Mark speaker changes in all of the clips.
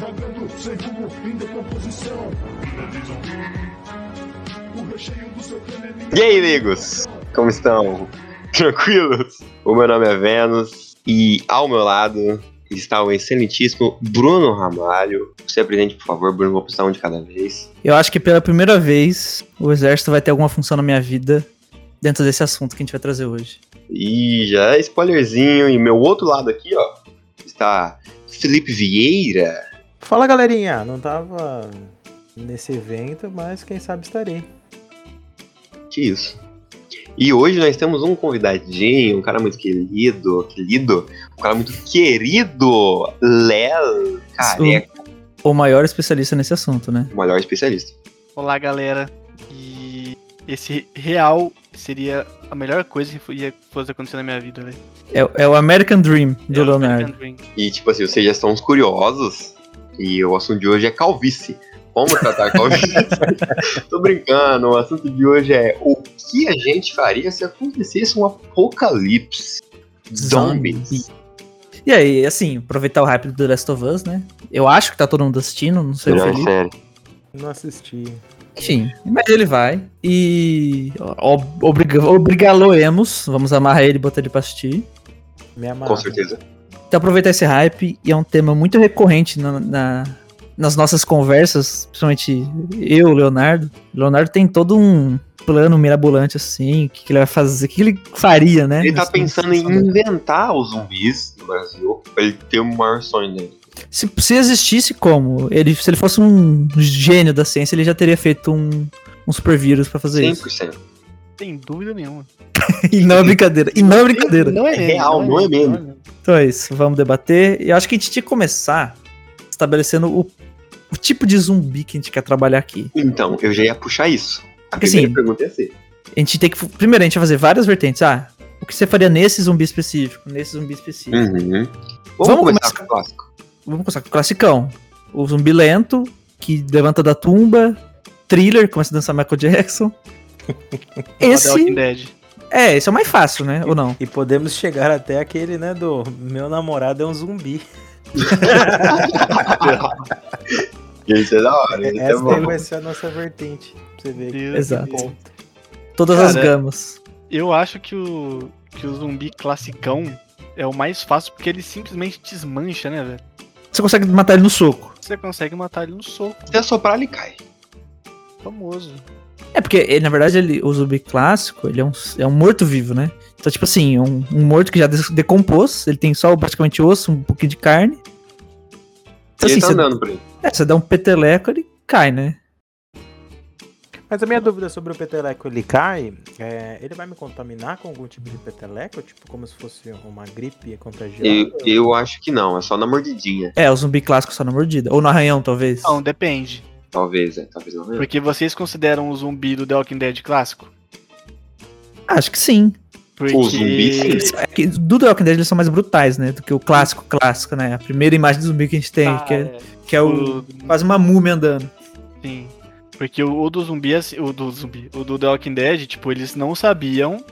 Speaker 1: cagando, sem rumo, em decomposição. O recheio do seu creme é minha
Speaker 2: E aí, amigos? Como estão? Tranquilos? O meu nome é Vênus e ao meu lado está o excelentíssimo Bruno Ramalho. Se apresente, por favor, Bruno, vou precisar um de cada vez.
Speaker 3: Eu acho que pela primeira vez o exército vai ter alguma função na minha vida dentro desse assunto que a gente vai trazer hoje.
Speaker 2: E já é spoilerzinho, e meu outro lado aqui, ó, está Felipe Vieira.
Speaker 4: Fala galerinha, não tava nesse evento, mas quem sabe estarei.
Speaker 2: Que isso. E hoje nós temos um convidadinho, um cara muito querido, querido, um cara muito querido, Léo
Speaker 5: é
Speaker 2: Careca,
Speaker 3: O maior especialista nesse assunto, né?
Speaker 2: o maior especialista.
Speaker 5: Olá, galera. E esse real seria a melhor coisa que ia- fosse acontecer na minha vida, velho.
Speaker 3: É, é o American Dream do
Speaker 5: É o
Speaker 3: Leonardo.
Speaker 5: American Dream.
Speaker 2: E, tipo assim, vocês já estão uns curiosos. E o assunto de hoje é calvície. Vamos tratar calvície. Tô brincando, o assunto de hoje é o que a gente faria se acontecesse um apocalipse. Zombies.
Speaker 3: E aí, assim, aproveitar o hype do The Last of Us, né? Eu acho que tá todo mundo assistindo, não sei o
Speaker 2: Não,
Speaker 3: Felipe.
Speaker 2: sério.
Speaker 4: Não assisti.
Speaker 3: Enfim, mas ele vai. E. ob- obriga- Obrigaloemos. Vamos amarrar ele e botar ele pra assistir.
Speaker 4: Me amarra.
Speaker 2: Com certeza.
Speaker 3: Então aproveitar esse hype e é um tema muito recorrente na- na- nas nossas conversas, principalmente eu, o Leonardo. O Leonardo tem todo um plano mirabolante assim, o que, que ele vai fazer, o que, que ele faria, né?
Speaker 2: Ele tá
Speaker 3: Nessa
Speaker 2: pensando em
Speaker 3: situação dele.
Speaker 2: inventar os zumbis no Brasil pra ele ter o maior sonho dele.
Speaker 3: Se, se existisse como, ele, se ele fosse um gênio da ciência, ele já teria feito um, um super vírus pra fazer isso.
Speaker 2: 100%.
Speaker 5: Sem dúvida nenhuma.
Speaker 3: E não é brincadeira, e não é brincadeira.
Speaker 5: Não é meme,
Speaker 2: real, não é meme.
Speaker 3: Então é isso, vamos debater. E eu acho que a gente tinha que começar estabelecendo o, o tipo de zumbi que a gente quer trabalhar aqui.
Speaker 2: Então, eu já ia puxar isso. A
Speaker 3: Porque,
Speaker 2: primeira
Speaker 3: assim,
Speaker 2: pergunta é assim.
Speaker 3: A gente tem que. Primeiro, a gente vai fazer várias vertentes. Ah, o que você faria nesse zumbi específico? Nesse zumbi específico.
Speaker 2: Uhum. Vamos, começar
Speaker 3: Vamos começar-
Speaker 2: com o clássico.
Speaker 3: Vamos começar com o classicão. O zumbi lento, que levanta da tumba. Thriller, começa a dançar Michael Jackson.
Speaker 5: Esse...
Speaker 3: Esse. É, esse é o mais fácil, né? Ou não?
Speaker 4: E podemos chegar até aquele, né, do meu namorado é um zumbi.
Speaker 2: Esse é da hora. Esse é
Speaker 4: Essa
Speaker 2: bom.
Speaker 4: daí vai ser a nossa vertente. pra Você ver que
Speaker 3: Exato.
Speaker 4: bom.
Speaker 3: Todas as
Speaker 5: Cara,
Speaker 3: gamas.
Speaker 5: Eu acho que o, que o zumbi classicão é o mais fácil porque ele simplesmente desmancha, né, velho?
Speaker 3: Você consegue matar ele no soco.
Speaker 5: Você consegue matar ele no soco,
Speaker 2: Se assoprar, ele cai.
Speaker 5: famoso.
Speaker 3: É, porque, ele, na verdade, ele, o zumbi clássico, ele é um, é um morto-vivo, né? Então, tipo assim, é um, um morto que já des- decompôs, ele tem só praticamente osso, um pouquinho de carne. Então,
Speaker 2: ele
Speaker 3: assim,
Speaker 2: tá
Speaker 3: você-
Speaker 2: andando por aí.
Speaker 3: É, você dá um peteleco, ele cai, né?
Speaker 4: Mas a minha dúvida sobre o peteleco, ele cai, é, ele vai me contaminar com algum tipo de peteleco? Tipo, como se fosse uma gripe contagiosa?
Speaker 2: Eu, eu acho que não, é só na mordidinha.
Speaker 3: É, o zumbi clássico só na mordida. Ou no arranhão, talvez.
Speaker 5: Não, depende.
Speaker 2: Talvez, é, talvez não. É.
Speaker 5: Porque vocês consideram o zumbi do The Walking Dead clássico?
Speaker 3: Acho que sim.
Speaker 5: Porque...
Speaker 2: zumbi, sim.
Speaker 3: Eles- é que do The Walking Dead eles são mais brutais, né? Do que o clássico clássico, né? A primeira imagem do zumbi que a gente tem,
Speaker 5: Ah,
Speaker 3: que, é,
Speaker 5: é.
Speaker 3: que é o, quase uma múmia andando.
Speaker 5: Sim. Porque o, o do zumbi, assim- o do zumbi, o do The Walking Dead, tipo, eles não sabiam,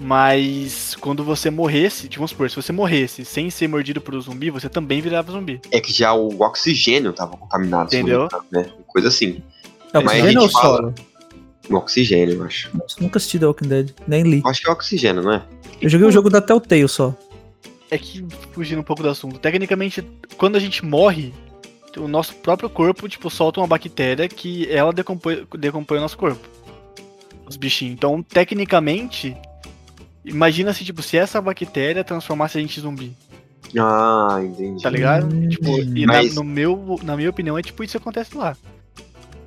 Speaker 5: mas quando você morresse, tipo, vamos supor, se você morresse sem ser mordido por um zumbi, você também virava zumbi.
Speaker 2: É que já o oxigênio tava contaminado. se
Speaker 5: Entendeu?
Speaker 2: não me engano, Né? Coisa assim.
Speaker 3: É o
Speaker 2: Mas a
Speaker 3: oxigênio
Speaker 2: gente
Speaker 3: ou o
Speaker 2: fala-
Speaker 3: solo?
Speaker 2: O oxigênio, eu acho.
Speaker 3: Nossa, nunca assisti The Walking Dead, nem li.
Speaker 2: Eu acho que é oxigênio, não é?
Speaker 3: Eu joguei o jogo da Telltale só.
Speaker 5: É que fugindo um pouco do assunto. Tecnicamente, quando a gente morre, o nosso próprio corpo, tipo, solta uma bactéria que ela decompõe, decompõe o nosso corpo. Os bichinhos. Então, tecnicamente, imagina se, tipo, se essa bactéria transformasse a gente em zumbi.
Speaker 2: Ah, entendi.
Speaker 5: Tá ligado?
Speaker 3: Hum.
Speaker 5: Tipo, e na-
Speaker 2: Mas-
Speaker 5: no meu, na minha opinião, é tipo isso que acontece lá.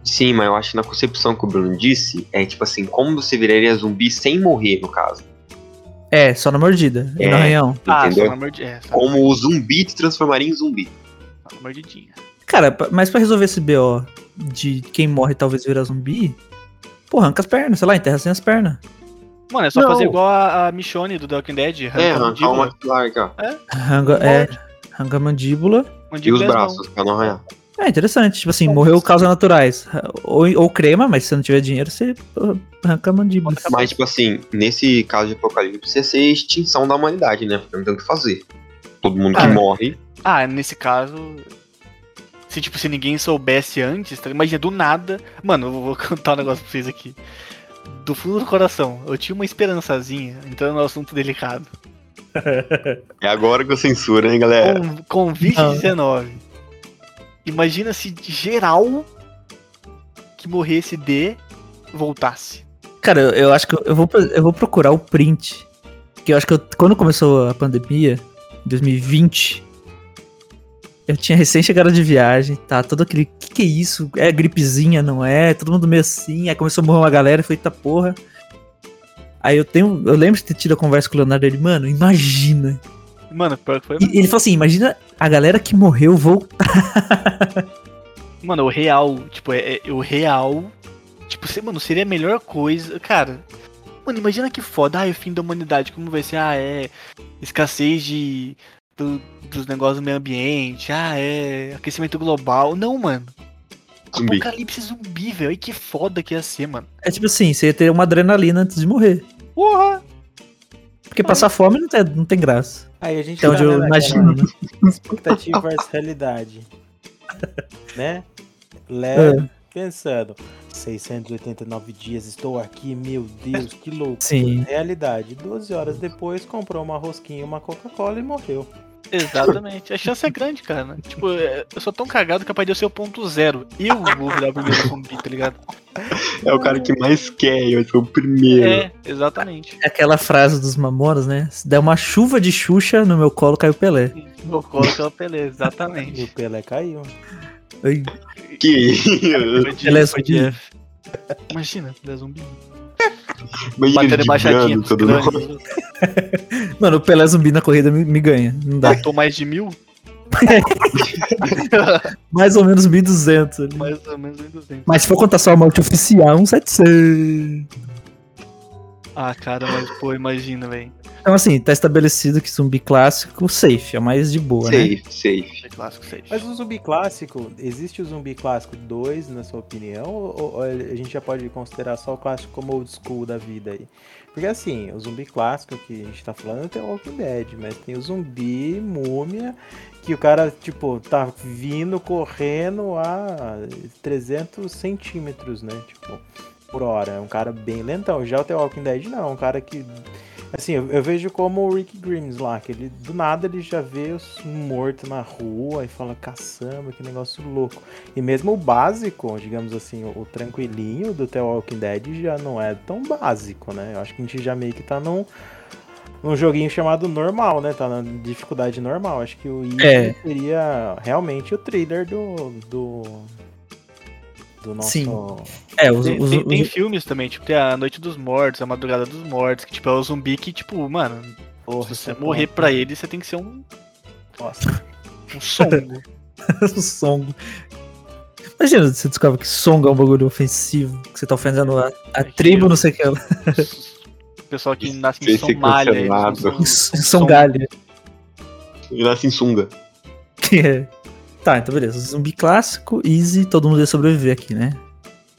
Speaker 2: Sim, mas eu acho que na concepção que o Bruno disse, é tipo assim, como você viraria zumbi sem morrer, no caso.
Speaker 3: É, só na mordida. E
Speaker 2: É.
Speaker 3: no arranhão.
Speaker 2: Entendeu?
Speaker 5: Tipo, só na mordi- é, só na-
Speaker 2: Como o zumbi te transformaria em zumbi.
Speaker 5: só na mordidinha.
Speaker 3: Cara, pra- mas pra resolver esse BO de quem morre talvez virar zumbi, pô, arranca as pernas, sei lá, enterra sem as pernas.
Speaker 5: Mano, é só
Speaker 2: Não.
Speaker 5: fazer igual a, a Michonne do The Walking Dead.
Speaker 2: É,
Speaker 5: arrancar a
Speaker 2: arrancar
Speaker 5: mandíbula.
Speaker 2: uma claro, aqui, ó.
Speaker 3: Arranca, é, arranca a mandíbula.
Speaker 2: E os
Speaker 5: Mandíbula é as mãos.
Speaker 2: braços, pra não arranhar.
Speaker 3: É interessante, tipo assim, morreu causas naturais. Ou, ou crema, mas se você não tiver dinheiro, você arranca a mandíbula.
Speaker 2: Mas, tipo assim, nesse caso de apocalipse, ia ser extinção da humanidade, né? Porque não tem o que fazer. Todo mundo que
Speaker 5: Ah.
Speaker 2: morre.
Speaker 5: Ah, nesse caso. Se, tipo, se ninguém soubesse antes, tá? imagina, do nada. Mano, eu vou contar um negócio pra vocês aqui. Do fundo do coração, eu tinha uma esperançazinha, entrando no assunto delicado.
Speaker 2: É agora que eu censuro, hein, galera?
Speaker 5: Com, Covid-19. Imagina se geral que morresse de voltasse.
Speaker 3: Cara, eu, eu acho que eu- eu vou, pro- eu vou procurar o print. Porque eu acho que eu- quando começou a pandemia, em 2020, eu tinha recém chegado de viagem, tá? Todo aquele. Que que é isso? É gripezinha, não é? Todo mundo meio assim. Aí começou a morrer uma galera e foi, eita porra. Aí eu tenho. Eu lembro de ter tido a conversa com o Leonardo ele, mano, imagina.
Speaker 5: Mano, pior que foi.
Speaker 3: E ele falou assim: imagina a galera que morreu voltar.
Speaker 5: Mano, o real, tipo, é, é- o real. Tipo, se- mano, seria a melhor coisa. Cara, mano, imagina que foda. Ah, é o fim da humanidade. Como vai ser? Ah, é escassez de. do- dos negócios do meio ambiente. Ah, é aquecimento global. Não, mano.
Speaker 2: Zumbi.
Speaker 5: Apocalipse zumbi, velho. E que foda que ia ser, mano.
Speaker 3: É tipo assim: você ia ter uma adrenalina antes de morrer.
Speaker 5: Porra!
Speaker 3: Porque passar fome não tem, não tem graça.
Speaker 4: Aí a gente
Speaker 3: Então
Speaker 4: tá
Speaker 3: eu
Speaker 4: naquela
Speaker 3: imagino. né?
Speaker 4: expectativa versus realidade. né? Léo pensando, 689 dias, estou aqui, meu Deus, que louco.
Speaker 3: Sim.
Speaker 4: Realidade, 12 horas depois comprou uma rosquinha, e uma Coca-Cola e morreu.
Speaker 5: Exatamente. A chance é grande, cara. né? Tipo, é- eu sou tão cagado que capaz de eu ser o ponto zero. Eu vou virar o primeiro zumbi, tá ligado?
Speaker 2: É o cara que mais quer, eu sou o primeiro.
Speaker 5: É, exatamente.
Speaker 3: É aquela frase dos mamonas, né? Se der uma chuva de Xuxa, no meu colo caiu Pelé.
Speaker 5: Vou colocar o Pelé,
Speaker 4: E o
Speaker 5: exatamente.
Speaker 4: Pelé caiu.
Speaker 3: Ai,
Speaker 2: Que
Speaker 3: Pelé é zumbi.
Speaker 5: Imagina, Pelé é zumbi.
Speaker 2: Imagina ele
Speaker 5: Batendo baixadinha
Speaker 2: vibrando
Speaker 5: dos
Speaker 2: todo mundo.
Speaker 5: crânios.
Speaker 3: Mano, o Pelé zumbi na corrida me, me ganha. Não dá.
Speaker 5: Matou mais de mil?
Speaker 3: Mais ou menos 1.200. ali.
Speaker 5: mais ou menos 200.
Speaker 3: Mas se for contar só a morte oficial, um uns 700.
Speaker 5: Ah, cara, mas pô, imagina, velho.
Speaker 3: Então, assim, tá estabelecido que zumbi clássico, safe. É mais de boa, né?
Speaker 2: Safe, safe.
Speaker 5: É clássico 6.
Speaker 4: Mas o zumbi clássico, existe o zumbi clássico 2, na sua opinião? Ou, ou a gente já pode considerar só o clássico como old school da vida aí? Porque assim, o zumbi clássico que a gente tá falando tem o Walking Dead, mas tem o zumbi múmia, que o cara, tipo, tá vindo correndo a 300 centímetros, né? Tipo, por hora. É um cara bem lentão. Já o The Walking Dead não, é um cara que Assim, eu, eu vejo como o Rick Grimes lá, que ele do nada ele já vê os mortos na rua e fala, caçamba, que negócio louco. E mesmo o básico, digamos assim, o, o tranquilinho do The Walking Dead já não é tão básico, né? Eu acho que a gente já meio que tá num, num joguinho chamado normal, né? Tá na dificuldade normal. Acho que o Easy
Speaker 3: É.
Speaker 4: seria realmente o thriller do. do, do nosso.
Speaker 3: Sim. É, os,
Speaker 5: Tem,
Speaker 3: os-
Speaker 5: tem-
Speaker 3: os-
Speaker 5: tem filmes também, tipo, tem a Noite dos Mortos, a Madrugada dos Mortos, que tipo, é o zumbi que, tipo, mano,
Speaker 4: Porra,
Speaker 5: se você
Speaker 4: essa
Speaker 5: morrer
Speaker 4: porra.
Speaker 3: né?
Speaker 5: pra ele, você tem que ser um,
Speaker 4: Nossa.
Speaker 5: um songo.
Speaker 3: o songo. Imagina, você descobre que songo é um bagulho ofensivo, que você tá ofendendo a, a tribo, não sei o que lá.
Speaker 5: O pessoal que nasce em
Speaker 2: Sem ser
Speaker 5: Somália. eles
Speaker 2: cancelado.
Speaker 5: são-
Speaker 3: Em
Speaker 5: são-
Speaker 3: Songalha.
Speaker 2: Ele nasce em sunga.
Speaker 3: É. Tá, então beleza. Zumbi clássico, easy, todo mundo ia sobreviver aqui, né?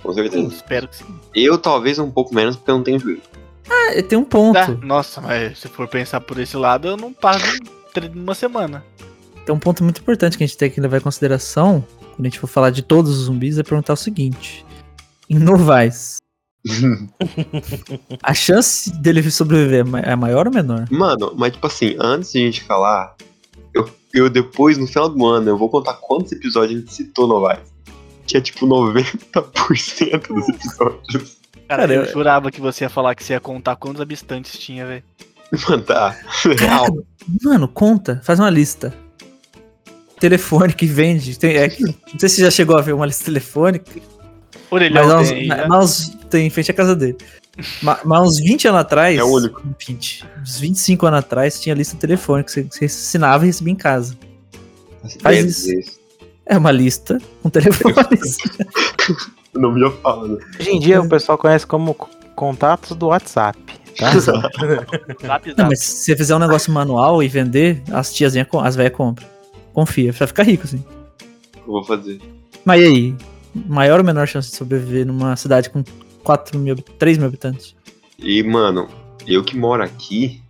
Speaker 2: Com
Speaker 5: Sim,
Speaker 2: certeza.
Speaker 5: Espero que sim.
Speaker 2: Eu talvez um pouco menos porque eu não tenho joelho.
Speaker 3: É, tem um ponto.
Speaker 5: Tá, Nossa, mas se for pensar por esse lado, eu não passo tre- uma semana.
Speaker 3: Tem um ponto muito importante que a gente tem que levar em consideração quando a gente for falar de todos os zumbis é perguntar o seguinte: em Novais, a chance dele sobreviver é ma- é maior ou menor?
Speaker 2: Mano, mas tipo assim, antes de a gente falar, eu, eu depois, no final do ano, eu vou contar quantos episódios a gente citou Novaes. Que é tipo 90% dos episódios.
Speaker 5: Cara,
Speaker 3: Cara,
Speaker 5: eu,
Speaker 3: eu-
Speaker 5: jurava que você ia falar que você ia contar quantos habitantes tinha, velho.
Speaker 2: Mano, tá. Real.
Speaker 3: Mano, conta, faz uma lista. Telefone que vende. tem- é que- não sei se você já chegou a ver uma lista telefônica, mas há
Speaker 5: Orelhão
Speaker 3: uns-
Speaker 5: tem,
Speaker 3: na-
Speaker 5: né?
Speaker 3: na- uns- tem em frente à casa dele. Ma- Mas uns 20 anos atrás.
Speaker 2: É o único.
Speaker 3: 20, uns 25 anos atrás tinha lista telefônica que você, que você assinava e recebia em casa. Faz isso. É uma lista com telefones.
Speaker 2: O nome já fala, né?
Speaker 4: Hoje em dia o pessoal conhece como c- contatos do WhatsApp. Tá?
Speaker 5: Zap,
Speaker 3: Não,
Speaker 5: zap.
Speaker 3: mas se você fizer um negócio manual e vender, as tiazinhas, com- as velhas compram. Confia, vai ficar rico, assim.
Speaker 2: Eu vou fazer.
Speaker 3: Mas e aí? Maior ou menor chance de sobreviver numa cidade com 4 mil, 3 mil habitantes?
Speaker 2: E, mano, eu que moro aqui,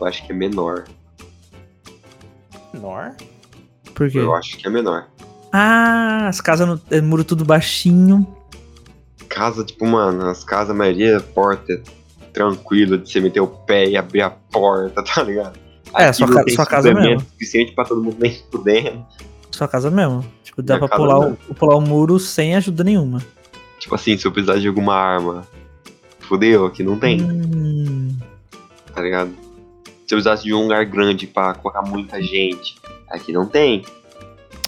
Speaker 2: eu acho que é menor.
Speaker 4: Menor?
Speaker 3: Por quê?
Speaker 2: Eu acho que é menor.
Speaker 3: Ah, as casas no é, muro tudo baixinho.
Speaker 2: Casa, tipo, mano, as casas, a maioria, porta é tranquila de você meter o pé e abrir a porta, tá ligado?
Speaker 3: É, sua
Speaker 2: não
Speaker 3: ca-
Speaker 2: tem
Speaker 3: sua casa
Speaker 2: encanamento
Speaker 3: mesmo.
Speaker 2: suficiente pra todo mundo nem né? fudendo.
Speaker 3: Sua casa mesmo. Tipo, dá
Speaker 2: Minha
Speaker 3: pra
Speaker 2: casa
Speaker 3: pular o,
Speaker 2: mesmo.
Speaker 3: pular o muro sem ajuda nenhuma.
Speaker 2: Tipo assim, se eu precisar de alguma arma, fudeu, que não tem,
Speaker 3: Hum,
Speaker 2: tá ligado? Se eu precisasse de um lugar grande pra colocar muita gente, aqui não tem.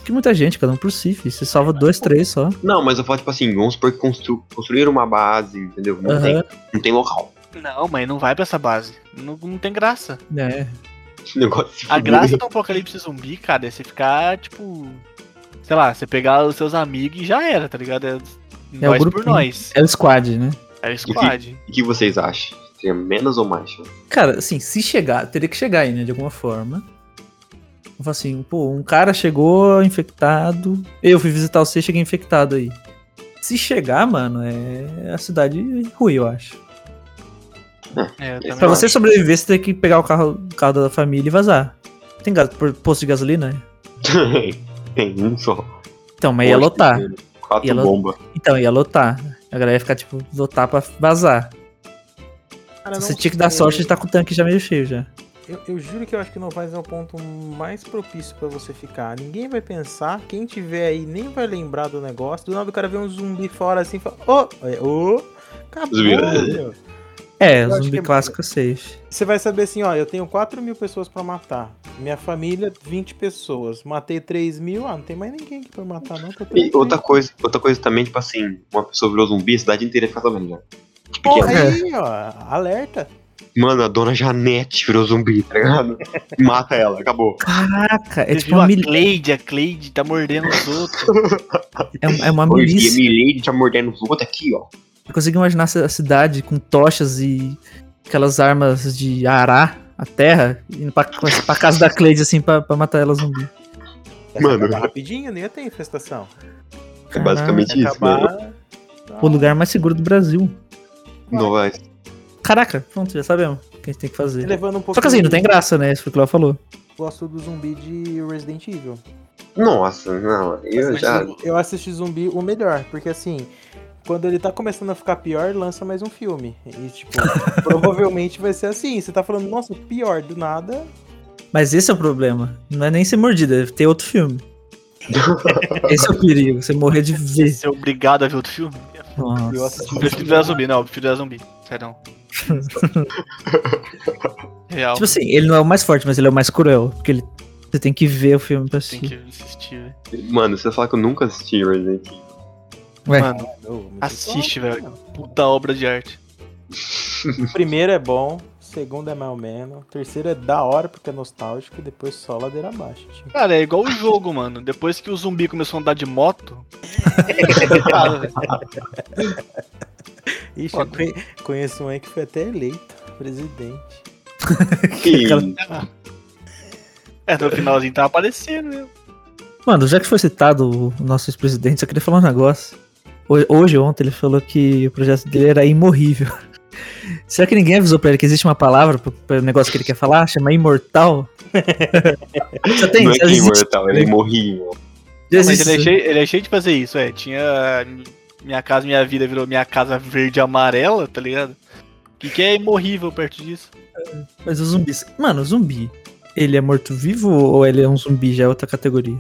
Speaker 3: que muita gente, cada um por si, filho. Você salva dois, três só.
Speaker 2: Não, mas eu falo, tipo assim, vamos supor que constru construir uma base, entendeu? Não, tem,
Speaker 3: Aham.
Speaker 2: não tem local.
Speaker 5: Não, mas não vai pra essa base. Não, não tem graça.
Speaker 3: É.
Speaker 2: Esse negócio se
Speaker 5: A
Speaker 2: fudeu.
Speaker 5: graça do apocalipse zumbi, cara, é você ficar, tipo. Sei lá, você pegar os seus amigos e já era, tá ligado? É,
Speaker 3: É o
Speaker 5: nós por
Speaker 3: grupinho.
Speaker 5: nós.
Speaker 3: É o squad, né?
Speaker 5: É o squad.
Speaker 2: O que vocês acham? Tem menos ou mais? chance?
Speaker 3: Cara, assim, se chegar, teria que chegar aí, né, de alguma forma. Eu falo assim, pô, um cara chegou infectado. Eu fui visitar você e cheguei infectado aí. Se chegar, mano, é a cidade ruim, eu acho.
Speaker 5: É, eu também
Speaker 3: Pra você
Speaker 5: acho.
Speaker 3: sobreviver, você tem que pegar o carro, o carro da família e vazar. Tem ga- por- posto de gasolina?
Speaker 2: tem um só.
Speaker 3: Então, mas ia
Speaker 2: Poxa,
Speaker 3: lotar.
Speaker 2: Quatro
Speaker 3: Ia lo-
Speaker 2: bombas.
Speaker 3: Então, ia lotar. A galera ia ficar, tipo, lotar pra vazar.
Speaker 4: Cara,
Speaker 3: você
Speaker 4: não
Speaker 3: tinha que dar
Speaker 4: sei.
Speaker 3: sorte tá de estar com o tanque já meio cheio já.
Speaker 4: Eu, eu juro que eu acho que Novais é o ponto mais propício pra você ficar. Ninguém vai pensar, quem tiver aí nem vai lembrar do negócio. Do nada o cara vê um zumbi fora assim e fala: Ô, é, ô, acabou.
Speaker 2: Zumbi. né?"
Speaker 4: meu."
Speaker 3: É,
Speaker 4: Eu acho que
Speaker 3: zumbi
Speaker 4: é-
Speaker 3: clássico safe.
Speaker 4: Você vai saber assim: ó, eu tenho 4 mil pessoas pra matar. Minha família, 20 pessoas. Matei 3 mil. Ah, não tem mais ninguém aqui pra matar, não. Tô
Speaker 2: E
Speaker 4: tranquilo.
Speaker 2: outra coisa, outra coisa também, tipo assim, uma pessoa virou zumbi, a cidade inteira fica sabendo já. Tipo,
Speaker 4: Porra,
Speaker 2: que-
Speaker 4: aí, ó, alerta.
Speaker 2: mano, a dona Janete virou zumbi, tá ligado? Mata ela, acabou.
Speaker 3: Caraca, é
Speaker 5: Você
Speaker 3: tipo
Speaker 5: viu
Speaker 3: uma,
Speaker 5: a
Speaker 3: mili-
Speaker 5: Cleide, a Cleide tá mordendo os outros.
Speaker 3: é uma, é uma
Speaker 2: Hoje
Speaker 3: milícia.
Speaker 2: dia, Milady tá mordendo os outros aqui, ó.
Speaker 3: Eu consigo imaginar a cidade com tochas e aquelas armas de arar a terra, indo pra, pra casa da Cleide, assim, pra, pra matar ela zumbi.
Speaker 4: Vai
Speaker 2: Mano.
Speaker 4: acabar rapidinho, nem ia ter infestação.
Speaker 2: É basicamente
Speaker 4: Ia
Speaker 2: isso, né? mano.
Speaker 4: acabar.
Speaker 3: O lugar mais seguro do Brasil.
Speaker 2: Não vai.
Speaker 3: Caraca, pronto, já sabemos o que a gente tem que fazer.
Speaker 4: Levando um pouco
Speaker 3: Só que assim, não tem graça, né? Isso foi o que ela falou.
Speaker 4: gosto do zumbi de Resident Evil.
Speaker 2: Nossa, não, eu
Speaker 5: Mas tipo,
Speaker 2: já.
Speaker 5: o-
Speaker 4: Eu assisti zumbi o melhor, porque assim, quando ele tá começando a ficar pior, lança mais um filme. E tipo, provavelmente vai ser assim. Você tá falando, nossa, pior do nada.
Speaker 3: Mas esse é o problema. Não é nem ser mordida, é ter outro filme. esse é o perigo, você morrer de vez.
Speaker 5: Você é obrigado a ver outro filme.
Speaker 4: Eu
Speaker 3: Nossa.
Speaker 4: assisti
Speaker 5: Eu prefiro virar zumbi, não, eu prefiro virar zumbi. Sério. não. Real.
Speaker 3: Tipo assim, ele não é o mais forte, mas ele é o mais cruel. Porque ele, você tem que ver o filme pra
Speaker 5: Tem
Speaker 3: assistir.
Speaker 5: que assistir, velho.
Speaker 2: Mano, você fala que eu nunca assisti Resident Evil.
Speaker 3: Ué,
Speaker 5: Mano,
Speaker 4: Ô, muito
Speaker 5: Assiste,
Speaker 4: bom.
Speaker 5: velho. Puta obra de arte.
Speaker 4: O primeiro é bom, o segundo é mais ou menos, o terceiro é da hora porque é nostálgico, e depois só ladeira abaixo. Tipo.
Speaker 5: Cara, é igual o jogo, mano. Depois que o zumbi começou a andar de moto. cara, velho,
Speaker 4: Ixi, eu conhe- conheço um aí que foi até eleito presidente.
Speaker 2: Que-
Speaker 3: Aquela-
Speaker 5: é, no finalzinho tá aparecendo, né?
Speaker 3: Mano, já que foi citado o nosso ex-presidente, eu queria falar um negócio. Ho- Hoje, ontem, ele falou que o projeto dele era imorrível. Será que ninguém avisou pra ele que existe uma palavra pro, pro negócio que ele quer falar? Chama imortal? Só tem,
Speaker 2: não é
Speaker 3: já
Speaker 2: que é
Speaker 3: existe,
Speaker 2: imortal, ele é imorrível.
Speaker 3: já
Speaker 5: Mas
Speaker 3: existe.
Speaker 5: ele é, cheio, ele é cheio de fazer isso, é. Tinha. Minha casa, minha vida virou minha casa verde e amarela, tá ligado? O que, que é imorrível perto disso?
Speaker 3: Mas os zumbis... Mano, o zumbi, ele é morto-vivo ou ele é um zumbi? Já é outra categoria.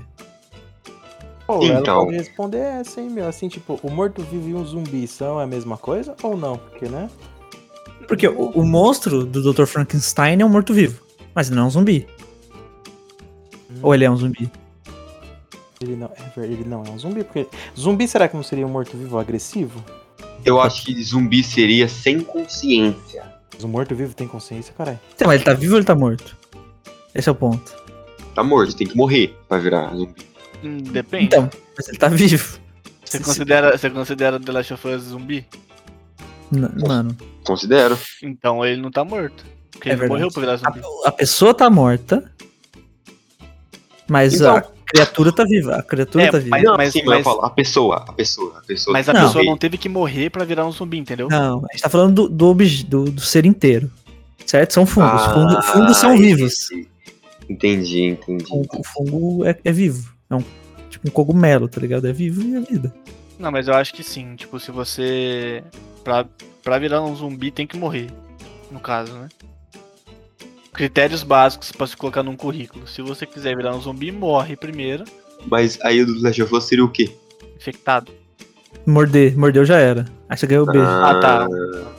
Speaker 4: Pô, ela
Speaker 2: Então.
Speaker 4: pode responder essa, hein, meu? Assim, tipo, o morto-vivo e um zumbi são a mesma coisa ou não? Porque, né?
Speaker 3: Porque o, o monstro do Dr. Frankenstein é um morto-vivo, mas ele não é um zumbi. Ou ele é um zumbi?
Speaker 4: Ele não, é, ver- ele não é um zumbi, porque. Zumbi será que não seria um morto-vivo agressivo?
Speaker 2: Eu acho que zumbi seria sem consciência.
Speaker 4: Mas o morto-vivo tem consciência, caralho.
Speaker 3: Então, mas ele tá vivo ou ele tá morto? Esse é o ponto.
Speaker 2: Tá morto, tem que morrer pra virar zumbi.
Speaker 5: Hum, depende.
Speaker 3: Então, mas ele tá vivo.
Speaker 5: você,
Speaker 3: se-
Speaker 5: considera, você considera The Last of Us zumbi?
Speaker 3: N- Mano,
Speaker 2: Considero.
Speaker 5: Então ele não tá morto. Porque
Speaker 3: É
Speaker 5: ele
Speaker 3: verdade.
Speaker 5: morreu pra virar zumbi.
Speaker 3: a, a pessoa tá morta, mas
Speaker 2: Então-
Speaker 3: a criatura tá viva. A criatura
Speaker 5: É,
Speaker 3: tá viva.
Speaker 5: mas-
Speaker 2: não, sim, mas eu
Speaker 5: mas-
Speaker 2: falo, a pessoa, a pessoa, a pessoa.
Speaker 5: Mas a
Speaker 3: Não.
Speaker 5: pessoa não teve que morrer pra virar um zumbi, entendeu?
Speaker 3: Não, a gente tá falando do, do, obje- do- do ser inteiro. Certo? São fungos.
Speaker 2: Ah,
Speaker 3: Fungo- fungos são vivos.
Speaker 2: Entendi, entendi.
Speaker 3: O fungo é, é vivo. É um tipo um cogumelo, tá ligado? É vivo e é vida.
Speaker 5: Não, mas eu acho que sim. Tipo, se você. Pra, pra virar um zumbi tem que morrer. No caso, né? Critérios básicos pra se colocar num currículo. Se você quiser virar um zumbi, morre primeiro,
Speaker 2: Mas aí o do Last of Us seria o quê?
Speaker 5: infectado.
Speaker 3: Morder, mordeu já era. Aí você ganhou o beijo.
Speaker 5: Ah, tá.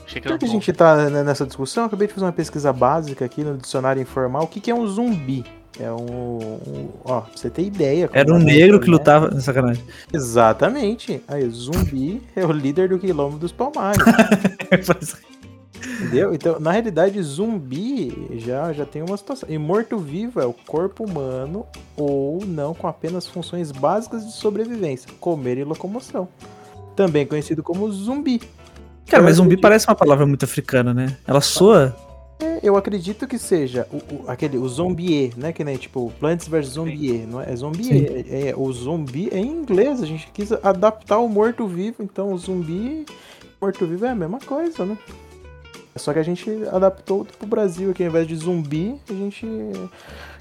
Speaker 5: Achei que
Speaker 4: Já
Speaker 5: era
Speaker 4: que a
Speaker 5: bom.
Speaker 4: gente tá né, nessa discussão, eu acabei de fazer uma pesquisa básica aqui no dicionário informal. O que, que é um zumbi? É um. um- ó, pra você ter ideia. como
Speaker 3: Era um
Speaker 4: é,
Speaker 3: negro que
Speaker 4: né?
Speaker 3: lutava. Sacanagem.
Speaker 4: Exatamente. Aí, zumbi é o líder do quilombo dos palmares. entendeu? Então, na realidade, zumbi já, já tem uma situação. E morto-vivo é o corpo humano ou não com apenas funções básicas de sobrevivência, comer e locomoção. Também conhecido como zumbi.
Speaker 3: Cara, mas zumbi parece uma palavra muito africana, né? Ela soa.
Speaker 4: É, Eu acredito que seja o, o- aquele, o zombier, né? Que nem tipo Plants vs Zombier, não é? É zombier. É, é- o zumbi é em inglês, a gente quis adaptar o morto-vivo, então o zumbi morto-vivo é a mesma coisa, né? Só que a gente adaptou pro Brasil aqui, ao invés de zumbi, a gente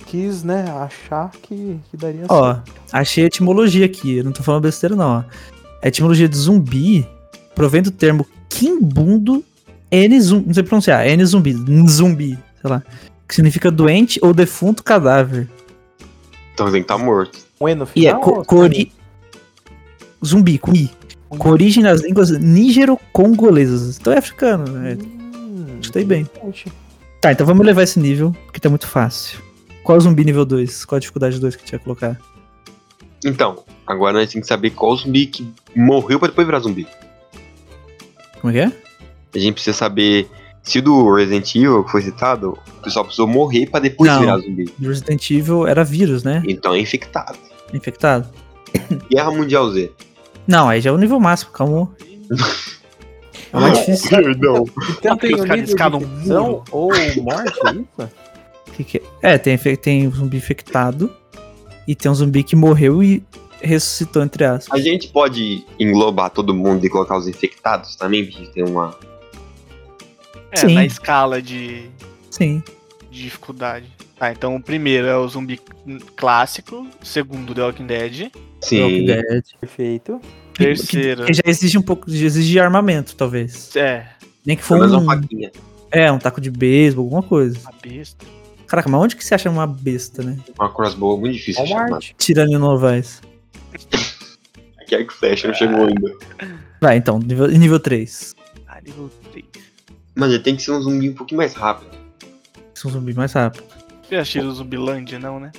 Speaker 4: quis, né, achar que, que daria
Speaker 3: Ó, achei a etimologia aqui. Eu não tô falando besteira, não. Ó. A etimologia de zumbi provém do termo quimbundo N zumbi. Não sei pronunciar. N zumbi. Zumbi, sei lá. Que significa doente ou defunto cadáver.
Speaker 2: Então tem que estar morto.
Speaker 4: um E no
Speaker 3: E é
Speaker 4: final.
Speaker 3: co- cori... zumbi, com I. Com origem nas línguas nígero-congolesas. Então é africano, né?
Speaker 4: Hum,
Speaker 3: Gostei bem.
Speaker 4: interessante.
Speaker 3: Tá, então vamos levar esse nível, porque tá muito fácil. Qual é o zumbi nível 2? Qual a dificuldade 2 que a gente ia colocar?
Speaker 2: Então, agora a gente tem que saber qual zumbi que morreu pra depois virar zumbi.
Speaker 3: Como é que é?
Speaker 2: A gente precisa saber se o do Resident Evil que foi citado, o pessoal precisou morrer pra depois
Speaker 3: Não.
Speaker 2: virar zumbi.
Speaker 3: Do Resident Evil era vírus, né?
Speaker 2: Então é infectado.
Speaker 3: Infectado.
Speaker 2: Guerra Mundial Z.
Speaker 3: Não, aí já é o nível máximo, calma. É mais difícil.
Speaker 2: Perdão.
Speaker 4: Então tem
Speaker 5: Os
Speaker 4: o
Speaker 5: caras
Speaker 4: nível
Speaker 5: escalam
Speaker 4: de
Speaker 5: um
Speaker 4: infecção
Speaker 5: muro.
Speaker 4: ou morte, é isso?
Speaker 3: Que que é? é, tem, infe- tem um zumbi infectado e tem um zumbi que morreu e ressuscitou, entre
Speaker 2: A
Speaker 3: aspas.
Speaker 2: gente pode englobar todo mundo e colocar os infectados também, porque tem uma.
Speaker 5: É,
Speaker 3: Sim.
Speaker 5: na escala de,
Speaker 3: Sim.
Speaker 5: de dificuldade. Tá, então o primeiro é o zumbi clássico, segundo The Walking Dead,
Speaker 2: Sim.
Speaker 3: É,
Speaker 4: Perfeito.
Speaker 5: terceiro...
Speaker 3: Que já exige um pouco, já exige armamento, talvez.
Speaker 5: É,
Speaker 3: Nem que for
Speaker 2: Pelo menos
Speaker 3: um,
Speaker 2: uma faquinha.
Speaker 3: é, um taco de beisebol, alguma coisa.
Speaker 5: a besta.
Speaker 3: Caraca, mas onde que você acha uma besta, né?
Speaker 2: Uma crossbow é muito difícil de chamar.
Speaker 4: Walmart.
Speaker 3: Tirando Novaes.
Speaker 2: Que é que flecha, não chegou ainda.
Speaker 3: Vai, então, nível, nível 3.
Speaker 5: Ah, nível três.
Speaker 2: Mas ele tem que ser um zumbi um pouquinho mais rápido.
Speaker 3: Esse é um zumbi mais rápido.
Speaker 5: Você achou o Zumbilândia, não, né?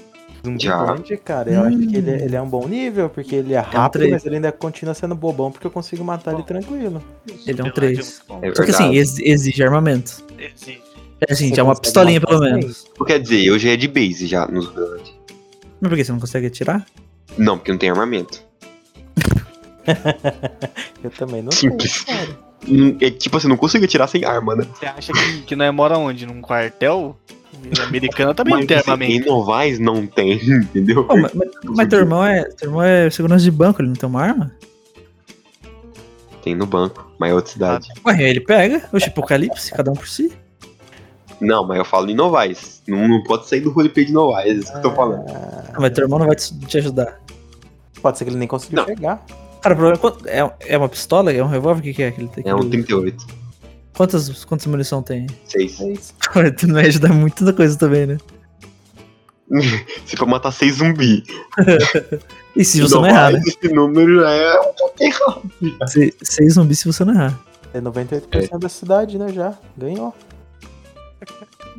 Speaker 4: Zumbi
Speaker 2: Já.
Speaker 4: Bond, um cara, eu acho
Speaker 3: Hum.
Speaker 4: que ele, ele é um bom nível, porque ele é rápido,
Speaker 3: três.
Speaker 4: mas ele ainda continua sendo bobão, porque eu consigo matar ele tranquilo.
Speaker 3: Ele é um
Speaker 5: Zumbilândia
Speaker 3: três.
Speaker 5: muito bom.
Speaker 2: É
Speaker 3: Só que assim,
Speaker 2: verdade.
Speaker 3: ex- exige armamento.
Speaker 5: Exige.
Speaker 3: É assim,
Speaker 4: Você
Speaker 3: já é uma
Speaker 4: consegue
Speaker 3: pistolinha
Speaker 4: matar
Speaker 3: pelo
Speaker 4: sem?
Speaker 3: menos.
Speaker 2: Não quer dizer, eu já é de base já nos Blood.
Speaker 3: Mas por que você não consegue atirar?
Speaker 2: Não, porque não tem armamento.
Speaker 4: Eu também não sei,
Speaker 2: Simples.
Speaker 4: cara.
Speaker 2: Hum, É tipo assim, não consigo atirar sem arma, né?
Speaker 5: Você acha que, que nós mora onde? Num quartel? tá Americano também
Speaker 2: Mas
Speaker 5: tem
Speaker 2: assim, Em
Speaker 5: armamento.
Speaker 2: Novaes não tem, entendeu?
Speaker 3: Pô, mas, mas- mas teu irmão é. Teu irmão é segurança de banco, ele não tem uma arma?
Speaker 2: Tem no banco, mas é outra cidade.
Speaker 3: Ué, ele pega. Oxe, apocalipse, cada um por si.
Speaker 2: Não, mas eu falo em Novaes. Não, não pode sair do roleplay de Novaes, é isso que eu tô falando.
Speaker 3: Ah, mas teu irmão não vai te, te ajudar.
Speaker 4: Pode ser que ele nem conseguiu
Speaker 2: Não.
Speaker 4: chegar.
Speaker 3: Cara, o problema é quant- é. É uma pistola? É um revólver? O que, que é que ele tem?
Speaker 2: É um 38,
Speaker 3: Quantas, quantas munição tem?
Speaker 2: 6.
Speaker 4: É isso.
Speaker 3: Cara, tu não vai ajudar muito na coisa também, né?
Speaker 2: Se for matar 6 zumbi.
Speaker 3: E se você não
Speaker 2: Novaes,
Speaker 3: errar, né?
Speaker 2: Esse número já é um pouco errado.
Speaker 3: Se- Seis zumbis se você não errar.
Speaker 4: É 98% da cidade, né, já. Ganhou.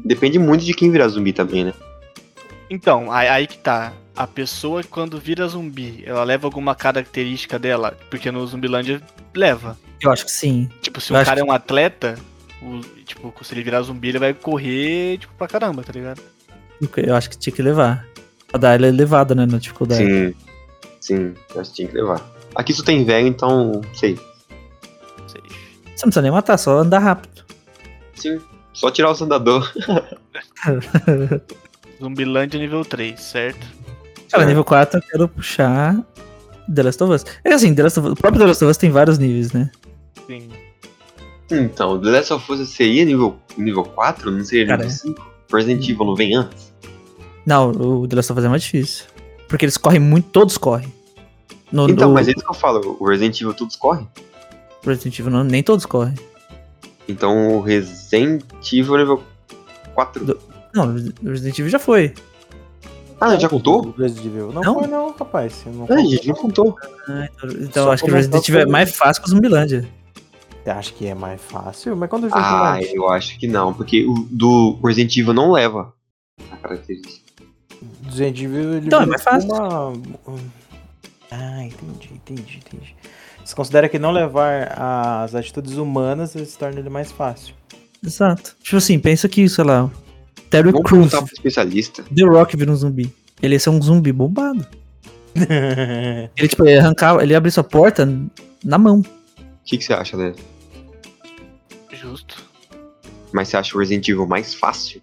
Speaker 2: Depende muito de quem virar zumbi também, né?
Speaker 5: Então, aí, aí que tá. A pessoa, quando vira zumbi, ela leva alguma característica dela? Porque no Zumbilândia leva.
Speaker 3: Eu acho que sim.
Speaker 5: Tipo, se
Speaker 3: Eu
Speaker 5: o
Speaker 3: acho
Speaker 5: cara é
Speaker 3: que-
Speaker 5: um atleta, o- tipo, se ele virar zumbi, ele vai correr, tipo, pra caramba, tá ligado?
Speaker 3: Eu acho que tinha que levar. Pra dar ela elevada, né, na dificuldade.
Speaker 2: Sim. Sim, eu acho que tinha que levar. Aqui só tem velho, então, sei.
Speaker 5: Não sei.
Speaker 3: Você não precisa nem matar, só andar rápido.
Speaker 2: Sim. Só tirar os andador.
Speaker 5: Zumbilândia nível 3, certo?
Speaker 3: Cara,
Speaker 2: É.
Speaker 3: nível 4 eu quero puxar The Last of Us. É que assim, The Last of Us, o próprio The Last of Us tem vários níveis, né?
Speaker 5: Sim.
Speaker 2: Então, The Last of Us seria nível, nível 4? Não seria
Speaker 3: Cara, é. Hum.
Speaker 2: nível 5? Resident Evil não vem antes?
Speaker 3: Não, o The Last of Us é mais difícil. Porque eles correm muito, todos correm. No,
Speaker 2: Então,
Speaker 3: no-
Speaker 2: mas é isso que eu falo, o Resident Evil todos correm.
Speaker 3: Resident Evil não, nem todos correm.
Speaker 2: Então o Resident Evil é nível 4.
Speaker 3: Do- Não, o Resident Evil já foi.
Speaker 2: Ah, já contou?
Speaker 4: Do Resident Evil. Não,
Speaker 3: Não?
Speaker 4: foi não, rapaz. Eu Não
Speaker 2: Ah, a gente não contou.
Speaker 3: Ah, então então
Speaker 4: Só
Speaker 3: acho que o
Speaker 4: começou
Speaker 2: tá
Speaker 3: Resident Evil é
Speaker 4: com-
Speaker 3: mais fácil que o Zumbilândia.
Speaker 4: Eu Acho que é mais fácil, mas quando eu
Speaker 2: Ah,
Speaker 4: jogo
Speaker 2: eu acho que não, porque o do Resident Evil não leva a característica.
Speaker 4: do Resident Evil, ele
Speaker 3: Então, é
Speaker 4: virou
Speaker 3: mais fácil.
Speaker 4: uma- Ah, entendi, entendi, entendi. Você considera que não levar as atitudes humanas se torna ele mais fácil.
Speaker 3: Exato. Tipo assim, pensa que, sei lá, Terry
Speaker 2: Vamos
Speaker 3: Crews,
Speaker 2: perguntar pro especialista.
Speaker 3: The Rock vira um zumbi. Ele ia ser um zumbi bombado. Ele, tipo, ele arrancava, ele abre sua porta na mão.
Speaker 2: O que, que você acha, né?
Speaker 5: Justo.
Speaker 2: Mas você acha o Resident Evil mais fácil?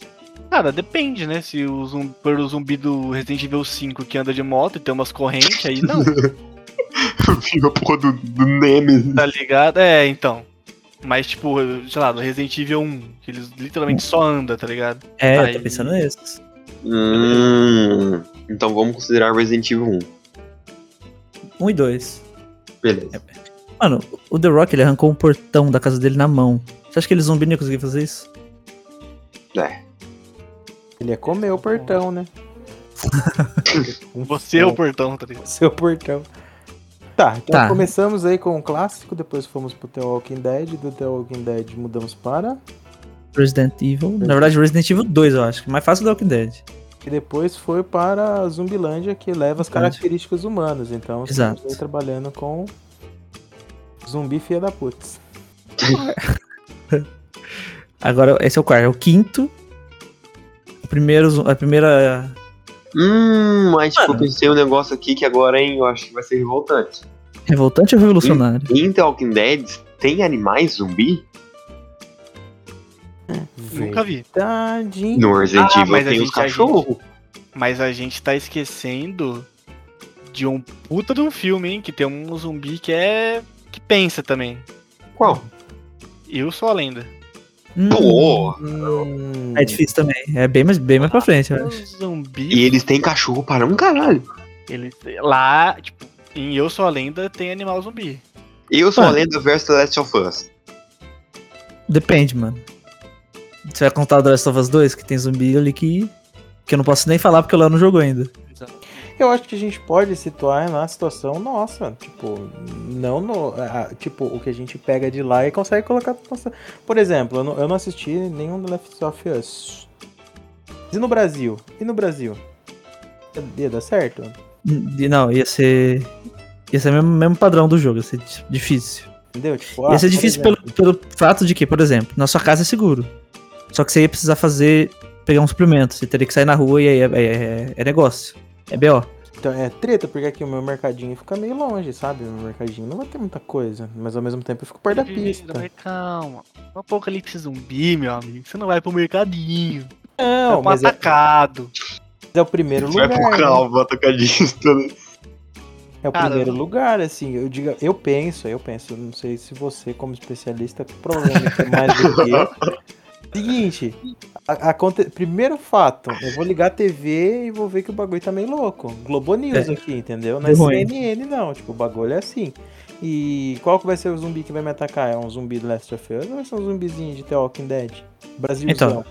Speaker 5: Cara, depende, né? Se o zumbi, for o zumbi do Resident Evil 5 que anda de moto e tem umas correntes, aí não,
Speaker 2: Fica a porra do, do Nemesis.
Speaker 5: tá ligado? É, então. Mas, tipo, sei lá, do Resident Evil 1, que eles literalmente só andam, tá ligado?
Speaker 3: É,
Speaker 2: Ah,
Speaker 5: Aí.
Speaker 3: eu tô pensando nisso.
Speaker 2: Hum, então vamos considerar Resident Evil
Speaker 3: Um e dois.
Speaker 2: 1. Beleza.
Speaker 3: Mano, o The Rock, ele arrancou um portão da casa dele na mão. Você acha que ele zumbi não ia conseguir fazer isso?
Speaker 2: É.
Speaker 4: Ele ia comer o portão, né?
Speaker 5: Você é o portão, tá ligado?
Speaker 4: Seu portão. Tá, então
Speaker 3: Tá.
Speaker 4: começamos aí com o clássico, depois fomos pro The Walking Dead, do The Walking Dead mudamos para.
Speaker 3: Resident Evil. Na verdade, Resident Evil 2, eu acho. que é Mais fácil do que o Dead.
Speaker 4: E depois foi para Zumbilândia, que leva as
Speaker 3: Verdade.
Speaker 4: características humanas. Então
Speaker 3: Exato.
Speaker 4: estamos aí trabalhando com zumbi filha da putz.
Speaker 3: Agora, esse é o quarto. É o quinto. O primeiro, zu- a primeira...
Speaker 2: Hum, mas tipo, eu
Speaker 3: Mano.
Speaker 2: pensei um negócio aqui que agora, hein, eu acho que vai ser revoltante.
Speaker 3: Revoltante ou revolucionário?
Speaker 2: Em The Walking Dead tem animais zumbi?
Speaker 5: Nunca vi.
Speaker 4: Verdade.
Speaker 2: No Resident
Speaker 5: Ah,
Speaker 2: Evil
Speaker 5: mas a
Speaker 2: tem
Speaker 5: gente-
Speaker 2: os
Speaker 5: a gente-
Speaker 2: cachorros.
Speaker 5: Mas a gente tá esquecendo de um puta de um filme, hein? Que tem um zumbi que é. que pensa também.
Speaker 2: Qual?
Speaker 5: Eu sou a lenda.
Speaker 3: Hum,
Speaker 2: Pô!
Speaker 4: Hum,
Speaker 3: É difícil também. É bem mais, bem mais pra frente, eu
Speaker 5: O
Speaker 3: acho.
Speaker 5: zumbi.
Speaker 2: E eles têm cachorro para um caralho.
Speaker 5: Ele, lá, tipo, em Eu Sou a Lenda tem animal zumbi.
Speaker 2: Eu sou
Speaker 3: Mano.
Speaker 2: a lenda versus The Last of Us.
Speaker 3: Depende, mano. Você vai contar o The Last of Us 2, que tem zumbi ali que... Que eu não posso nem falar porque o Léo não jogou ainda.
Speaker 4: Eu acho que a gente pode situar na situação nossa, tipo, não no, ah, tipo, o que a gente pega de lá e consegue colocar. na nossa- Por exemplo, eu não, eu não assisti nenhum do Left of Us. E no Brasil? E no Brasil? Ia dar certo?
Speaker 3: Hum, E Não, ia ser... Ia ser o mesmo, mesmo padrão do jogo, ia ser di- difícil.
Speaker 4: Entendeu? Tipo,
Speaker 3: Ia
Speaker 4: ah,
Speaker 3: ser
Speaker 4: por
Speaker 3: difícil
Speaker 4: exemplo,
Speaker 3: pelo, pelo fato de que, por exemplo, na sua casa é seguro. Só que você ia precisar fazer. pegar um suplemento. Você teria que sair na rua e aí é, é- é negócio. É B.O.
Speaker 4: Então é treta, porque aqui o meu mercadinho fica meio longe, sabe? O meu mercadinho não vai ter muita coisa, mas ao mesmo tempo eu fico perto da pista.
Speaker 5: Mas é calma. Um apocalipse zumbi, meu amigo. Você não vai pro mercadinho.
Speaker 4: Não,
Speaker 5: vai
Speaker 4: mas
Speaker 5: pro
Speaker 4: é,
Speaker 5: atacado.
Speaker 4: é o primeiro
Speaker 2: Vai
Speaker 4: lugar.
Speaker 2: pro
Speaker 4: né?
Speaker 2: calvo, atacadista. né?
Speaker 4: É o
Speaker 5: Cara,
Speaker 4: primeiro
Speaker 5: eu-
Speaker 4: lugar, assim, eu digo, eu penso, eu penso, não sei se você como especialista provavelmente é mais do que eu. Seguinte, a- aconte- primeiro fato, eu vou ligar a TV e vou ver que o bagulho tá meio louco. Globo News
Speaker 3: É.
Speaker 4: aqui, entendeu? Não é
Speaker 3: Deu ruim.
Speaker 4: CNN não, tipo, o bagulho é assim. E qual que vai ser o zumbi que vai me atacar? É um zumbi do Last of Us ou vai ser um zumbizinho de The Walking Dead? Brasilzão.
Speaker 3: Então,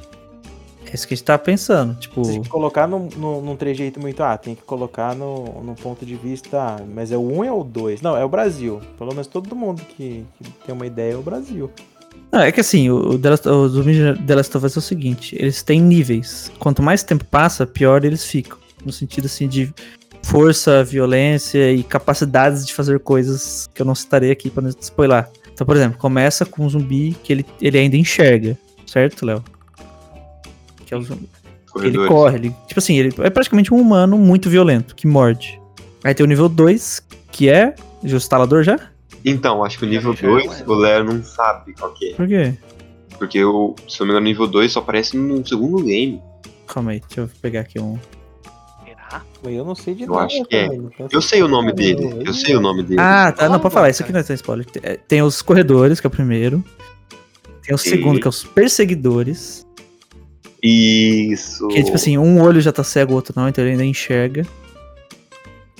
Speaker 3: É isso que a gente tá pensando. Tipo,
Speaker 4: Se colocar num, num, num trejeito muito. Ah, tem que colocar no, num ponto de vista. ah, Mas é o 1 um, é o 2. Não, é o Brasil. Pelo menos todo mundo que, que tem uma ideia é o Brasil.
Speaker 3: não, é que assim, o, o The Last- o zumbi de The Last of Us é o seguinte: eles têm níveis. Quanto mais tempo passa, pior eles ficam. No sentido assim de força, violência e capacidades de fazer coisas que eu não citarei aqui pra não spoiler. Então, por exemplo, começa com um zumbi que ele, ele ainda enxerga, certo, Léo? Que é o zumbi. Ele
Speaker 2: Corredores.
Speaker 3: corre, ele, tipo assim, ele é praticamente um humano muito violento, que morde. Aí tem o nível 2, que é. Já o instalador já?
Speaker 2: Então, acho que o nível
Speaker 5: Já me
Speaker 2: 2,
Speaker 5: chama.
Speaker 2: o Léo não sabe qual que é.
Speaker 3: Por quê?
Speaker 2: Porque, o, se eu não me engano, o nível 2 só aparece no segundo game.
Speaker 3: Calma aí, deixa eu pegar aqui um.
Speaker 5: Será?
Speaker 4: Mas eu não sei de
Speaker 2: Eu
Speaker 4: nada.
Speaker 2: acho que é.
Speaker 4: velho. Então,
Speaker 2: Eu sei o nome
Speaker 4: eu-
Speaker 2: dele. Eu sei o nome dele.
Speaker 3: Ah, tá, não,
Speaker 5: fala,
Speaker 3: pode falar, isso aqui não é tão spoiler. Tem- é, Tem os corredores, que é o primeiro. Tem o segundo, que é os perseguidores. tipo
Speaker 2: Isso.
Speaker 3: Que é tipo assim, um olho já tá cego, o outro não, então ele ainda enxerga.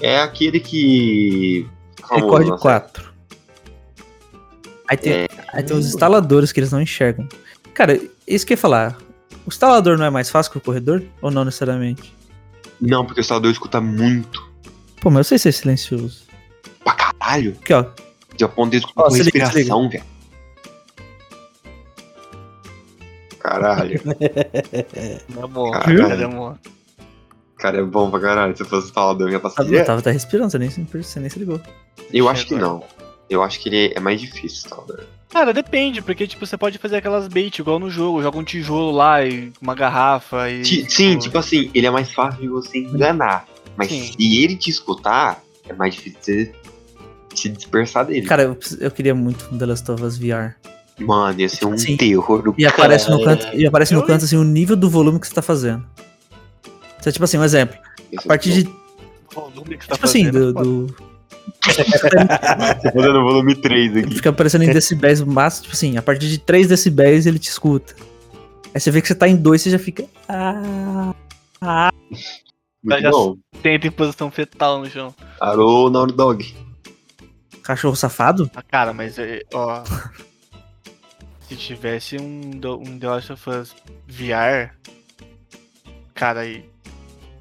Speaker 2: É aquele que.
Speaker 3: Record
Speaker 2: nossa.
Speaker 3: 4. Aí tem,
Speaker 2: né? É.
Speaker 3: aí tem os instaladores que eles não enxergam. Cara, isso que eu ia falar. O instalador não é mais fácil que o corredor? Ou não necessariamente?
Speaker 2: Não, porque o instalador escuta muito.
Speaker 3: Pô, mas eu sei ser silencioso.
Speaker 2: Pra caralho.
Speaker 3: Aqui, ó.
Speaker 2: Já pondo escuta
Speaker 3: Ó,
Speaker 2: com
Speaker 3: se liga,
Speaker 2: respiração, velho. Caralho.
Speaker 5: Na boa,
Speaker 2: Caralho.
Speaker 3: Hum?
Speaker 5: cara, amor.
Speaker 2: Cara, é bom pra caralho. Se eu fosse instalador, eu ia
Speaker 3: Ah,
Speaker 2: passar.
Speaker 3: Eu tava até respirando, você nem, se- você nem se ligou.
Speaker 2: Eu acho que
Speaker 5: Agora.
Speaker 2: não. Eu acho que ele é mais difícil, instalador.
Speaker 5: Cara, depende, porque tipo, você pode fazer aquelas bait igual no jogo, joga um tijolo lá e uma garrafa e.
Speaker 2: Ti- Sim, tipo assim, ele é mais fácil de você enganar. Mas
Speaker 5: Sim.
Speaker 2: se ele te escutar, é mais difícil você se dispersar dele.
Speaker 3: Cara, eu, preciso- eu queria muito um The Last of Us VR.
Speaker 2: Mano, ia ser um
Speaker 3: Sim.
Speaker 2: terror do
Speaker 3: E aparece no
Speaker 2: caralho.
Speaker 3: canto, e aparece no
Speaker 5: Eu-
Speaker 3: canto assim, o nível do volume que você tá fazendo. Então, tipo assim, um exemplo.
Speaker 2: Esse
Speaker 3: A partir de.
Speaker 5: o volume que você tá
Speaker 3: Tipo assim,
Speaker 5: fazendo,
Speaker 3: do.
Speaker 5: pô,
Speaker 3: do-
Speaker 2: Tô fazendo o volume 3 aqui.
Speaker 3: fica aparecendo em decibéis máximo. Tipo assim, a partir de 3 decibéis ele te escuta. Aí você vê que você tá em 2, você já fica. Ah,
Speaker 2: Muito
Speaker 5: já-
Speaker 2: bom.
Speaker 5: Tenta em posição fetal no chão.
Speaker 2: Alô, Naughty Dog.
Speaker 3: cachorro safado?
Speaker 5: Ah, cara, mas é, ó. se tivesse um, do- um The Last of Us VR, cara, aí.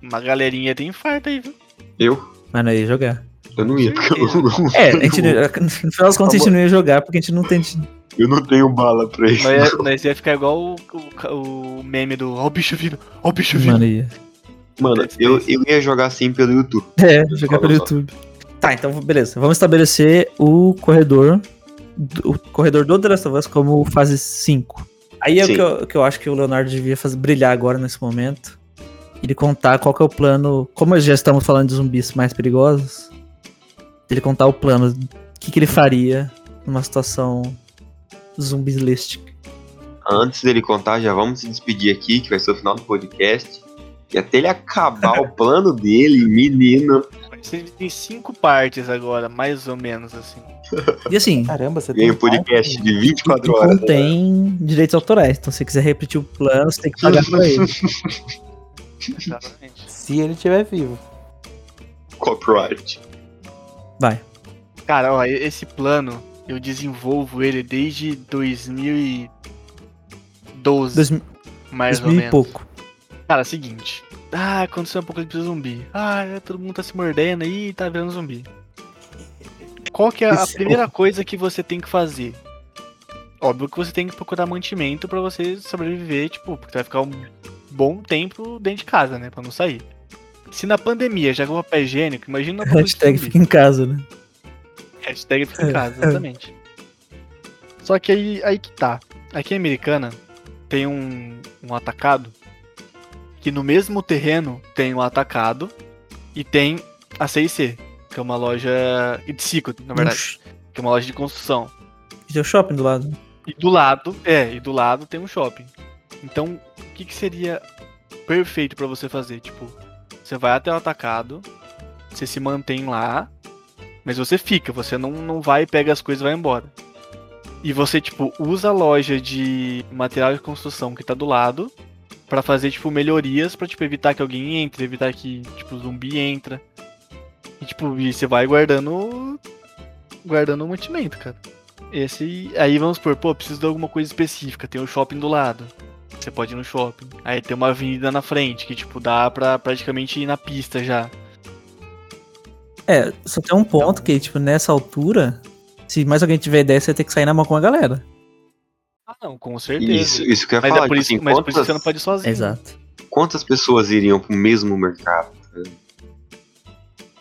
Speaker 5: Uma galerinha tem infarto aí, viu?
Speaker 2: Eu?
Speaker 3: Mas não ia jogar.
Speaker 2: Eu não ia, porque eu não,
Speaker 3: É, a gente, não- no final das contas a gente não ia jogar porque a gente não tem.
Speaker 2: eu não tenho bala pra
Speaker 5: Nós
Speaker 2: isso.
Speaker 3: é
Speaker 5: ia, nós é, ia ficar igual o, o ca- o meme do Ó o bicho vindo, ó o bicho vindo.
Speaker 3: Mano, ia.
Speaker 2: Mano, eu, eu ia jogar assim pelo YouTube.
Speaker 3: É, jogar pelo YouTube. Tá, então beleza. Vamos estabelecer o corredor. do- O corredor do The Last of Us como fase 5. Aí é o
Speaker 2: Sim.
Speaker 3: que eu, que eu acho que o Leonardo devia fazer, brilhar agora nesse momento. Ele contar qual que é o plano. Como já estamos falando de zumbis mais perigosos, ele contar o plano. O que, que ele faria numa situação zumbilística.
Speaker 2: Antes dele contar, já vamos se despedir aqui, que vai ser o final do podcast. E até ele acabar o plano dele, menino.
Speaker 5: Vai ser em cinco partes agora, mais ou menos assim.
Speaker 3: E assim,
Speaker 4: Caramba, você
Speaker 2: Ganhei
Speaker 4: tem.
Speaker 2: um podcast de 24
Speaker 3: não
Speaker 2: horas. né?
Speaker 3: tem direitos autorais. Então, se você quiser repetir o plano, você tem que pagar pra ele.
Speaker 5: Exatamente.
Speaker 4: Se ele estiver vivo.
Speaker 2: Copyright.
Speaker 3: Vai.
Speaker 5: Cara, ó, e- esse plano, eu desenvolvo ele desde 2012,
Speaker 3: Dois, mil-
Speaker 5: mais
Speaker 3: dois
Speaker 5: ou
Speaker 3: mil e
Speaker 5: menos.
Speaker 3: pouco.
Speaker 5: Cara, é seguinte. Ah, aconteceu um apocalipse zumbi. Ah, é, todo mundo tá se mordendo aí e tá virando zumbi. Qual que é a
Speaker 3: Isso.
Speaker 5: primeira coisa que você tem que fazer? Óbvio que você tem que procurar mantimento pra você sobreviver, tipo, porque vai ficar um bom tempo dentro de casa, né? Pra não sair. Se na pandemia já com papel higiênico, imagina na apocalipse
Speaker 3: Hashtag
Speaker 5: zumbi.
Speaker 3: fica em casa, né?
Speaker 5: Hashtag fica em casa, exatamente. Só que aí, aí que tá. Aqui em Americana tem um, um atacado que no mesmo terreno tem o atacado e tem a CIC, que é uma loja de ciclo, na verdade,
Speaker 3: Ux,
Speaker 5: que é uma loja de construção.
Speaker 3: Tem o shopping do lado.
Speaker 5: E do lado, é, e do lado tem um shopping. Então, o que, que seria perfeito pra você fazer? Tipo, você vai até o atacado, você se mantém lá, mas você fica, você não, não vai, pega as coisas e vai embora. E você, tipo, usa a loja de material de construção que tá do lado pra fazer, tipo, melhorias pra, tipo, evitar que alguém entre, evitar que, tipo, zumbi entra. E, tipo, e você vai guardando. guardando o mantimento, cara. Esse. Aí vamos supor, pô, preciso de alguma coisa específica. Tem o shopping do lado. Você pode ir no shopping. Aí tem uma avenida na frente, que tipo, dá pra praticamente ir na pista já.
Speaker 3: É, só tem um ponto que, tipo, nessa altura, se mais alguém tiver ideia, você vai ter que sair na mão com a galera.
Speaker 5: Ah não, com certeza.
Speaker 2: Isso, isso que eu ia
Speaker 5: Mas,
Speaker 2: falar.
Speaker 5: é por
Speaker 2: tipo
Speaker 5: isso,
Speaker 2: assim,
Speaker 5: mas é por isso que
Speaker 2: quantas,
Speaker 5: você não pode ir sozinho.
Speaker 3: Exato.
Speaker 2: quantas pessoas iriam pro mesmo mercado?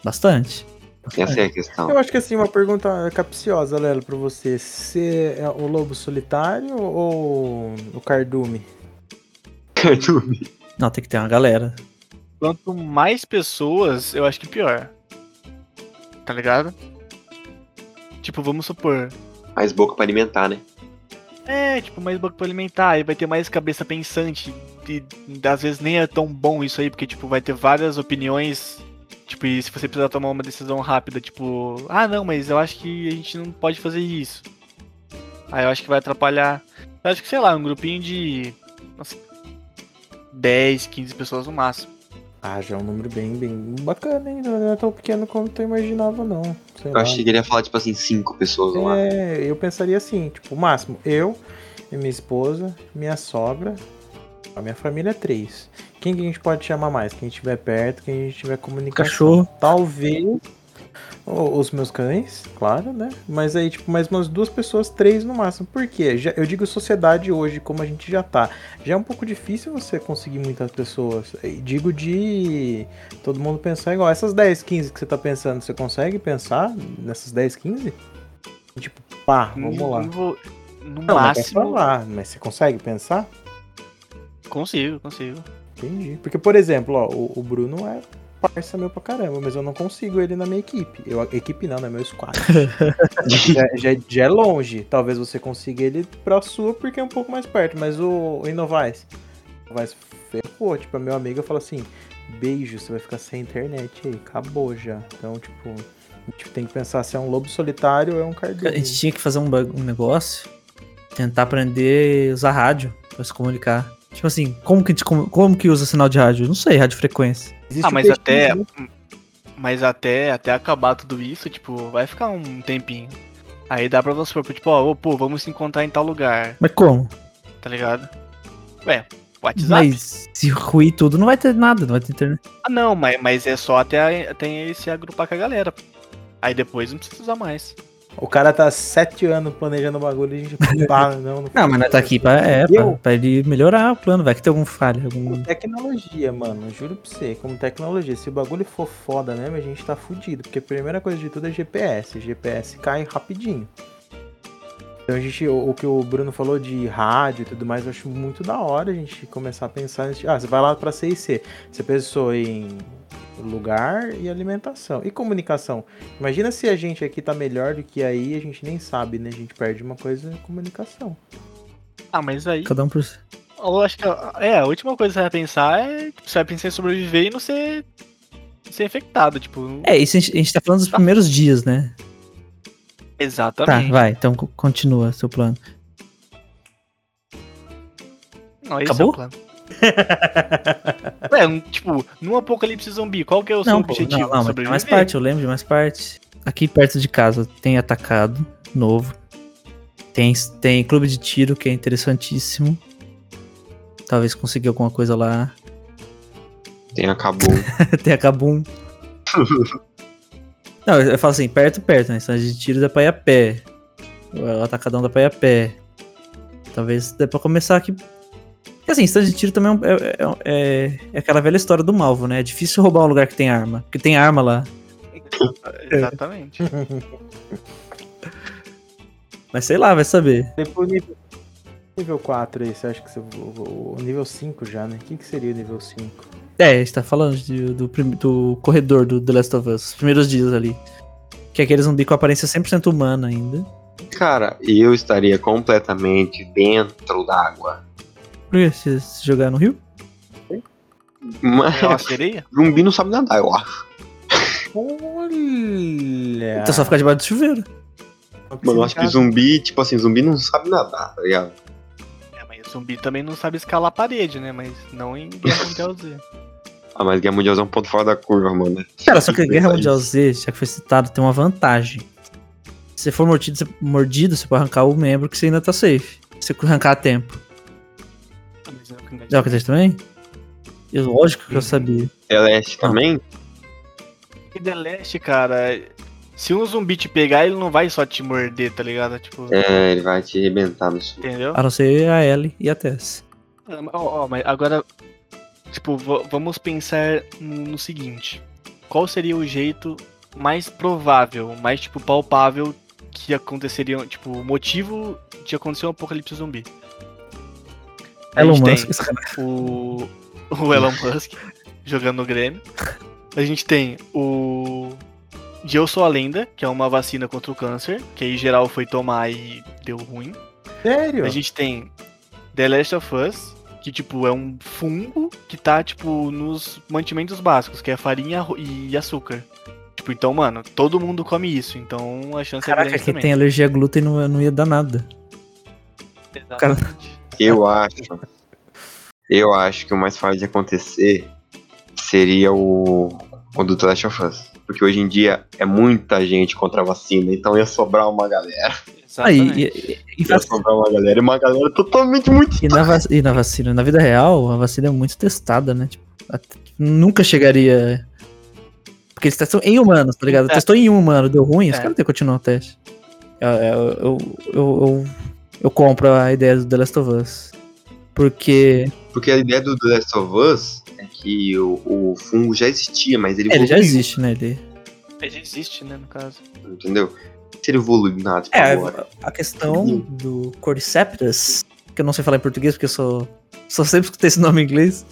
Speaker 3: Bastante.
Speaker 2: Essa é a questão.
Speaker 4: Eu acho que assim, uma pergunta capciosa, Lelo, pra você. Você é o lobo solitário ou o cardume?
Speaker 3: Não, tem que ter uma galera.
Speaker 5: Quanto mais pessoas, eu acho que pior. Tá ligado? Tipo, vamos supor.
Speaker 2: Mais boca pra alimentar, né?
Speaker 5: É, tipo, mais banco pra alimentar, aí vai ter mais cabeça pensante. E às vezes nem é tão bom isso aí, porque, tipo, vai ter várias opiniões. Tipo, e se você precisar tomar uma decisão rápida, tipo, ah, não, mas eu acho que a gente não pode fazer isso. Aí eu acho que vai atrapalhar. Eu acho que, sei lá, um grupinho de. Nossa, 10, 15 pessoas no máximo.
Speaker 4: Ah, já é um número bem, bem bacana, hein? Não é tão pequeno quanto eu imaginava, não. Sei
Speaker 2: Eu
Speaker 4: lá.
Speaker 2: achei que ele ia falar, tipo assim, cinco pessoas no máximo.
Speaker 4: É, eu pensaria assim, tipo, o máximo, eu, minha esposa, minha sogra, a minha família é três. Quem que a gente pode chamar mais? Quem estiver perto, quem a gente tiver comunicação.
Speaker 3: Cachorro.
Speaker 4: Talvez o- os meus cães, claro, né? Mas aí, tipo, mais umas duas pessoas, três no máximo. Por quê? Já, eu digo sociedade hoje, como a gente já tá. Já é um pouco difícil você conseguir muitas pessoas. E Digo de todo mundo pensar igual. Essas 10, 15 que você tá pensando, você consegue pensar nessas 10, 15? Tipo, pá, vamos lá.
Speaker 5: Eu vou- No
Speaker 4: Não, não quero
Speaker 5: máximo.
Speaker 4: falar, mas você consegue pensar?
Speaker 5: Consigo, consigo.
Speaker 4: Entendi. Porque, por exemplo, ó, o, o Bruno é parça meu pra caramba, mas eu não consigo ele na minha equipe. Eu, equipe não, né? Meu squad. já, já, já é longe. Talvez você consiga ele pra sua, porque é um pouco mais perto. Mas o, o Inovais. Inovais ferrou. Tipo, meu amigo, eu falo assim: beijo, você vai ficar sem internet aí. Acabou já. Então, tipo, a gente tem que pensar se é um lobo solitário ou é um
Speaker 3: A
Speaker 4: cardume.
Speaker 3: gente tinha que fazer um, bag- um negócio, tentar aprender a usar rádio pra se comunicar. Tipo assim, como que, a gente com- como que usa sinal de rádio? Não sei, radiofrequência.
Speaker 4: Existe
Speaker 5: Ah,
Speaker 4: o
Speaker 5: mas
Speaker 4: peixinho,
Speaker 5: até.
Speaker 4: né?
Speaker 5: Mas até, até acabar tudo isso, tipo, vai ficar um tempinho. Aí dá pra você, tipo, ó, ô, pô, vamos se encontrar em tal lugar,
Speaker 3: Mas como?
Speaker 5: tá ligado? Ué, WhatsApp?
Speaker 3: Mas se ruir tudo, não vai ter nada, não vai ter internet.
Speaker 5: Ah, não, mas, mas é só até, a- até se agrupar com a galera. Aí depois não precisa usar mais.
Speaker 4: O cara tá sete anos planejando o bagulho e a gente. Pá, não,
Speaker 3: Não, mas nós tá aqui pra, é, pra,
Speaker 4: Eu-
Speaker 3: pra ele melhorar o plano, vai que tem algum falha. Algum...
Speaker 4: Como tecnologia, mano. Juro pra você, como tecnologia. Se o bagulho for foda mesmo, a gente tá fudido. Porque a primeira coisa de tudo é GPS. GPS cai rapidinho. Então a gente, o, o que o Bruno falou de rádio e tudo mais, eu acho muito da hora a gente começar a pensar. nesse- Ah, você vai lá pra C&C. Você pensou em lugar e alimentação. E comunicação. Imagina se a gente aqui tá melhor do que aí, a gente nem sabe, né? A gente perde uma coisa comunicação.
Speaker 5: Ah, mas aí.
Speaker 3: Cada um por si.
Speaker 5: Eu acho que. É, a última coisa que você vai pensar é. Você vai pensar em sobreviver e não ser. ser infectado, tipo.
Speaker 3: É, isso a gente, a gente tá falando dos primeiros dias, né? Tá,
Speaker 5: Exatamente.
Speaker 3: vai, então co- continua seu plano.
Speaker 5: Não, esse
Speaker 3: Acabou?
Speaker 5: É, o plano. Ué, um- tipo, num apocalipse zumbi, qual que é o seu
Speaker 3: Não, pô,
Speaker 5: objetivo?
Speaker 3: um não, não, mas tem mais parte, eu lembro de mais parte. Aqui perto de casa tem atacado novo. Tem, tem clube de tiro, que é interessantíssimo. Talvez conseguir alguma coisa lá.
Speaker 2: Tem acabou.
Speaker 3: tem a Kabum. não, eu eu falo assim, perto, perto, né? Estância de tiro dá pra ir a pé. O atacadão dá pra ir a pé. um Talvez dê pra começar aqui. Porque, Assim, estância de tiro também é um- é, é- é- é aquela velha história do Malvo, né? É difícil roubar um lugar que tem arma. Porque tem arma lá.
Speaker 5: É. Exatamente.
Speaker 3: Mas sei lá, vai saber.
Speaker 4: Depois nível, nível 4 aí, você acha que você. O, o- o nível 5 já, né? O que, que seria o nível 5?
Speaker 3: É, a gente tá falando de- do, prim- do corredor do The Last of Us, os primeiros dias ali. Que é aquele zumbi com aparência 100% humana ainda.
Speaker 2: Cara, eu estaria completamente dentro d'água.
Speaker 3: Por que se, se jogar no rio?
Speaker 2: Mas
Speaker 5: É uma sereia?
Speaker 2: zumbi não sabe nadar, eu acho.
Speaker 4: Olha! Tá
Speaker 3: Então só ficar debaixo do chuveiro.
Speaker 2: Mano, eu acho que zumbi, tipo assim, zumbi não sabe nadar, tá ligado?
Speaker 5: É, mas o zumbi também não sabe escalar a parede, né? Mas não em Guerra Mundial Z.
Speaker 2: Ah, mas Guerra Mundial é um ponto fora da curva, mano.
Speaker 3: Cara, só que a Guerra
Speaker 2: Verdade.
Speaker 3: Mundial Z, já que foi citado, tem uma vantagem. Se você for mordido, você, mordido, você pode arrancar o membro que você ainda tá safe. Se você arrancar a tempo.
Speaker 5: Ah, mas
Speaker 3: Já
Speaker 5: eu-
Speaker 3: o que vocês também? Eu, lógico que eu sabia.
Speaker 2: Celeste também?
Speaker 5: E The Last, cara, se um zumbi te pegar, ele não vai só te morder, tá ligado? Tipo,
Speaker 2: É, ele vai te arrebentar no sul.
Speaker 5: entendeu?
Speaker 3: A não ser a Ellie e a Tess.
Speaker 5: Ah, mas- ó, ó, mas agora, tipo, va- vamos pensar no no seguinte: qual seria o jeito mais provável, mais, tipo, palpável que aconteceria, tipo, o motivo de acontecer um apocalipse zumbi? A
Speaker 3: Elon
Speaker 5: gente tem-
Speaker 3: Musk, esse cara.
Speaker 5: o, o Elon Musk jogando no Grêmio. A gente tem o de Eu Sou a Lenda, que é uma vacina contra o câncer, que aí geral foi tomar e deu ruim.
Speaker 4: Sério?
Speaker 5: A gente tem The Last of Us, que tipo é um fungo que tá tipo nos mantimentos básicos, que é farinha arro- e açúcar. Tipo, então, mano, todo mundo come isso, então a chance é
Speaker 3: Caraca,
Speaker 5: grande
Speaker 3: quem
Speaker 5: também.
Speaker 3: tem alergia a glúten não, não ia dar nada. cara-
Speaker 5: Exatamente.
Speaker 2: Eu acho. Eu acho que o mais fácil de acontecer seria o, o do The Last of Us. Porque hoje em dia é muita gente contra a vacina, então ia sobrar uma galera.
Speaker 3: Ah, e,
Speaker 6: Exatamente.
Speaker 3: e- e
Speaker 2: Ia
Speaker 3: vac-
Speaker 2: sobrar uma galera e uma galera totalmente muito.
Speaker 3: e na vac- e na vacina, na vida real, a vacina é muito testada, né? Tipo, a- nunca chegaria. Porque eles testam em humanos, tá ligado?
Speaker 6: É.
Speaker 3: Testou em um humano, deu ruim, os
Speaker 6: É.
Speaker 3: caras têm que continuar o teste. Eu, eu, eu, eu, eu- eu compro a ideia do The Last of Us. Porque.
Speaker 2: Porque a ideia do The Last of Us é que o, o fungo já existia, mas ele,
Speaker 3: é, ele já
Speaker 2: evoluiu,
Speaker 3: existe, né? Ele...
Speaker 6: Ele existe, né, no caso.
Speaker 2: Entendeu? Se ele evoluiu do nada pra
Speaker 3: É,
Speaker 2: agora.
Speaker 3: a- a questão do Cordyceps, que eu não sei falar em português porque eu só, só sempre escutei esse nome em inglês,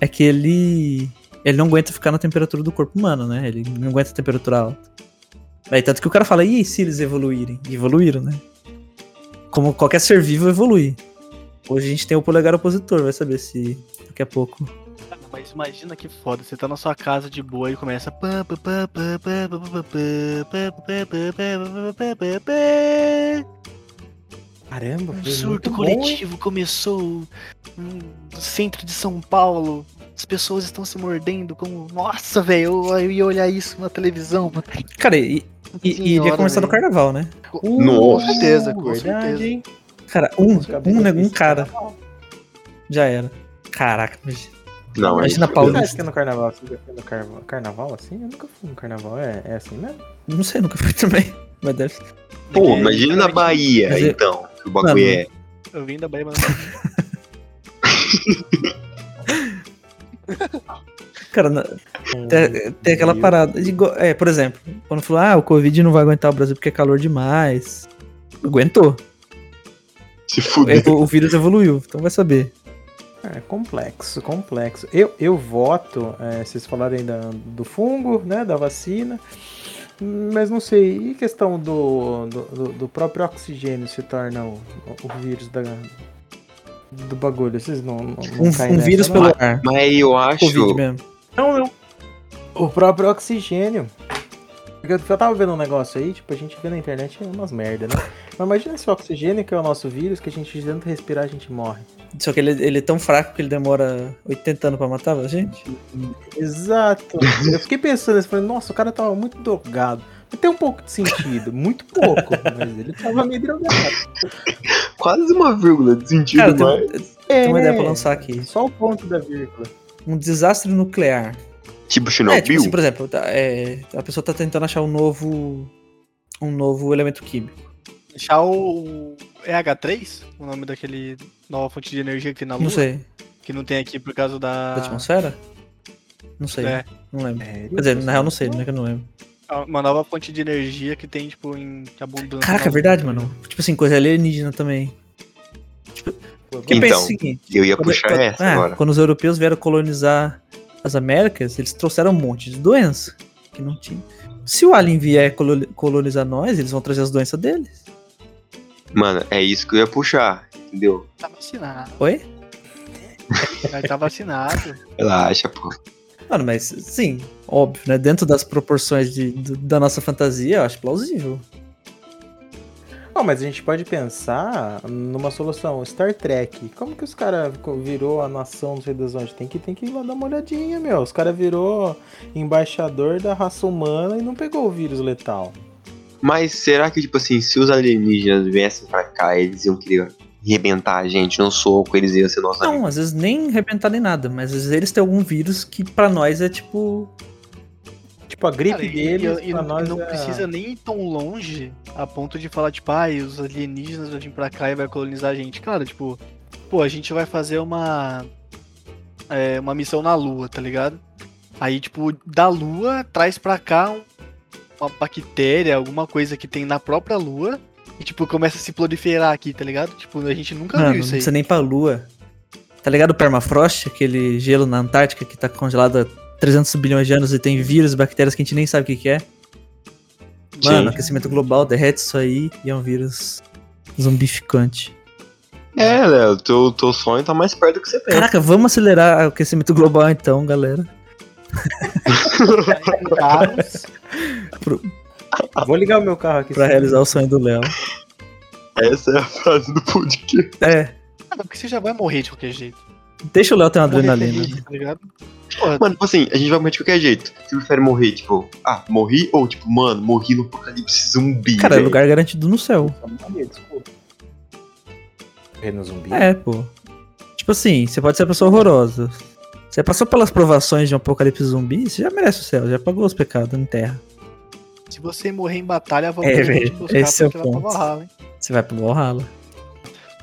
Speaker 3: é que ele ele não aguenta ficar na temperatura do corpo humano, né? Ele não aguenta a temperatura alta. Aí, tanto que o cara fala, e se eles evoluírem? E evoluíram, né? Como qualquer ser vivo evolui. Hoje a gente tem o polegar opositor, vai saber se daqui a pouco.
Speaker 5: Cara, Mas imagina que foda, você tá na sua casa de boa e começa. pá, pá, pá, pá, pá, pá, pá, pá, pá, pá, pá, pá, pá, pá, pá, pá.
Speaker 4: Caramba,
Speaker 5: Um
Speaker 4: foi muito
Speaker 5: surto
Speaker 4: bom, hein?
Speaker 5: coletivo começou no centro de São Paulo. As pessoas estão se mordendo como. Nossa, velho, eu, eu ia olhar isso na televisão, mano.
Speaker 3: Cara, e, e- e ele ia
Speaker 5: Senhora,
Speaker 3: começar no
Speaker 5: velho.
Speaker 3: carnaval, né?
Speaker 4: Uh,
Speaker 2: Nossa.
Speaker 5: Com certeza, com
Speaker 4: verdade,
Speaker 5: certeza.
Speaker 4: hein?
Speaker 3: Cara, um,
Speaker 4: Os cabelos
Speaker 3: um, né, um
Speaker 4: difíceis.
Speaker 3: cara. Já era. Caraca, imagina.
Speaker 2: Não, é
Speaker 3: Imagina
Speaker 2: isso.
Speaker 3: a Paula.
Speaker 4: Você acha que é no carnaval? Você já foi no carva- carnaval assim? Eu nunca fui no carnaval, é, é assim mesmo?
Speaker 3: Não sei, nunca fui também. Mas deve ser.
Speaker 2: Pô, imagina na
Speaker 5: Literalmente,
Speaker 2: Bahia,
Speaker 3: né? Quer dizer,
Speaker 2: então. Que o
Speaker 3: mano,
Speaker 2: bagulho é.
Speaker 5: Eu vim da Bahia, mas
Speaker 3: Cara, na-
Speaker 4: Um
Speaker 3: tem, tem aquela parada. de go- é, por exemplo, quando falou, ah, o Covid não vai aguentar o Brasil porque é calor demais. Aguentou.
Speaker 2: Se fuder.
Speaker 3: É, O, o vírus evoluiu, então vai saber.
Speaker 4: É complexo, complexo. Eu, eu voto, é, vocês falaram ainda do fungo, né, da vacina, mas não sei, e questão do, do, do- do próprio oxigênio se torna o, o vírus da, do bagulho? Vocês não, não, não
Speaker 3: Um,
Speaker 4: caem
Speaker 3: um
Speaker 4: nessa,
Speaker 3: vírus
Speaker 4: não?
Speaker 3: pelo ar.
Speaker 2: Mas eu
Speaker 3: Covid né?
Speaker 2: acho.
Speaker 3: mesmo.
Speaker 4: Não, não. O próprio oxigênio. Porque eu- eu tava vendo um negócio aí, tipo, a gente vê na internet é umas merda, né? Mas imagina se o oxigênio, que é o nosso vírus, que a gente tenta respirar, a gente morre.
Speaker 3: Só que ele, ele é tão fraco que ele demora 80 anos pra matar a gente.
Speaker 4: Exato. Eu fiquei pensando, eu falei, nossa, o cara tava muito drogado. Tem um pouco de sentido, muito pouco, mas ele tava meio drogado.
Speaker 2: Quase uma vírgula de sentido,
Speaker 3: Cara, tem,
Speaker 2: mas. tipo,
Speaker 3: um- tem uma ideia pra lançar aqui.
Speaker 4: É, Só o ponto da vírgula.
Speaker 3: Um desastre nuclear.
Speaker 2: Tipo
Speaker 3: é, tipo
Speaker 2: Chernobyl?
Speaker 3: assim, por exemplo, tá, é, a pessoa tá tentando achar um novo. um novo elemento químico.
Speaker 5: deixar o. É H3? O nome daquele nova fonte de energia que tem na Lua?
Speaker 3: Não sei.
Speaker 5: Que não tem aqui por causa da.
Speaker 3: Da atmosfera? Não sei.
Speaker 5: É,
Speaker 3: Não lembro.
Speaker 4: É,
Speaker 3: Quer dizer, na real, não sei, não é que eu não lembro.
Speaker 5: uma nova fonte de energia que tem, tipo, em que abundância.
Speaker 3: Caraca,
Speaker 5: na
Speaker 3: é verdade,
Speaker 5: Lua.
Speaker 3: mano. Tipo assim, coisa alienígena também. Porque
Speaker 2: Então,
Speaker 3: pensa o seguinte:
Speaker 2: Eu ia
Speaker 3: quando-
Speaker 2: puxar
Speaker 3: quando-
Speaker 2: essa
Speaker 3: ah,
Speaker 2: agora.
Speaker 3: Quando os europeus vieram colonizar as Américas, eles trouxeram um monte de doença que não tinha. Se o alien vier colo- colonizar nós, eles vão trazer as doenças deles.
Speaker 2: Mano, é isso que eu ia puxar, entendeu?
Speaker 5: Tá vacinado.
Speaker 3: Oi?
Speaker 5: Vai tá vacinado.
Speaker 2: Relaxa, pô.
Speaker 3: Mano, mas sim, óbvio, né? Dentro das proporções de- do- da nossa fantasia, eu acho plausível.
Speaker 4: Não, mas a gente pode pensar numa solução, Star Trek. Como que os caras virou a nação, não sei das onde? Tem que, tem que ir lá dar uma olhadinha, meu. Os caras virou embaixador da raça humana e não pegou o vírus letal.
Speaker 2: Mas será que, tipo assim, se os alienígenas viessem pra cá, eles iam querer arrebentar a gente no soco, eles iam ser nossos amigos?
Speaker 3: Não, às vezes nem arrebentar nem nada, mas às vezes eles têm algum vírus que pra nós é tipo.
Speaker 4: Tipo, a gripe
Speaker 5: Cara, e-
Speaker 4: deles,
Speaker 5: e, e
Speaker 4: pra
Speaker 5: não-
Speaker 4: nós
Speaker 5: não
Speaker 4: é-
Speaker 5: precisa nem ir tão longe a ponto de falar, tipo, ai, os alienígenas vão vir pra cá e vai colonizar a gente. Cara, tipo, pô, a gente vai fazer uma. é, uma missão na Lua, tá ligado? Aí, tipo, da Lua traz pra cá um- uma bactéria, alguma coisa que tem na própria Lua. E, tipo, começa a se proliferar aqui, tá ligado? Tipo, a gente nunca
Speaker 3: Mano,
Speaker 5: viu
Speaker 3: não
Speaker 5: isso aí.
Speaker 3: precisa nem pra lua. Tá ligado o permafrost, aquele gelo na Antártica que tá congelado há 300 bilhões de anos e tem vírus, bactérias que a gente nem sabe o que, que é? Mano,
Speaker 2: Sim.
Speaker 3: aquecimento global derrete isso aí e é um vírus zumbificante.
Speaker 2: É, Léo, teu, teu sonho tá mais perto do que você
Speaker 5: É.
Speaker 2: pensa.
Speaker 3: Caraca, vamos acelerar o aquecimento global então, galera.
Speaker 5: Aí, caros,
Speaker 4: Ah, Vou ligar o meu carro aqui.
Speaker 3: Pra
Speaker 4: sim.
Speaker 3: realizar o sonho do Léo.
Speaker 2: Essa é a frase do podcast.
Speaker 3: É,
Speaker 5: Cara, porque você já vai morrer de qualquer jeito.
Speaker 3: Deixa o Léo ter uma adrenalina.
Speaker 5: Tá ligado? Porra,
Speaker 2: Mano, tipo assim, a gente vai morrer de qualquer jeito. Você prefere morrer, tipo, ah, morri? Ou, tipo, mano, morri no apocalipse zumbi.
Speaker 3: Cara, é
Speaker 2: velho.
Speaker 3: lugar garantido no céu.
Speaker 4: Só morrer, desculpa. Morrer no zumbi?
Speaker 3: É, pô. Tipo assim, você pode ser uma pessoa horrorosa. Você passou pelas provações de um apocalipse zumbi, você já merece o céu, já pagou os pecados em terra.
Speaker 5: se você morrer em batalha, a
Speaker 3: É,
Speaker 5: vampira vai
Speaker 3: velho,
Speaker 5: te buscar
Speaker 3: esse é o
Speaker 5: porque ela tá
Speaker 3: ponto.
Speaker 5: Valhalla, hein?
Speaker 3: Você vai pro Valhalla.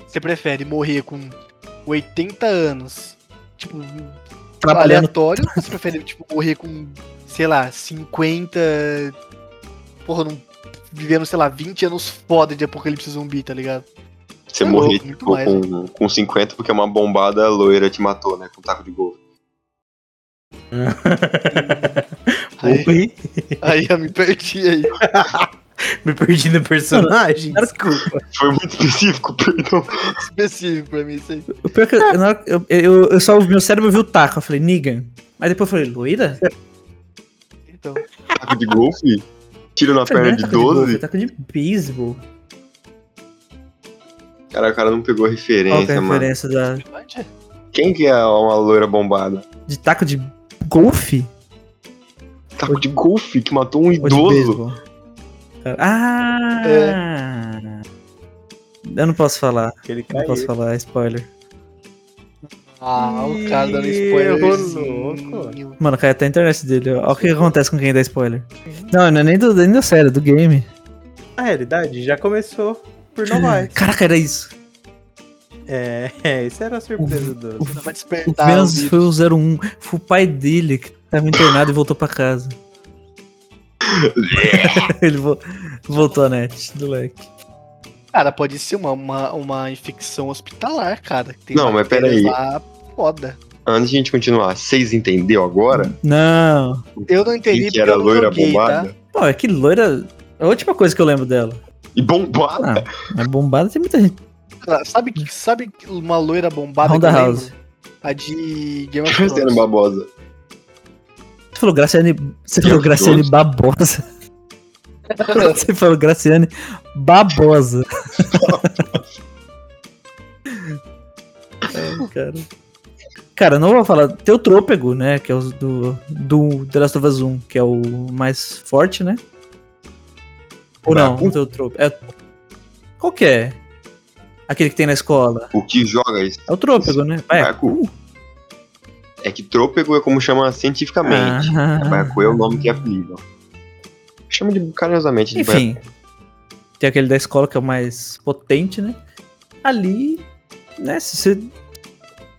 Speaker 5: Você prefere morrer com 80 anos, tipo,
Speaker 3: Trabalhando.
Speaker 5: aleatório, ou você prefere, tipo, morrer com, sei lá, 50. Porra, num, vivendo, sei lá, 20 anos foda de apocalipse zumbi, tá ligado?
Speaker 2: Você
Speaker 5: É
Speaker 2: morrer,
Speaker 5: louco, muito
Speaker 2: tipo,
Speaker 5: mais,
Speaker 2: com, com 50 porque uma bombada loira te matou, né? Com um taco de gol.
Speaker 5: Aí,
Speaker 3: Ui,
Speaker 5: aí eu me perdi aí.
Speaker 4: Me perdi no personagem.
Speaker 3: Desculpa.
Speaker 2: Foi muito específico, perdão.
Speaker 5: Específico pra mim isso aí.
Speaker 3: O pior que eu, na hora- eu, eu, eu só meu cérebro viu o taco. Eu falei, Negan. Mas depois eu falei, loira?
Speaker 5: Então,
Speaker 2: Taco de gol, filho. Tiro na
Speaker 3: Falei,
Speaker 2: perna
Speaker 3: não é
Speaker 2: de
Speaker 3: taco golfe,
Speaker 2: 12.
Speaker 3: é taco de beisebol.
Speaker 2: Cara, o cara não pegou a
Speaker 3: Qual que é
Speaker 2: referência,
Speaker 3: a
Speaker 2: mano.
Speaker 3: diferença da,
Speaker 2: Quem que é uma loira bombada?
Speaker 3: de taco de golfe?
Speaker 2: Taco de golfe que matou um
Speaker 3: Ou de
Speaker 2: idoso.
Speaker 3: beisebol? Ah! Eu não posso falar.
Speaker 4: Ele
Speaker 3: Eu não posso falar, é spoiler.
Speaker 5: ah, o cara dando
Speaker 4: Ih,
Speaker 5: spoilerzinho.
Speaker 3: Mano, caiu até a internet dele. Olha o que acontece com quem dá spoiler. Não, não é nem, do, nem da série, é do game.
Speaker 4: A realidade Ah, é já começou por não vai.
Speaker 3: Caraca, era isso.
Speaker 4: É, é, isso era a surpresa do.
Speaker 5: Você vai
Speaker 3: O
Speaker 5: despertar. o
Speaker 3: Vênus
Speaker 5: vírus.
Speaker 3: foi o 01. Foi o pai dele que tava internado e voltou pra casa. Ele vo- voltou à net do leque.
Speaker 5: Cara, pode ser uma, uma, uma infecção hospitalar, cara. que tem
Speaker 2: Não, mas
Speaker 5: bactérias
Speaker 2: peraí.
Speaker 5: lá Foda.
Speaker 2: Antes de a gente continuar, vocês entenderam agora?
Speaker 3: Não.
Speaker 5: Eu não
Speaker 2: Quem
Speaker 5: entendi
Speaker 2: que era
Speaker 5: eu não
Speaker 2: loira
Speaker 5: joguei,
Speaker 2: bombada?
Speaker 5: tá?
Speaker 3: Pô, é que loira. É a última coisa que eu lembro dela.
Speaker 2: E bombada?
Speaker 3: Ah, mas bombada tem muita gente.
Speaker 5: Cara, Sabe, que- sabe uma loira bombada
Speaker 3: Ronda
Speaker 5: que eu
Speaker 3: House.
Speaker 5: lembro? A de Game of
Speaker 2: Cristiano
Speaker 5: Thrones.
Speaker 2: Barbosa.
Speaker 3: Você falou Graciane. Você falou
Speaker 2: Eu
Speaker 3: Graciane
Speaker 2: gosto.
Speaker 3: Babosa. Você falou Graciane Babosa.
Speaker 2: É.
Speaker 3: Ai, cara. Cara, eu não vou falar. Tem o Trôpego, né? Que é o do, do The Last of Us 1, que é o mais forte, né? Ou não?
Speaker 2: Babu?
Speaker 3: Não tem o Trôpego. É... Qual que é? Aquele que tem na escola.
Speaker 2: O que joga isso?
Speaker 3: É o Trôpego, né? É.
Speaker 2: Baiacu. É que trôpego é como chama cientificamente.
Speaker 3: Ah.
Speaker 2: Baiacu é o nome que é apelido. Chama de carinhosamente de
Speaker 3: Enfim. Tem aquele da escola que é o mais potente, né? Ali, né, se você.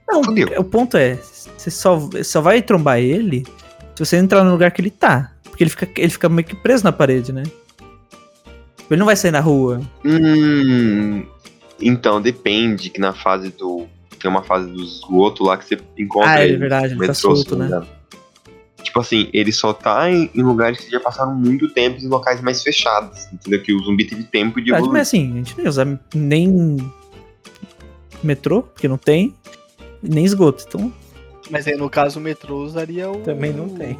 Speaker 3: Não,
Speaker 2: Fudeu.
Speaker 3: o ponto é, você só, você só vai trombar ele se você entrar no lugar que ele tá. Porque ele fica, ele fica meio que preso na parede, né? Ele não vai sair na rua.
Speaker 2: Hum. Então, depende que na fase do. Tem uma fase do esgoto lá que você encontra
Speaker 3: ah, é
Speaker 2: ele.
Speaker 3: verdade, ele tá
Speaker 2: metrô, se
Speaker 3: solto,
Speaker 2: não
Speaker 3: né?
Speaker 2: me engano. Tipo assim, ele só tá em, em lugares que já passaram muito tempo em locais mais fechados. Entendeu? Que o zumbi teve tempo de
Speaker 3: Verdade,
Speaker 2: evoluir.
Speaker 3: mas assim, a gente não ia usar nem metrô, porque não tem, e nem esgoto. Então,
Speaker 5: Mas aí, no caso, o metrô usaria o...
Speaker 4: Também não tem.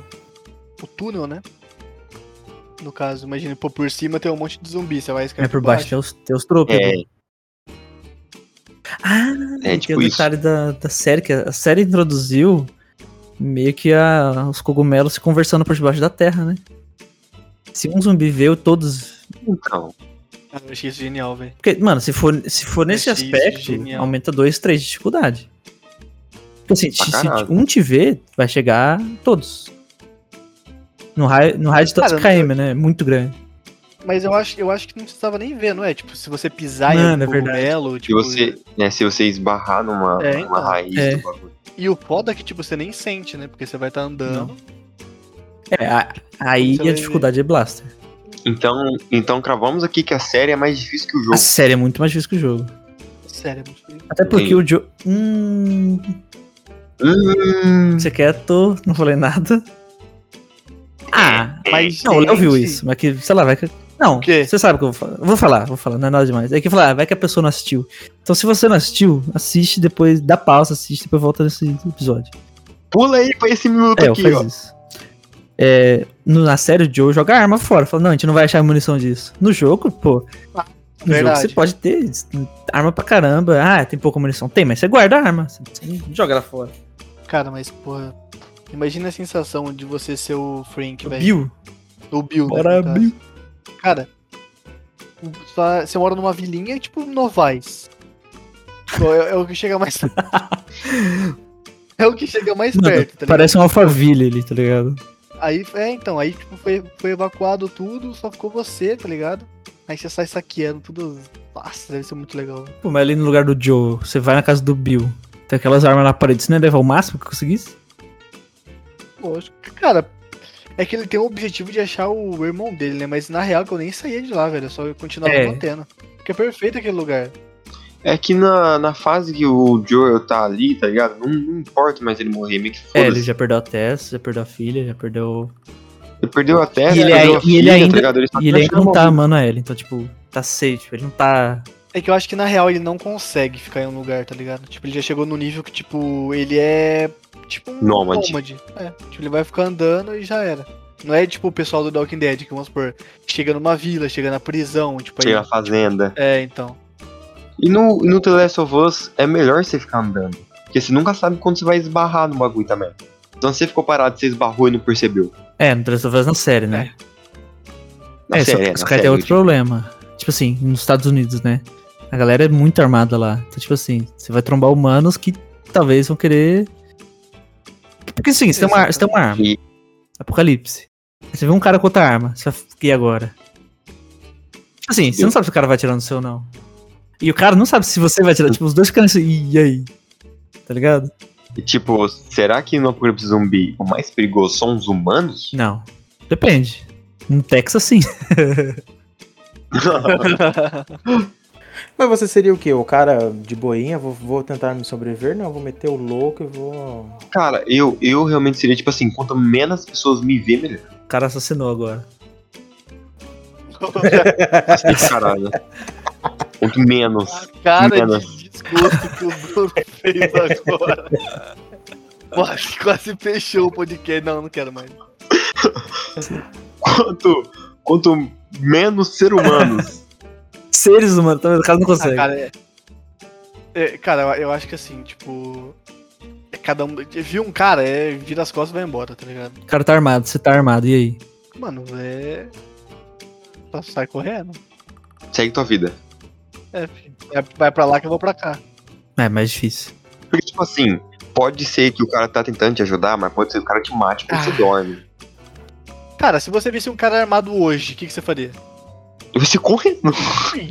Speaker 5: O túnel, né? No caso, imagina, pô, por cima tem um monte de zumbi, você vai
Speaker 3: é
Speaker 5: escalar
Speaker 3: por baixo, tem os, tem os tropos. né?
Speaker 2: É, é
Speaker 3: Ah, E tem
Speaker 2: tipo
Speaker 3: o
Speaker 2: isso.
Speaker 3: detalhe da, da série, que a série introduziu meio que a- os cogumelos se conversando por debaixo da terra, né? Se um zumbi vê, todos.
Speaker 2: Então,
Speaker 5: Cara, eu achei isso genial, velho.
Speaker 3: Porque, mano, se for, se for nesse
Speaker 5: Achei isso
Speaker 3: aspecto,
Speaker 5: É genial.
Speaker 3: aumenta 2, 3 de dificuldade. Porque assim,
Speaker 2: Pra
Speaker 3: se, se
Speaker 2: caralho.
Speaker 3: um te ver, vai chegar todos. No raio, no raio de tantos
Speaker 5: Cara,
Speaker 3: KM, né? É Muito grande.
Speaker 5: Mas eu acho, eu acho que não precisava nem ver, não é? Tipo, se você pisar
Speaker 3: Mano,
Speaker 5: em
Speaker 3: é
Speaker 5: algum
Speaker 3: verdade.
Speaker 5: cogumelo,
Speaker 2: se
Speaker 5: tipo...
Speaker 2: você, né, se você esbarrar numa,
Speaker 5: É,
Speaker 2: numa
Speaker 5: então.
Speaker 2: raiz
Speaker 3: É.
Speaker 2: do bagulho.
Speaker 5: E o foda é que, tipo, você nem sente, né? Porque você vai estar andando.
Speaker 3: É, a- aí
Speaker 5: Você
Speaker 3: a
Speaker 5: vai-
Speaker 3: dificuldade é Blaster.
Speaker 2: Então, então cravamos aqui que a série é mais difícil que o
Speaker 3: A
Speaker 2: jogo.
Speaker 3: série é muito mais difícil que o jogo.
Speaker 5: Sério, é muito feio.
Speaker 3: Até porque
Speaker 2: Sim.
Speaker 3: o jogo. Hum,
Speaker 2: Hum,
Speaker 3: Você quieto, não falei nada. Ah,
Speaker 5: Mas,
Speaker 3: não, o Léo viu
Speaker 5: gente,
Speaker 3: isso, mas que, sei lá, vai que. Não,
Speaker 5: O quê?
Speaker 3: você sabe o que eu vou falar. Vou falar, vou falar, não é nada demais. É que eu falar, ah, vai que a pessoa não assistiu. Então, se você não assistiu, assiste depois, dá pausa, assiste, depois volta nesse episódio.
Speaker 2: pula aí pra esse minuto
Speaker 5: Tá
Speaker 3: É, eu
Speaker 2: aqui, ó.
Speaker 3: faz isso. É, no- na série, o Joe joga a arma fora. Fala, não, a gente não vai achar munição disso. No jogo, pô, No jogo
Speaker 5: Verdade.
Speaker 3: você pode ter arma pra caramba. Ah, tem pouca munição. Tem, mas você guarda a arma. Você não joga ela fora.
Speaker 5: Cara, mas porra. Imagina a sensação de você ser o Frank,
Speaker 3: O
Speaker 5: velho.
Speaker 3: Bill.
Speaker 5: O Bill. né,
Speaker 3: Bora,
Speaker 5: no caso.
Speaker 3: Bill.
Speaker 5: Cara, tu tá- você mora numa vilinha tipo Novais. Pô, É, é o que chega mais. é o que chega mais
Speaker 3: Mano,
Speaker 5: perto, tá ligado?
Speaker 3: parece um Alphaville ali, tá ligado?
Speaker 5: Aí, é, então, aí tipo, foi, foi evacuado tudo, só ficou você, tá ligado? Aí você sai saqueando tudo. Nossa, deve ser muito legal.
Speaker 3: Pô, mas ali no lugar do Joe, você vai na casa do Bill. Tem aquelas armas na parede. Você não ia levar o máximo que conseguisse?
Speaker 5: Lógico. Cara, é que ele tem o objetivo de achar o irmão dele, né? Mas na real que eu nem saía de lá, velho. Eu só continuava
Speaker 3: É.
Speaker 5: batendo. Porque é perfeito aquele lugar.
Speaker 2: É que na, na fase que o Joel tá ali, tá ligado? Não, não importa mais ele morrer, meio que
Speaker 3: É, ele
Speaker 2: foda-se.
Speaker 3: já perdeu a Tess, já perdeu a filha, já perdeu.
Speaker 2: Ele perdeu a terra,
Speaker 3: E ele
Speaker 2: perdeu
Speaker 3: aí-
Speaker 2: a
Speaker 3: e ele
Speaker 2: filha,
Speaker 3: ainda-
Speaker 2: tá ligado? Ele só
Speaker 3: E ele ainda
Speaker 2: achando
Speaker 3: não tá
Speaker 2: uma-
Speaker 3: amando a Ellie, então, tipo, tá safe. Tipo, ele não tá.
Speaker 5: É que eu acho que na real ele não consegue ficar em um lugar, tá ligado? Tipo, ele já chegou no nível que, tipo, ele é. Tipo, um
Speaker 2: Nômade.
Speaker 5: É, tipo, ele vai ficar andando e já era. Não é tipo o pessoal do Walking Dead, que vamos supor, chega numa vila, chega na prisão, tipo,
Speaker 2: Chega na
Speaker 5: aí.
Speaker 2: fazenda.
Speaker 5: É, então.
Speaker 2: E no, no The Last of Us é melhor você ficar andando. Porque você nunca sabe quando você vai esbarrar no bagulho também. Então você ficou parado, você esbarrou e não percebeu.
Speaker 3: É, no Last of Us na série, né?
Speaker 2: Na
Speaker 3: é,
Speaker 2: série,
Speaker 3: só
Speaker 2: é,
Speaker 3: que os
Speaker 2: na
Speaker 3: caras
Speaker 2: série,
Speaker 3: têm outro problema. Tipo assim, nos Estados Unidos, né? A galera é muito armada lá. Então, tipo assim, você vai trombar humanos que talvez vão querer. Porque assim, você tem uma, você tem uma arma.
Speaker 2: E-
Speaker 3: Apocalipse. Aí Você vê um cara com outra arma. Você vai e agora? Tipo assim, você não sabe se o cara vai atirar no seu ou não. E o cara não sabe se você vai atirar. Tipo, os dois ficam assim, "Ih, e aí? Tá ligado?
Speaker 2: E, tipo, será que no Apocalipse Zumbi o mais perigoso são os humanos?
Speaker 3: Não. Depende. No Texas, sim.
Speaker 4: Mas você seria o quê? O cara de boinha? Vou, vou tentar me sobreviver? Não, vou meter o louco e vou.
Speaker 2: Cara, eu, eu realmente seria, tipo assim, quanto menos pessoas me vê, melhor.
Speaker 3: O cara assassinou agora.
Speaker 2: Caralho. Quanto menos.
Speaker 5: A cara
Speaker 2: Menos.
Speaker 5: de desgosto que o Bruno fez agora. Eu acho que quase fechou o podcast. Não, não quero mais.
Speaker 2: Quanto, quanto menos ser humanos.
Speaker 3: Seres humanos, tá vendo? o cara não consegue.
Speaker 5: Ah, cara, é... É, cara, eu- eu acho que assim, tipo. é cada um. Viu um cara, é, vira as costas e vai embora, tá ligado?
Speaker 3: O cara tá armado, você tá armado, e aí?
Speaker 5: Mano, é. Só sai correndo.
Speaker 2: Segue tua vida.
Speaker 5: É, filho. Vai- vai pra lá que eu vou pra cá.
Speaker 3: É mais difícil.
Speaker 2: Porque, tipo assim, pode ser que o cara tá tentando te ajudar, mas pode ser que o cara te mate quando
Speaker 3: Ah.
Speaker 2: você dorme.
Speaker 5: Cara, se você visse um cara armado hoje, o que, que você faria?
Speaker 2: E você correndo.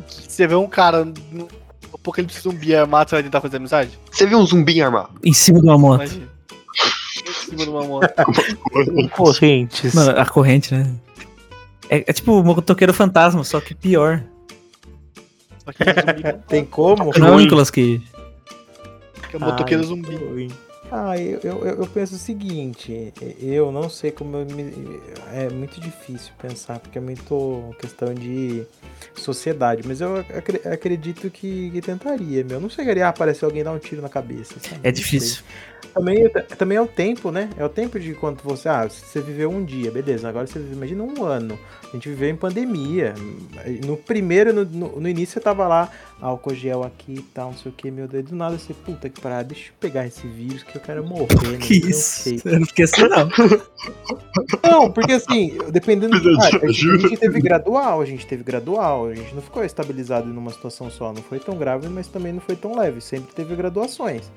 Speaker 5: Você vê um cara no apocalipse zumbi armado, você vai tentar fazer amizade?
Speaker 2: Você vê um zumbi armado.
Speaker 3: Em cima de uma moto.
Speaker 5: Imagina. Em cima de uma moto.
Speaker 4: Correntes.
Speaker 3: Mano, a corrente, né? É, é tipo o motoqueiro fantasma, só que pior.
Speaker 5: Só que é zumbi, né?
Speaker 4: Tem como?
Speaker 3: Não é o
Speaker 2: ruim.
Speaker 3: Nicolas Cage.
Speaker 5: Que é um motoqueiro
Speaker 4: Ai,
Speaker 5: zumbi.
Speaker 4: Ah, eu, eu, eu- eu penso o seguinte, eu não sei como eu me, é muito difícil pensar, porque é muito questão de sociedade, mas eu acre- acredito que, que tentaria, meu. Não chegaria a aparecer alguém e dar um tiro na cabeça. sabe?
Speaker 3: É
Speaker 4: Não
Speaker 3: difícil.
Speaker 4: sei. Também, é- também é o tempo, né? É o tempo de quando você. Ah, você viveu um dia, beleza. Agora você vive, imagina um ano. A gente viveu em pandemia. No primeiro, no, no- no início, você tava lá, álcool gel aqui e tal, não sei o que, meu Deus. Do nada você, puta que parada, deixa eu pegar esse vírus que eu quero morrer, né?
Speaker 3: Que
Speaker 4: Eu
Speaker 3: isso?
Speaker 4: sei.
Speaker 3: Eu não fiquei assim, não.
Speaker 4: Não, porque assim, dependendo do. Cara, a gente- a gente teve gradual, a gente teve gradual, a gente não ficou estabilizado numa situação só. Não foi tão grave, mas também não foi tão leve. Sempre teve graduações.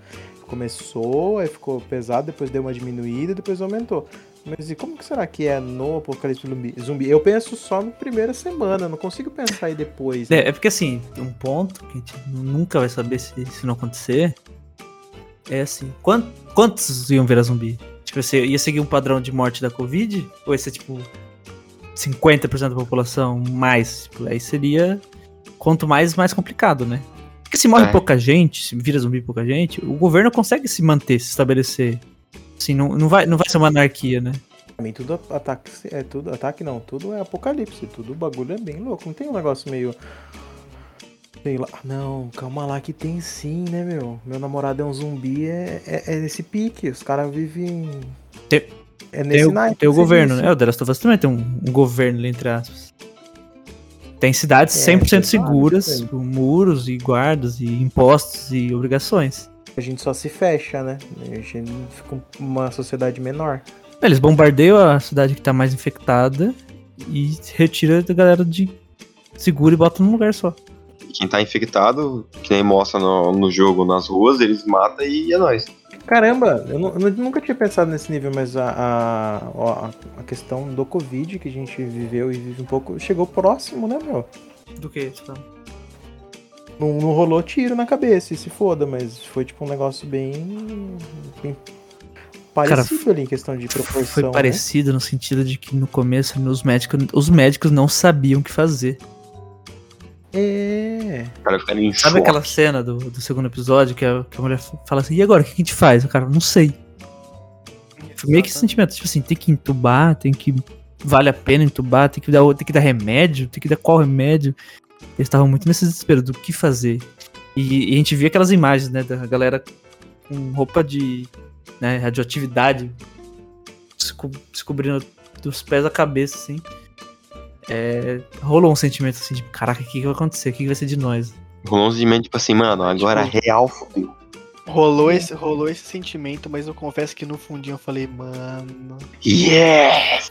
Speaker 4: Começou, aí ficou pesado, depois deu uma diminuída, depois aumentou. Mas e como que será que é no Apocalipse zumbi- Zumbi? Eu penso só na primeira semana, eu não consigo pensar aí depois. né?
Speaker 3: É, é porque assim, um ponto que a gente nunca vai saber se, se não acontecer é assim: quan- quantos iam virar zumbi? Tipo, você ia seguir um padrão de morte da Covid? Ou ia ser tipo 50% da população mais? Tipo, aí seria. Quanto mais, mais complicado, né? Porque se morre
Speaker 2: É.
Speaker 3: pouca gente, se vira zumbi pouca gente, o governo consegue se manter, se estabelecer. Assim, não, não, vai, não vai ser uma anarquia, né?
Speaker 4: Pra mim tudo ataque, é tudo ataque não, tudo é apocalipse, tudo o bagulho é bem louco, não tem um negócio meio sei lá, não, calma lá que tem sim, né, meu? Meu namorado é um zumbi, é, é, é nesse pique, os caras vivem
Speaker 3: Tem-
Speaker 4: é
Speaker 3: Tem o,
Speaker 4: naipe,
Speaker 3: tem o
Speaker 4: assim,
Speaker 3: governo,
Speaker 4: isso.
Speaker 3: né? O The Last of Us também tem um, um governo ali, entre aspas. Tem cidades
Speaker 4: É,
Speaker 3: 100%
Speaker 4: tem vários,
Speaker 3: seguras,
Speaker 4: tem.
Speaker 3: com muros e guardas e impostos e obrigações.
Speaker 4: A gente só se fecha, né? A gente fica uma sociedade menor.
Speaker 3: Eles bombardeiam a cidade que tá mais infectada e retira a galera de segura e bota num lugar só.
Speaker 2: Quem tá infectado, que nem mostra no, no jogo, nas ruas, eles matam e é nóis.
Speaker 4: Caramba, eu, nu- eu nunca tinha pensado nesse nível, mas a, a, ó, a- a questão do Covid que a gente viveu e vive um pouco chegou próximo, né, meu?
Speaker 3: Do que?
Speaker 4: tá Não, não rolou tiro na cabeça, e se foda, mas foi tipo um negócio bem. bem parecido ali em questão de proporção.
Speaker 3: Foi
Speaker 4: né?
Speaker 3: parecido no sentido de que no começo os médicos, os médicos não sabiam o que fazer.
Speaker 4: É.
Speaker 2: O cara fica em
Speaker 3: Sabe
Speaker 2: choque.
Speaker 3: aquela cena do, do segundo episódio que a, que a mulher fala assim, e agora, o que a gente faz? O cara, não sei. Foi meio que esse sentimento, tipo assim, tem que entubar, tem que... Vale a pena entubar, tem que dar, tem que dar remédio, tem que dar qual remédio. Eles estavam muito nesse desespero do que fazer. E, e a gente via aquelas imagens, né, da galera com roupa de né, radioatividade se co- se cobrindo dos pés à cabeça, assim. É, rolou um sentimento assim de, caraca, o que, que vai acontecer? O que, que vai ser de nós?
Speaker 2: Rolou uns de mente, tipo assim, mano, agora real fodeu.
Speaker 5: Rolou esse, rolou esse sentimento, mas eu confesso que no fundinho eu falei, mano,
Speaker 2: Yeah!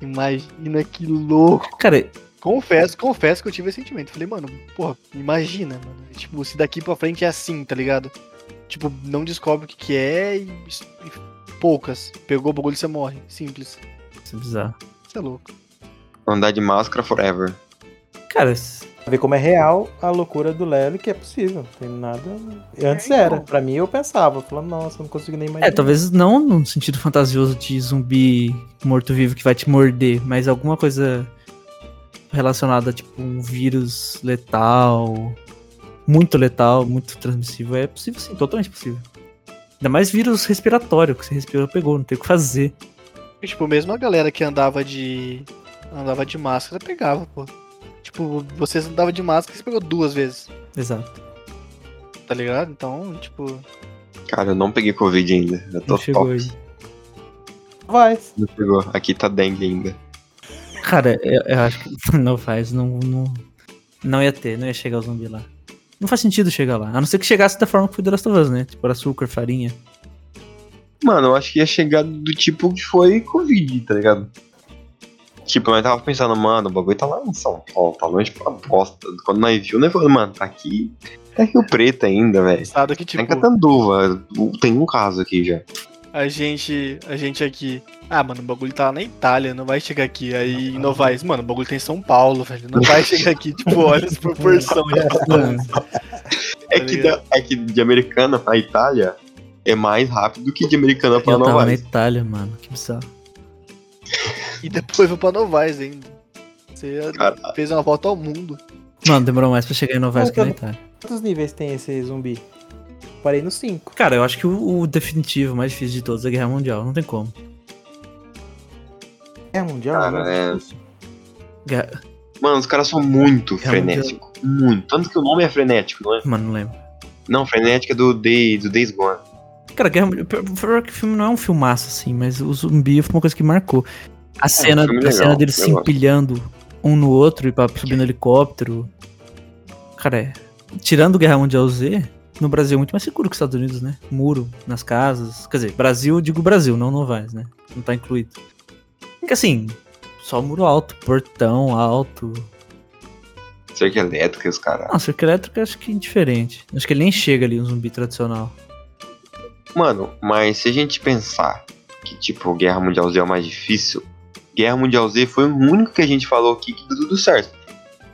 Speaker 5: imagina que louco.
Speaker 3: Cara,
Speaker 5: Confesso, confesso que eu tive esse sentimento. Falei, mano, porra, imagina, mano. Tipo, se daqui pra frente é assim, tá ligado? Tipo, não descobre o que, que é e, e poucas. Pegou o bagulho e você morre. Simples.
Speaker 3: isso é bizarro.
Speaker 5: Você é louco.
Speaker 2: Andar de máscara forever.
Speaker 3: Cara, s-
Speaker 4: Pra ver como é real a loucura do Lelo, que é possível. Não tem nada. Antes era. Pra mim eu pensava, falando, nossa, não consigo nem imaginar.
Speaker 3: é, talvez não num sentido fantasioso de zumbi morto-vivo que vai te morder, mas alguma coisa relacionada a tipo um vírus letal, muito letal, muito transmissível, é possível sim, totalmente possível. Ainda mais vírus respiratório, que você respirou, pegou, não tem o que fazer.
Speaker 5: E, tipo, mesmo a galera que andava de. andava de máscara pegava, pô. Tipo, vocês andavam de máscara e você pegou duas vezes,
Speaker 3: Exato.
Speaker 5: tá ligado? Então, tipo.
Speaker 2: Cara, eu não peguei Covid ainda. Eu tô
Speaker 3: Não chegou
Speaker 2: top.
Speaker 3: aí.
Speaker 4: Vai.
Speaker 2: Não chegou. Aqui tá dengue ainda.
Speaker 3: Cara, eu, eu acho que não faz, não, não, não ia ter, não ia chegar o zumbi lá. Não faz sentido chegar lá, a não ser que chegasse da forma que foi The Last of Us, né? Tipo, açúcar, farinha.
Speaker 2: Mano, eu acho que ia chegar do tipo que foi Covid, tá ligado? Tipo, nós tava pensando, mano, o bagulho tá lá em São Paulo, tá longe pra bosta. Quando nós viu, nós falamos, mano, tá aqui. Tá Rio Preto ainda, velho.
Speaker 5: Estado que,
Speaker 2: Tá em
Speaker 5: tipo,
Speaker 2: Catanduva. Tem um caso aqui já.
Speaker 5: a gente. A gente aqui. Ah, mano, o bagulho tá lá na Itália, não vai chegar aqui. Aí em Novaes, mano, o bagulho tá em São Paulo, velho. Não vai chegar aqui, tipo, olha as proporções.
Speaker 2: É que, da- é que de americana pra Itália é mais rápido que de americana pra
Speaker 3: Eu tava na
Speaker 2: Novaes.
Speaker 3: Itália, mano, que bizarro.
Speaker 5: E depois vou pra Novaes ainda. Você
Speaker 2: Cara.
Speaker 5: fez uma volta ao mundo.
Speaker 3: Mano, demorou mais pra chegar em Nova York que na
Speaker 4: Não,
Speaker 3: Itália.
Speaker 4: Quantos níveis tem esse zumbi? Parei no 5.
Speaker 3: Cara, eu acho que o, o definitivo mais difícil de todos é a Guerra Mundial, não tem como.
Speaker 4: É mundial?
Speaker 2: Cara,
Speaker 4: né?
Speaker 2: é.
Speaker 3: Guerra...
Speaker 2: Mano, os caras são muito
Speaker 3: É muito-
Speaker 2: frenéticos. Muito. Tanto que o nome é frenético, não é?
Speaker 3: Mano, não lembro.
Speaker 2: Não, frenético é do, Day, do Days Gone.
Speaker 3: Cara, Guerra Mundial. pior- Pior que o filme não é um filmaço, assim, mas o zumbi foi uma coisa que marcou. A cena,
Speaker 2: É, um filme
Speaker 3: a
Speaker 2: legal,
Speaker 3: cena deles
Speaker 2: eu
Speaker 3: se
Speaker 2: gosto.
Speaker 3: empilhando um no outro e pra- subindo helicóptero. Cara, é. Tirando Guerra Mundial Z, no Brasil é muito mais seguro que os Estados Unidos, né? Muro nas casas. Quer dizer, Brasil, eu digo Brasil, não Novaes, né? Não tá incluído. Porque assim, só muro alto, portão alto.
Speaker 2: Cerca elétrica, os caras.
Speaker 3: Ah, cerca elétrica acho que é indiferente. Acho que ele nem chega ali um zumbi tradicional.
Speaker 2: Mano, mas se a gente pensar que, tipo, Guerra Mundial Z é o mais difícil, Guerra Mundial Z foi o único que a gente falou aqui que deu tudo certo.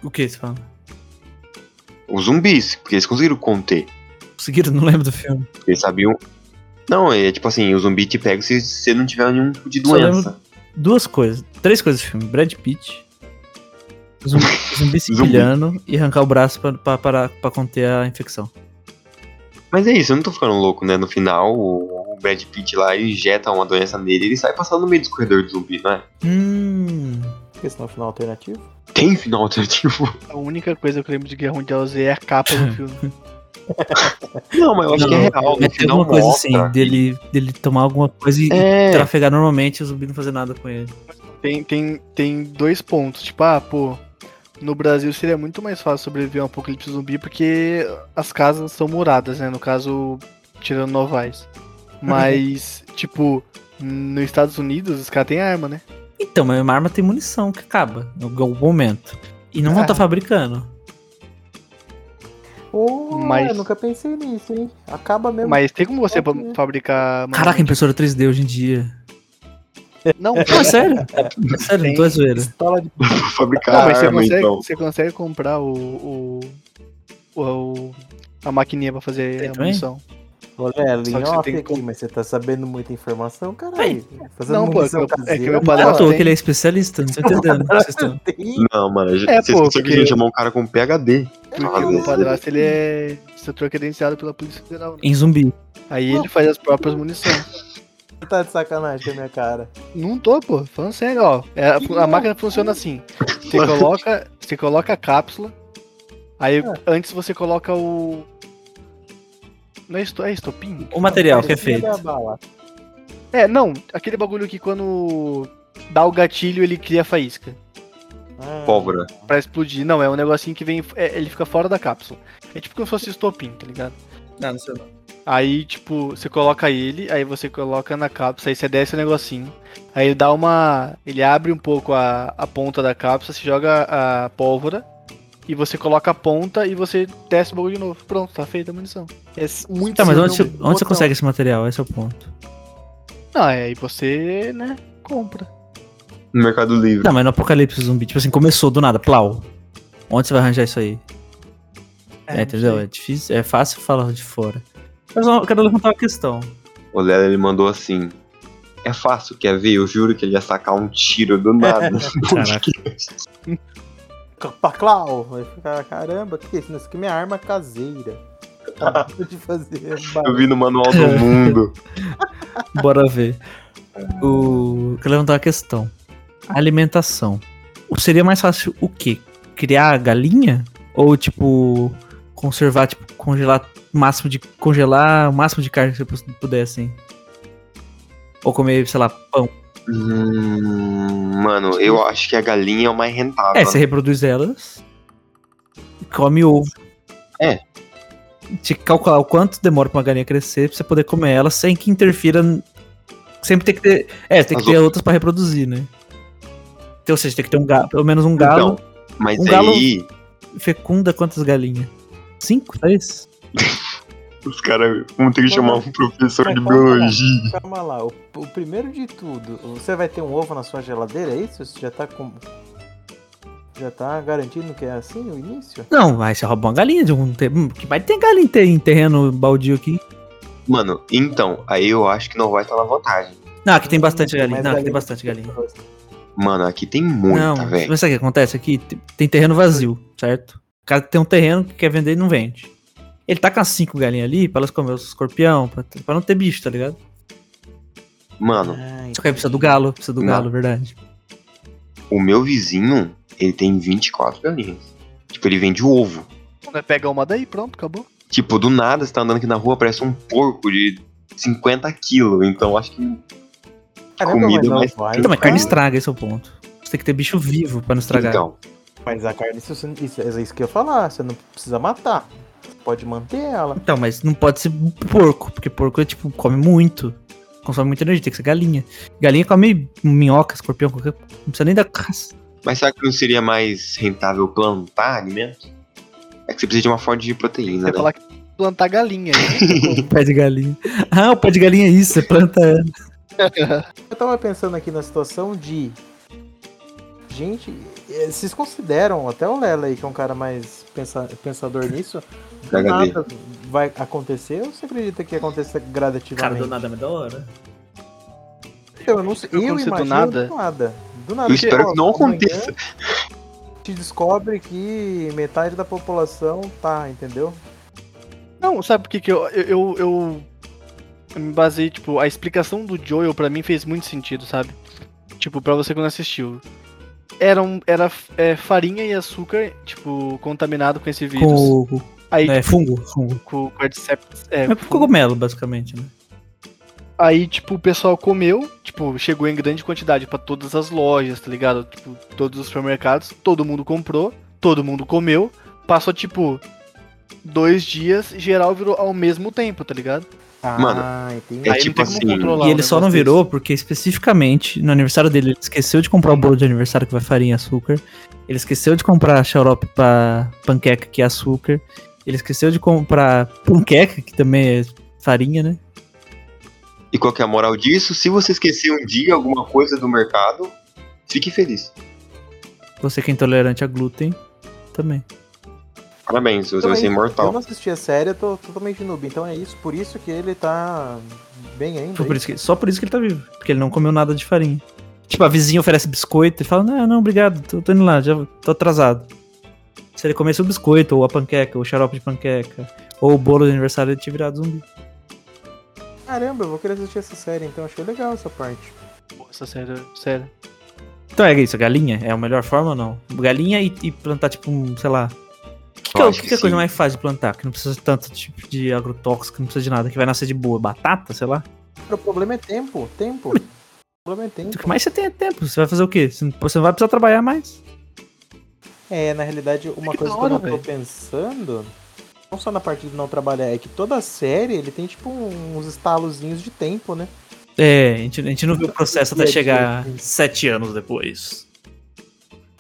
Speaker 3: O que você fala?
Speaker 2: Os zumbis, porque eles conseguiram conter.
Speaker 3: Conseguiram? Não lembro do filme.
Speaker 2: porque Eles sabiam. Não, é tipo assim, o zumbi te pega se você não tiver nenhum tipo de
Speaker 3: Só
Speaker 2: doença.
Speaker 3: Duas coisas. Três coisas do filme. Brad Pitt. Zumbi, zumbi se
Speaker 2: Zumbi.
Speaker 3: empilhando e arrancar o braço pra, pra, pra, pra conter a infecção.
Speaker 2: Mas é isso, eu não tô ficando louco, né? No final, o o Brad Pitt lá injeta uma doença nele e ele sai passando no meio dos corredores do zumbi, não é?
Speaker 3: Hum.
Speaker 4: Porque senão é o final alternativo.
Speaker 2: Tem final alternativo?
Speaker 5: A única coisa que eu lembro de Guerra Mundial Z é a capa do filme.
Speaker 2: Não, mas eu acho que é real.
Speaker 3: Vai
Speaker 2: No
Speaker 3: ter
Speaker 2: final
Speaker 3: alguma coisa
Speaker 2: mostra.
Speaker 3: assim, dele, dele tomar alguma coisa e
Speaker 2: É.
Speaker 3: trafegar normalmente e o zumbi não fazer nada com ele.
Speaker 5: Tem, tem, tem dois pontos. Tipo, ah, pô, No Brasil seria muito mais fácil sobreviver a um apocalipse zumbi porque as casas são muradas, né? No caso, tirando Novais. Mas, tipo, nos Estados Unidos os caras têm arma, né?
Speaker 3: Então, mas uma arma tem munição que acaba em algum momento. E não vão
Speaker 5: Ah.
Speaker 3: estar fabricando.
Speaker 4: Oh,
Speaker 5: Mas-
Speaker 4: eu nunca pensei nisso, hein? Acaba mesmo.
Speaker 5: Mas tem como você
Speaker 4: Pode ser.
Speaker 5: fabricar.
Speaker 3: É. Caraca, impressora 3D hoje em dia.
Speaker 5: Não,
Speaker 3: Não, é sério? sério, não tô é zoeira.
Speaker 4: Pistola de
Speaker 2: Fabricar
Speaker 5: Não, mas você
Speaker 2: arma,
Speaker 5: consegue,
Speaker 2: então.
Speaker 5: você consegue comprar o, o, o- a maquininha pra fazer
Speaker 3: Tem
Speaker 5: a
Speaker 3: também?
Speaker 5: munição.
Speaker 4: Ô, Léo,
Speaker 5: Só
Speaker 4: em
Speaker 5: que você
Speaker 4: off
Speaker 5: tem
Speaker 4: aqui,
Speaker 5: como-
Speaker 4: mas você tá sabendo muita informação, caralho. Fazendo
Speaker 5: Não, pô,
Speaker 4: munição
Speaker 5: é que eu- é que
Speaker 4: caseira.
Speaker 5: meu
Speaker 3: Não é à
Speaker 5: padrasto-
Speaker 3: toa
Speaker 5: tem.
Speaker 3: que ele é especialista, não tô entendendo. o que vocês estão-
Speaker 4: Tem-
Speaker 2: Não, mano, a gente-
Speaker 5: É,
Speaker 2: vocês
Speaker 5: pô,
Speaker 2: conseguem
Speaker 5: porque-
Speaker 2: chamar um cara com PHD.
Speaker 5: Porque o padrasto ele é instrutor credenciado pela Polícia Federal. né?
Speaker 3: Em zumbi.
Speaker 5: Aí ele faz as próprias munições.
Speaker 4: Você tá de sacanagem com a minha cara.
Speaker 5: Não tô, pô, falando sério, ó. É, a, a máquina funciona assim. Você coloca, você coloca a cápsula, aí antes você coloca o. Não é, esto, é estopim?
Speaker 3: O material que é feito.
Speaker 4: Olha a bala.
Speaker 5: É, não, aquele bagulho que quando dá o gatilho ele cria a faísca.
Speaker 4: Ah,
Speaker 2: Pólvora.
Speaker 5: Pra explodir. Não, é um negocinho que vem. é- ele fica fora da cápsula. É tipo como se fosse estopim, tá ligado?
Speaker 3: Não, não sei não.
Speaker 5: Aí, tipo, você coloca ele, aí você coloca na cápsula, aí você desce o negocinho. Aí ele dá uma. Ele abre um pouco a, a ponta da cápsula, você joga a pólvora. E você coloca a ponta e você desce o bagulho de novo. Pronto, tá feita a munição. É s- muito
Speaker 3: Tá, mas
Speaker 5: simples,
Speaker 3: onde, você,
Speaker 5: é um
Speaker 3: onde você
Speaker 5: botão.
Speaker 3: consegue esse material? Esse é o ponto.
Speaker 5: Não, é aí você, né, compra.
Speaker 2: No Mercado Livre.
Speaker 3: Não, mas no apocalipse zumbi, tipo assim, começou do nada, plau. Onde você vai arranjar isso aí? É,
Speaker 5: não
Speaker 3: entendeu?
Speaker 5: sei.
Speaker 3: É difícil, é fácil falar de fora. Mas eu quero levantar uma questão.
Speaker 2: O Léo, ele mandou assim. É fácil, quer ver? Eu juro que ele ia sacar um tiro do nada.
Speaker 3: Caraca.
Speaker 4: Paclau! Vai ficar, caramba, que que é isso? Isso aqui é minha arma caseira. Tá, Acabou de fazer. um
Speaker 2: Eu vi no Manual do Mundo.
Speaker 3: Bora ver. O... eu Quero levantar uma questão. Alimentação. O- Seria mais fácil o quê? Criar galinha? Ou, tipo, conservar, tipo, congelar o máximo de. congelar o máximo de carne que você pus- puder, assim? Ou comer, sei lá, pão.
Speaker 2: Hum, mano, eu acho que a galinha é o mais rentável.
Speaker 3: É, você reproduz elas. e Come ovo.
Speaker 2: É.
Speaker 3: Tinha que calcular o quanto demora pra uma galinha crescer pra você poder comer ela sem que interfira. n- Sempre tem que ter. É, tem que
Speaker 2: As
Speaker 3: ter outras pra reproduzir, né? Então, ou seja, tem que ter um galo, pelo menos um galo.
Speaker 2: Então, mas
Speaker 3: um galo-
Speaker 2: aí,
Speaker 3: Fecunda quantas galinhas? Cinco? Três?
Speaker 2: os caras vão ter que chamar um professor
Speaker 4: Mas
Speaker 2: de
Speaker 4: calma lá.
Speaker 2: biologia.
Speaker 4: Calma lá, o, o primeiro de tudo, você vai ter um ovo na sua geladeira, é isso? Você já tá com. Já tá garantindo que é assim o início?
Speaker 3: Não, vai, você rouba uma galinha de algum tempo. Que vai ter galinha em ter- em terreno baldio aqui.
Speaker 2: Mano, então, aí eu acho que não vai estar na vantagem.
Speaker 3: Não, aqui tem bastante
Speaker 4: Hum,
Speaker 3: galinha.
Speaker 4: mas
Speaker 3: Não, aqui
Speaker 4: galinha-
Speaker 3: tem bastante galinha.
Speaker 2: Mano, aqui tem muita,
Speaker 3: não,
Speaker 2: velho.
Speaker 3: mas sabe o que acontece aqui? Tem- Tem terreno vazio, certo? O cara tem um terreno que quer vender e não vende. Ele tá com as cinco galinhas ali pra elas comer os escorpião, pra, pra não ter bicho, tá ligado?
Speaker 2: Mano,
Speaker 3: Só que aí precisa do galo, precisa do
Speaker 2: Não.
Speaker 3: galo, verdade.
Speaker 2: o meu vizinho, ele tem 24 galinhas. Tipo, ele vende o ovo.
Speaker 5: Né, Pega uma daí, pronto, acabou.
Speaker 2: Tipo, do nada você tá andando aqui na rua, parece um porco de 50 quilos. Então acho que. comida mais-
Speaker 4: vai.
Speaker 3: Então, mas carne
Speaker 4: Mas,
Speaker 3: estraga, esse é o ponto. Você tem que ter bicho vivo pra não estragar.
Speaker 2: Então,
Speaker 4: a carne, isso, isso- é isso que eu ia falar, você não precisa matar. Você pode manter ela.
Speaker 3: Então, mas não pode ser porco, porque porco, é, tipo, come muito. Consome muita energia, tem que ser galinha. Galinha come minhoca, escorpião, qualquer... Não precisa nem dar caça.
Speaker 2: mas será que não seria mais rentável plantar alimento? É que você precisa de uma fonte de proteína,
Speaker 5: Você
Speaker 2: né?
Speaker 5: falar que plantar galinha. né,
Speaker 3: Pé de galinha. Ah, o pé de galinha é isso, você planta ela.
Speaker 4: Eu tava pensando aqui na situação de. Gente, eh, vocês consideram, até o Lela aí, que é um cara mais pensa- pensador nisso, do
Speaker 2: Pega ali.
Speaker 4: nada vai acontecer ou você acredita que aconteça gradativamente?
Speaker 3: nada é da hora.
Speaker 4: Então, eu não sei.
Speaker 5: Eu
Speaker 4: Eu,
Speaker 5: consigo do
Speaker 4: imagino
Speaker 5: nada.
Speaker 4: do nada. Do nada.
Speaker 2: Eu espero
Speaker 4: Ó,
Speaker 2: que não
Speaker 4: amanhã
Speaker 2: aconteça.
Speaker 4: Te descobre que metade da população tá, entendeu?
Speaker 5: Não, sabe por que que eu, eu, eu, eu- eu me basei, tipo, a explicação do Joel pra mim fez muito sentido, sabe? Tipo, pra você que não assistiu. Era, um, era é, farinha e açúcar, tipo, contaminado com esse vírus.
Speaker 3: Com o-
Speaker 5: Aí,
Speaker 3: É,
Speaker 5: tipo,
Speaker 3: fungo, fungo.
Speaker 5: com o Cordyceps. é,
Speaker 3: É cogumelo, basicamente, né?
Speaker 5: Aí, tipo, o pessoal comeu, tipo, chegou em grande quantidade pra todas as lojas, tá ligado? Tipo, todos os supermercados, todo mundo comprou. todo mundo comeu, passou tipo dois dias, geral virou ao mesmo tempo, tá ligado?
Speaker 4: Ah,
Speaker 2: Mano,
Speaker 4: entendi.
Speaker 2: É
Speaker 5: Aí
Speaker 2: tipo
Speaker 5: não tem como
Speaker 2: assim,
Speaker 5: controlar
Speaker 3: E
Speaker 5: o
Speaker 3: ele só não
Speaker 5: um negócio
Speaker 3: virou porque, especificamente, no aniversário dele, ele esqueceu de comprar o bolo de aniversário que vai farinha e açúcar. Ele esqueceu de comprar xarope pra panqueca, que é açúcar. Ele esqueceu de comprar panqueca, que também é farinha, né?
Speaker 2: E qual que é a moral disso? Se você esquecer um dia alguma coisa do mercado, fique feliz.
Speaker 3: Você que é intolerante a glúten, também.
Speaker 2: Parabéns, você
Speaker 4: Então
Speaker 2: vai
Speaker 4: é
Speaker 2: ser
Speaker 4: isso. Eu
Speaker 2: imortal.
Speaker 4: não assisti a série, eu tô totalmente noob. Então é isso, por isso que ele tá bem ainda.
Speaker 3: Foi por
Speaker 4: hein?
Speaker 3: isso que- só por isso que ele tá vivo, porque ele não comeu nada de farinha. Tipo, a vizinha oferece biscoito e fala, não, não, obrigado, tô, tô indo lá, já tô atrasado. Se ele comesse o biscoito, ou a panqueca, ou o xarope de panqueca, ou o bolo de aniversário, ele tinha virado zumbi.
Speaker 4: Caramba, eu vou querer assistir essa série, então achei legal essa parte.
Speaker 5: Pô, Essa sério, sério.
Speaker 3: Então é isso, galinha é a melhor forma ou não? Galinha e, e plantar, tipo, um, sei lá. O que, que é,
Speaker 2: Eu
Speaker 3: o
Speaker 2: acho
Speaker 3: que
Speaker 2: que
Speaker 3: que é a coisa
Speaker 2: sim.
Speaker 3: mais fácil de plantar? Que não precisa de tanto tipo de agrotóxico, não precisa de nada, que vai nascer de boa. Batata, sei lá.
Speaker 4: O problema é tempo, tempo. O problema é
Speaker 3: O que
Speaker 4: tempo.
Speaker 3: mais você tem é tempo. Você vai fazer o quê? Você não, você não vai precisar trabalhar mais.
Speaker 4: É, na realidade, uma
Speaker 5: Que
Speaker 4: coisa
Speaker 5: da
Speaker 4: que eu
Speaker 5: hora,
Speaker 4: não tô
Speaker 5: velho.
Speaker 4: pensando, não só na parte de não trabalhar, é que toda série ele tem tipo uns estalozinhos de tempo, né?
Speaker 3: É, a gente, a gente não vê o processo até
Speaker 4: Dia a
Speaker 3: chegar
Speaker 4: dia, sim.
Speaker 3: sete anos depois.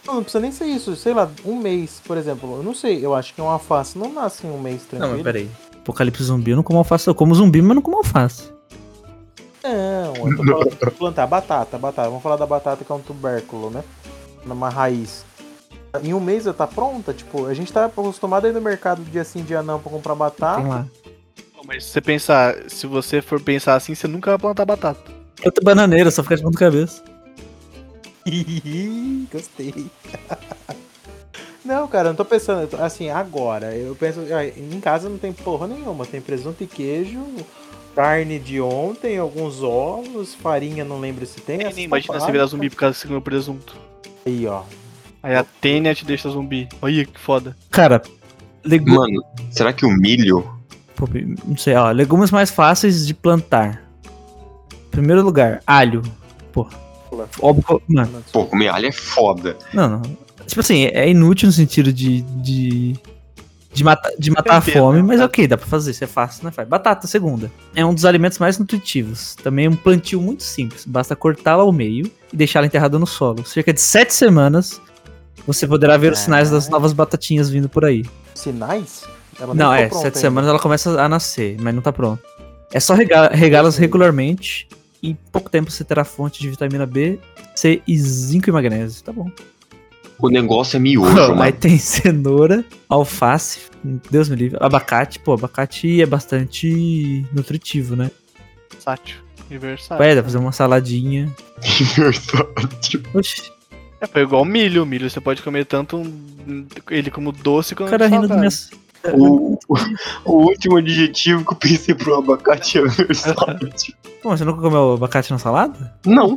Speaker 4: Não, não precisa nem ser isso, sei lá, um mês, por exemplo. Eu não sei, eu acho que uma alface não nasce em um mês
Speaker 3: Não,
Speaker 4: tranquilo.
Speaker 3: mas peraí. Apocalipse zumbi, eu não como alface. Eu como zumbi, mas não como alface.
Speaker 4: Não, eu tô falando de plantar batata, batata. Vamos falar da batata que é um tubérculo, né? Numa raiz. Em um mês ela tá pronta, tipo, a gente tá acostumado a ir no mercado dia sim, dia não pra comprar
Speaker 3: Tem
Speaker 4: batata.
Speaker 3: lá.
Speaker 5: Pô, Mas se você pensar, se você for pensar assim, você nunca vai plantar batata.
Speaker 3: Eu tô bananeira, só fica de ponta cabeça.
Speaker 4: Ih, Gostei. Não, cara, eu não tô pensando eu tô- assim, agora. Eu penso, ah, em casa não tem porra nenhuma. Tem presunto e queijo, carne de ontem, alguns ovos, farinha, não lembro se tem.
Speaker 5: Nem assim, imagina você virar zumbi por causa que você comeu presunto.
Speaker 4: Aí, ó.
Speaker 5: Aí a tênia te deixa zumbi. Olha que foda.
Speaker 3: Cara, legumes.
Speaker 2: Mano, será que o milho?
Speaker 3: Pô, Não sei, ó. Legumes mais fáceis de plantar. Primeiro lugar, alho. Pô. Óbvio que. Mano,
Speaker 2: Pô, comer alho é foda.
Speaker 3: não, não. Tipo assim, é inútil no sentido de. de... De matar, de matar a
Speaker 5: Entendo,
Speaker 3: fome,
Speaker 5: né?
Speaker 3: mas ok, dá pra fazer, isso é fácil, né? Faz. Batata, segunda. É um dos alimentos mais nutritivos. Também é um plantio muito simples. Basta cortá-la ao meio e deixá-la enterrada no solo. Cerca de sete semanas, você poderá ver os sinais das novas batatinhas vindo por aí.
Speaker 4: Sinais? É. Ela nem
Speaker 3: Não,
Speaker 4: ficou
Speaker 3: é,
Speaker 4: pronta
Speaker 3: sete
Speaker 4: ainda.
Speaker 3: semanas ela começa a nascer, mas não tá pronta. É só rega- regá-las regularmente e em pouco tempo você terá fonte de vitamina B, C e zinco e magnésio. Tá bom.
Speaker 2: O negócio é miojo,
Speaker 3: Aí
Speaker 2: mano.
Speaker 3: tem cenoura, alface, Deus me livre, abacate. Pô, abacate é bastante nutritivo, né?
Speaker 5: Sátil. Aniversário.
Speaker 3: Vai, dá pra fazer uma saladinha. Oxi,
Speaker 5: É, foi igual milho. Milho você pode comer tanto um- ele como doce
Speaker 3: o
Speaker 5: quanto
Speaker 3: cara rindo do
Speaker 5: salgado.
Speaker 3: minha...
Speaker 2: O, o- o último adjetivo que eu pensei pro abacate é versátil.
Speaker 3: Pô, mas você nunca comeu abacate na salada?
Speaker 2: Não,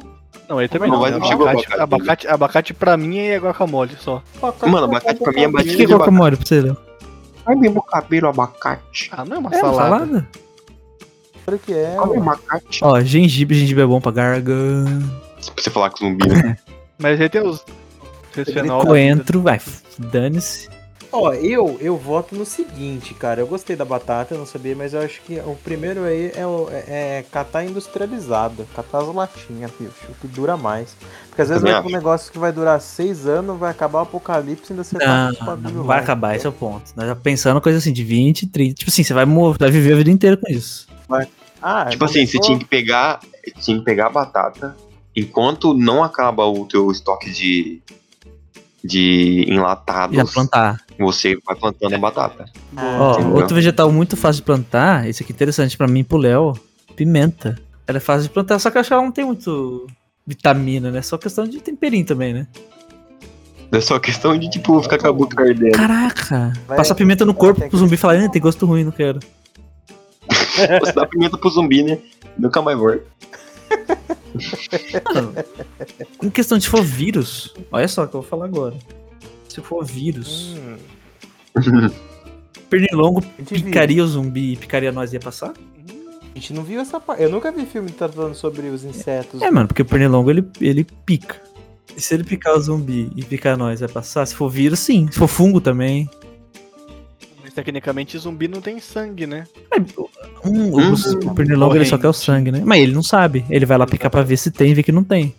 Speaker 5: Não, ele também
Speaker 2: Não,
Speaker 5: não.
Speaker 2: mas
Speaker 5: né?
Speaker 2: não chegou
Speaker 5: abacate,
Speaker 2: abacate.
Speaker 5: abacate, abacate pra mim é guacamole só.
Speaker 4: Abacate
Speaker 2: Mano,
Speaker 4: é uma
Speaker 2: abacate
Speaker 4: bomba
Speaker 2: pra mim é
Speaker 3: O
Speaker 2: batido
Speaker 3: que, que é
Speaker 2: de abacate.
Speaker 3: guacamole pra você, Léo?
Speaker 2: Ai, meu cabelo abacate.
Speaker 5: Ah, não é uma
Speaker 3: É,
Speaker 5: salada.
Speaker 3: salada?
Speaker 4: Claro que é.
Speaker 2: Come abacate.
Speaker 3: Ó, gengibre, gengibre é bom pra garganta.
Speaker 2: Se você falar com zumbi, né?
Speaker 5: Mas aí tem os. os fenol-
Speaker 3: Coentro, vai, f- dane-se.
Speaker 4: Ó, eu, eu voto no seguinte, cara. Eu gostei da batata, eu não sabia, mas eu acho que o primeiro aí é, o, é, é catar industrializado. Catar as latinhas, bicho, que dura mais. Porque às vezes
Speaker 2: Também
Speaker 4: vai pra um negócio que vai durar seis anos, vai acabar o apocalipse e ainda você tá
Speaker 3: Não,
Speaker 4: com os
Speaker 3: não,
Speaker 4: bagulho
Speaker 3: não
Speaker 4: lá,
Speaker 3: vai acabar, esse é
Speaker 4: entendeu?
Speaker 3: o ponto. Nós já pensando coisa assim, de 20, 30. Tipo assim, você vai, mo- vai viver a vida inteira com isso. é um
Speaker 4: Ah,
Speaker 2: Tipo assim, você
Speaker 4: começou-
Speaker 2: tinha que pegar. Tinha que pegar a batata. Enquanto não acaba o teu estoque de. de enlatados,
Speaker 3: Já plantar.
Speaker 2: você vai plantando a batata.
Speaker 5: né?
Speaker 4: Ah,
Speaker 3: Ó,
Speaker 4: entendi.
Speaker 2: entendeu?
Speaker 3: outro vegetal muito fácil de plantar, esse aqui é interessante pra mim e pro Léo, pimenta. Ela é fácil de plantar, só que eu acho que ela não tem muito vitamina, né? Só questão de temperinho também, né?
Speaker 2: É só questão de, tipo, ficar com a boca ardendo.
Speaker 3: Caraca!
Speaker 4: É. Vai-
Speaker 3: Passar pimenta no corpo
Speaker 4: tem
Speaker 3: pro zumbi falar, "Ah, tem gosto ruim, não quero.
Speaker 2: Você dá pimenta pro zumbi, né? Nunca mais morre.
Speaker 3: Em questão de se for vírus, olha só o que eu vou falar agora. Se for vírus,
Speaker 4: Hum,
Speaker 3: pernilongo
Speaker 4: a gente viu.
Speaker 3: picaria o zumbi e picaria nós ia passar?
Speaker 4: A gente não viu essa parte. Eu nunca vi filme tratando sobre os insetos.
Speaker 3: É, mano, porque o pernilongo ele, ele pica. E se ele picar o zumbi e picar nós, vai passar? Se for vírus, sim. Se for fungo também.
Speaker 5: Mas tecnicamente zumbi não tem sangue, né?
Speaker 3: Hum, o- o, pernilongo ele só quer o sangue, né? Mas ele não sabe. Ele vai lá picar pra ver se tem e ver que não tem.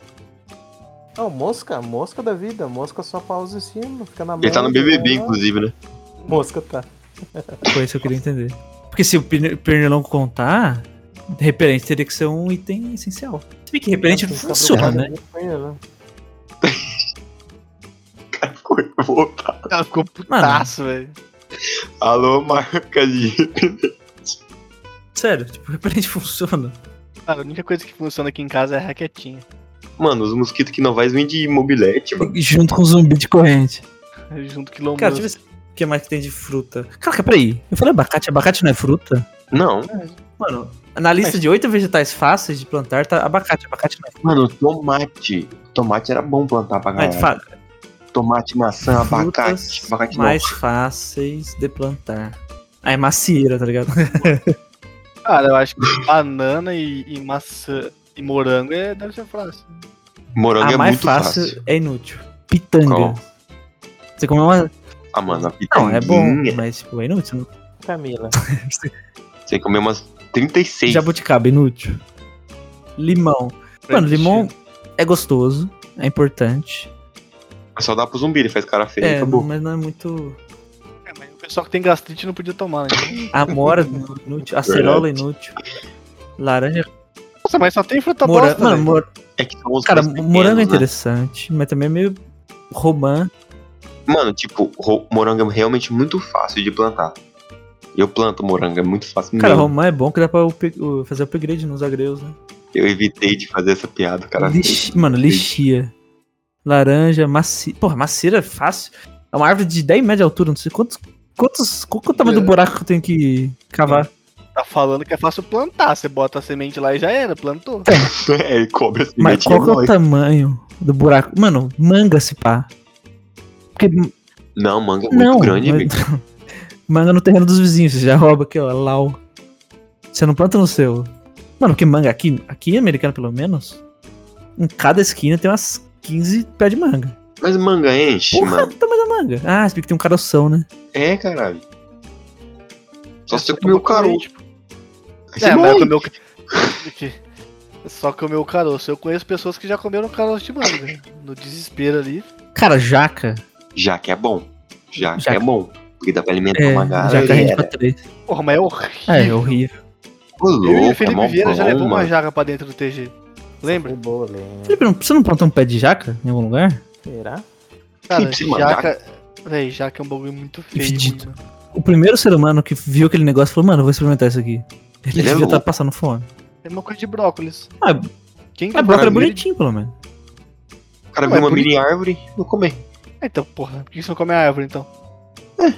Speaker 4: Não, mosca, mosca da vida. Mosca só pausa em cima, fica na mão.
Speaker 2: Ele tá no BBB,
Speaker 4: né?
Speaker 2: inclusive, né?
Speaker 4: Mosca tá.
Speaker 3: Foi isso que eu queria entender. Porque se o perne- pernilongo contar, repelente teria que ser um item essencial. Se bem que repelente não
Speaker 4: Fica
Speaker 3: funciona, né?
Speaker 4: preocupado, né?
Speaker 2: Opa.
Speaker 5: Ela ficou
Speaker 3: putaço,
Speaker 5: velho.
Speaker 2: Alô, marca de.
Speaker 3: Sério, tipo, repelente funciona.
Speaker 5: Cara, a única coisa que funciona aqui em casa é a raquetinha.
Speaker 2: Mano, os mosquitos que não vai vêm de mobilete, mano.
Speaker 3: Junto com zumbi de corrente.
Speaker 5: Junto quilombo.
Speaker 3: Cara, deixa eu ver o que mais que tem de fruta. Caraca, peraí. Eu falei abacate, abacate não é fruta?
Speaker 2: Não.
Speaker 3: Mano, na lista de oito vegetais fáceis de plantar tá abacate. Abacate não é
Speaker 2: Mano, tomate. Tomate era bom plantar pra
Speaker 3: fruta.
Speaker 2: galera. Tomate, maçã, abacate.
Speaker 3: frutas
Speaker 2: Abacate
Speaker 3: mais fáceis de plantar. Ah, é macieira, tá ligado?
Speaker 5: Cara, eu acho que banana e, e maçã e morango é, deve ser fácil.
Speaker 2: não. Morango
Speaker 3: a
Speaker 2: é
Speaker 3: mais
Speaker 2: muito
Speaker 3: fácil,
Speaker 2: fácil.
Speaker 3: Ah, é inútil. Pitanga.
Speaker 2: Qual?
Speaker 3: Você come uma.
Speaker 2: Ah, mano, a
Speaker 3: Não,
Speaker 2: pitanguinha.
Speaker 3: é bom, mas tipo, é inútil.
Speaker 4: Camila.
Speaker 2: Você comeu umas 36.
Speaker 3: Jabuticaba, inútil. Limão. Mano, limão é gostoso, é importante.
Speaker 2: é Só dá pro zumbi, ele faz cara feia e
Speaker 3: É,
Speaker 2: acabou.
Speaker 3: mas não é muito.
Speaker 5: É, mas o pessoal que tem gastrite não podia tomar, né?
Speaker 3: Amora inútil, acerola é inútil. Laranja.
Speaker 5: Nossa, mas só tem fruta
Speaker 3: mora-
Speaker 5: bosta,
Speaker 3: Mano,
Speaker 5: velho.
Speaker 3: mor-
Speaker 2: É que são os
Speaker 3: cara,
Speaker 2: mais pequenos,
Speaker 3: morango é
Speaker 2: né?
Speaker 3: interessante, mas também é meio romã.
Speaker 2: Mano, tipo, ro- morango é realmente muito fácil de plantar. Eu planto morango, é muito fácil
Speaker 3: Cara,
Speaker 2: mesmo.
Speaker 3: romã é bom que dá pra up- o- fazer upgrade nos agreus, né?
Speaker 2: Eu evitei de fazer essa piada, cara.
Speaker 3: Lixi- Mano, lixia. Laranja, maci... Porra, macieira é fácil. É uma árvore de 10 metros de altura, não sei quantos. Quantos. Qual que é o tamanho do buraco que eu tenho que cavar?
Speaker 5: Tá falando que é fácil plantar. Você bota a semente lá e já era, plantou.
Speaker 2: É, ele cobra assim,
Speaker 3: Mas qual que é o tamanho do buraco? Mano, manga se pá. Porque
Speaker 2: Não, manga é muito
Speaker 3: Não,
Speaker 2: grande,
Speaker 3: mas-
Speaker 2: velho.
Speaker 3: manga no terreno dos vizinhos, você já rouba aqui, ó, lau. Você não planta no seu. Mano, porque manga aqui, aqui americano pelo menos, em cada esquina tem umas 15 pés de manga.
Speaker 2: Mas manga enche,
Speaker 3: Porra,
Speaker 2: mano.
Speaker 3: do tamanho da manga. Ah, se bem que tem um caroção, né?
Speaker 2: É, caralho. Só se
Speaker 5: Você
Speaker 2: você comer o
Speaker 5: toma
Speaker 2: caroço.
Speaker 5: leite, pô.
Speaker 2: Aí você
Speaker 5: É, mas
Speaker 2: morre.
Speaker 5: comeu. Só comeu o caroço. Eu conheço pessoas que já comeram caroço de manga. No desespero ali.
Speaker 3: Cara, jaca.
Speaker 2: Já que é bom. Já que
Speaker 3: Jaca.
Speaker 2: é bom. Porque dá pra alimentar
Speaker 3: É,
Speaker 2: uma
Speaker 3: jaca rende
Speaker 2: galera.
Speaker 3: pra três.
Speaker 5: Porra, mas é horrível.
Speaker 3: É, é horrível.
Speaker 2: Ô,
Speaker 5: Eu e o
Speaker 2: louco, é
Speaker 5: Felipe
Speaker 2: mó
Speaker 5: Vieira já
Speaker 2: bom,
Speaker 5: levou uma
Speaker 2: mano.
Speaker 5: jaca pra dentro do TG. Lembra?
Speaker 4: O bolo, hein?
Speaker 3: Felipe, não- você não planta um pé de jaca em algum lugar?
Speaker 4: Será?
Speaker 5: Cara,
Speaker 2: Felipe, você manda
Speaker 5: jaca. Véi, jaca é um bagulho muito feio.
Speaker 3: Fedido.
Speaker 5: mano.
Speaker 3: O primeiro ser humano que viu aquele negócio falou, mano, eu vou experimentar isso aqui. Ele
Speaker 2: Ele é
Speaker 3: devia estar
Speaker 2: louco.
Speaker 3: passando fome.
Speaker 5: É uma coisa de brócolis.
Speaker 3: Ah,
Speaker 5: Quem
Speaker 3: A
Speaker 5: come
Speaker 3: broca é
Speaker 5: milho-
Speaker 3: bonitinho, pelo menos.
Speaker 2: O cara
Speaker 5: Não,
Speaker 2: viu
Speaker 5: é
Speaker 2: uma
Speaker 5: bonito.
Speaker 2: mini árvore, vou comer.
Speaker 5: Ah, Então, porra, por que você não come a árvore então?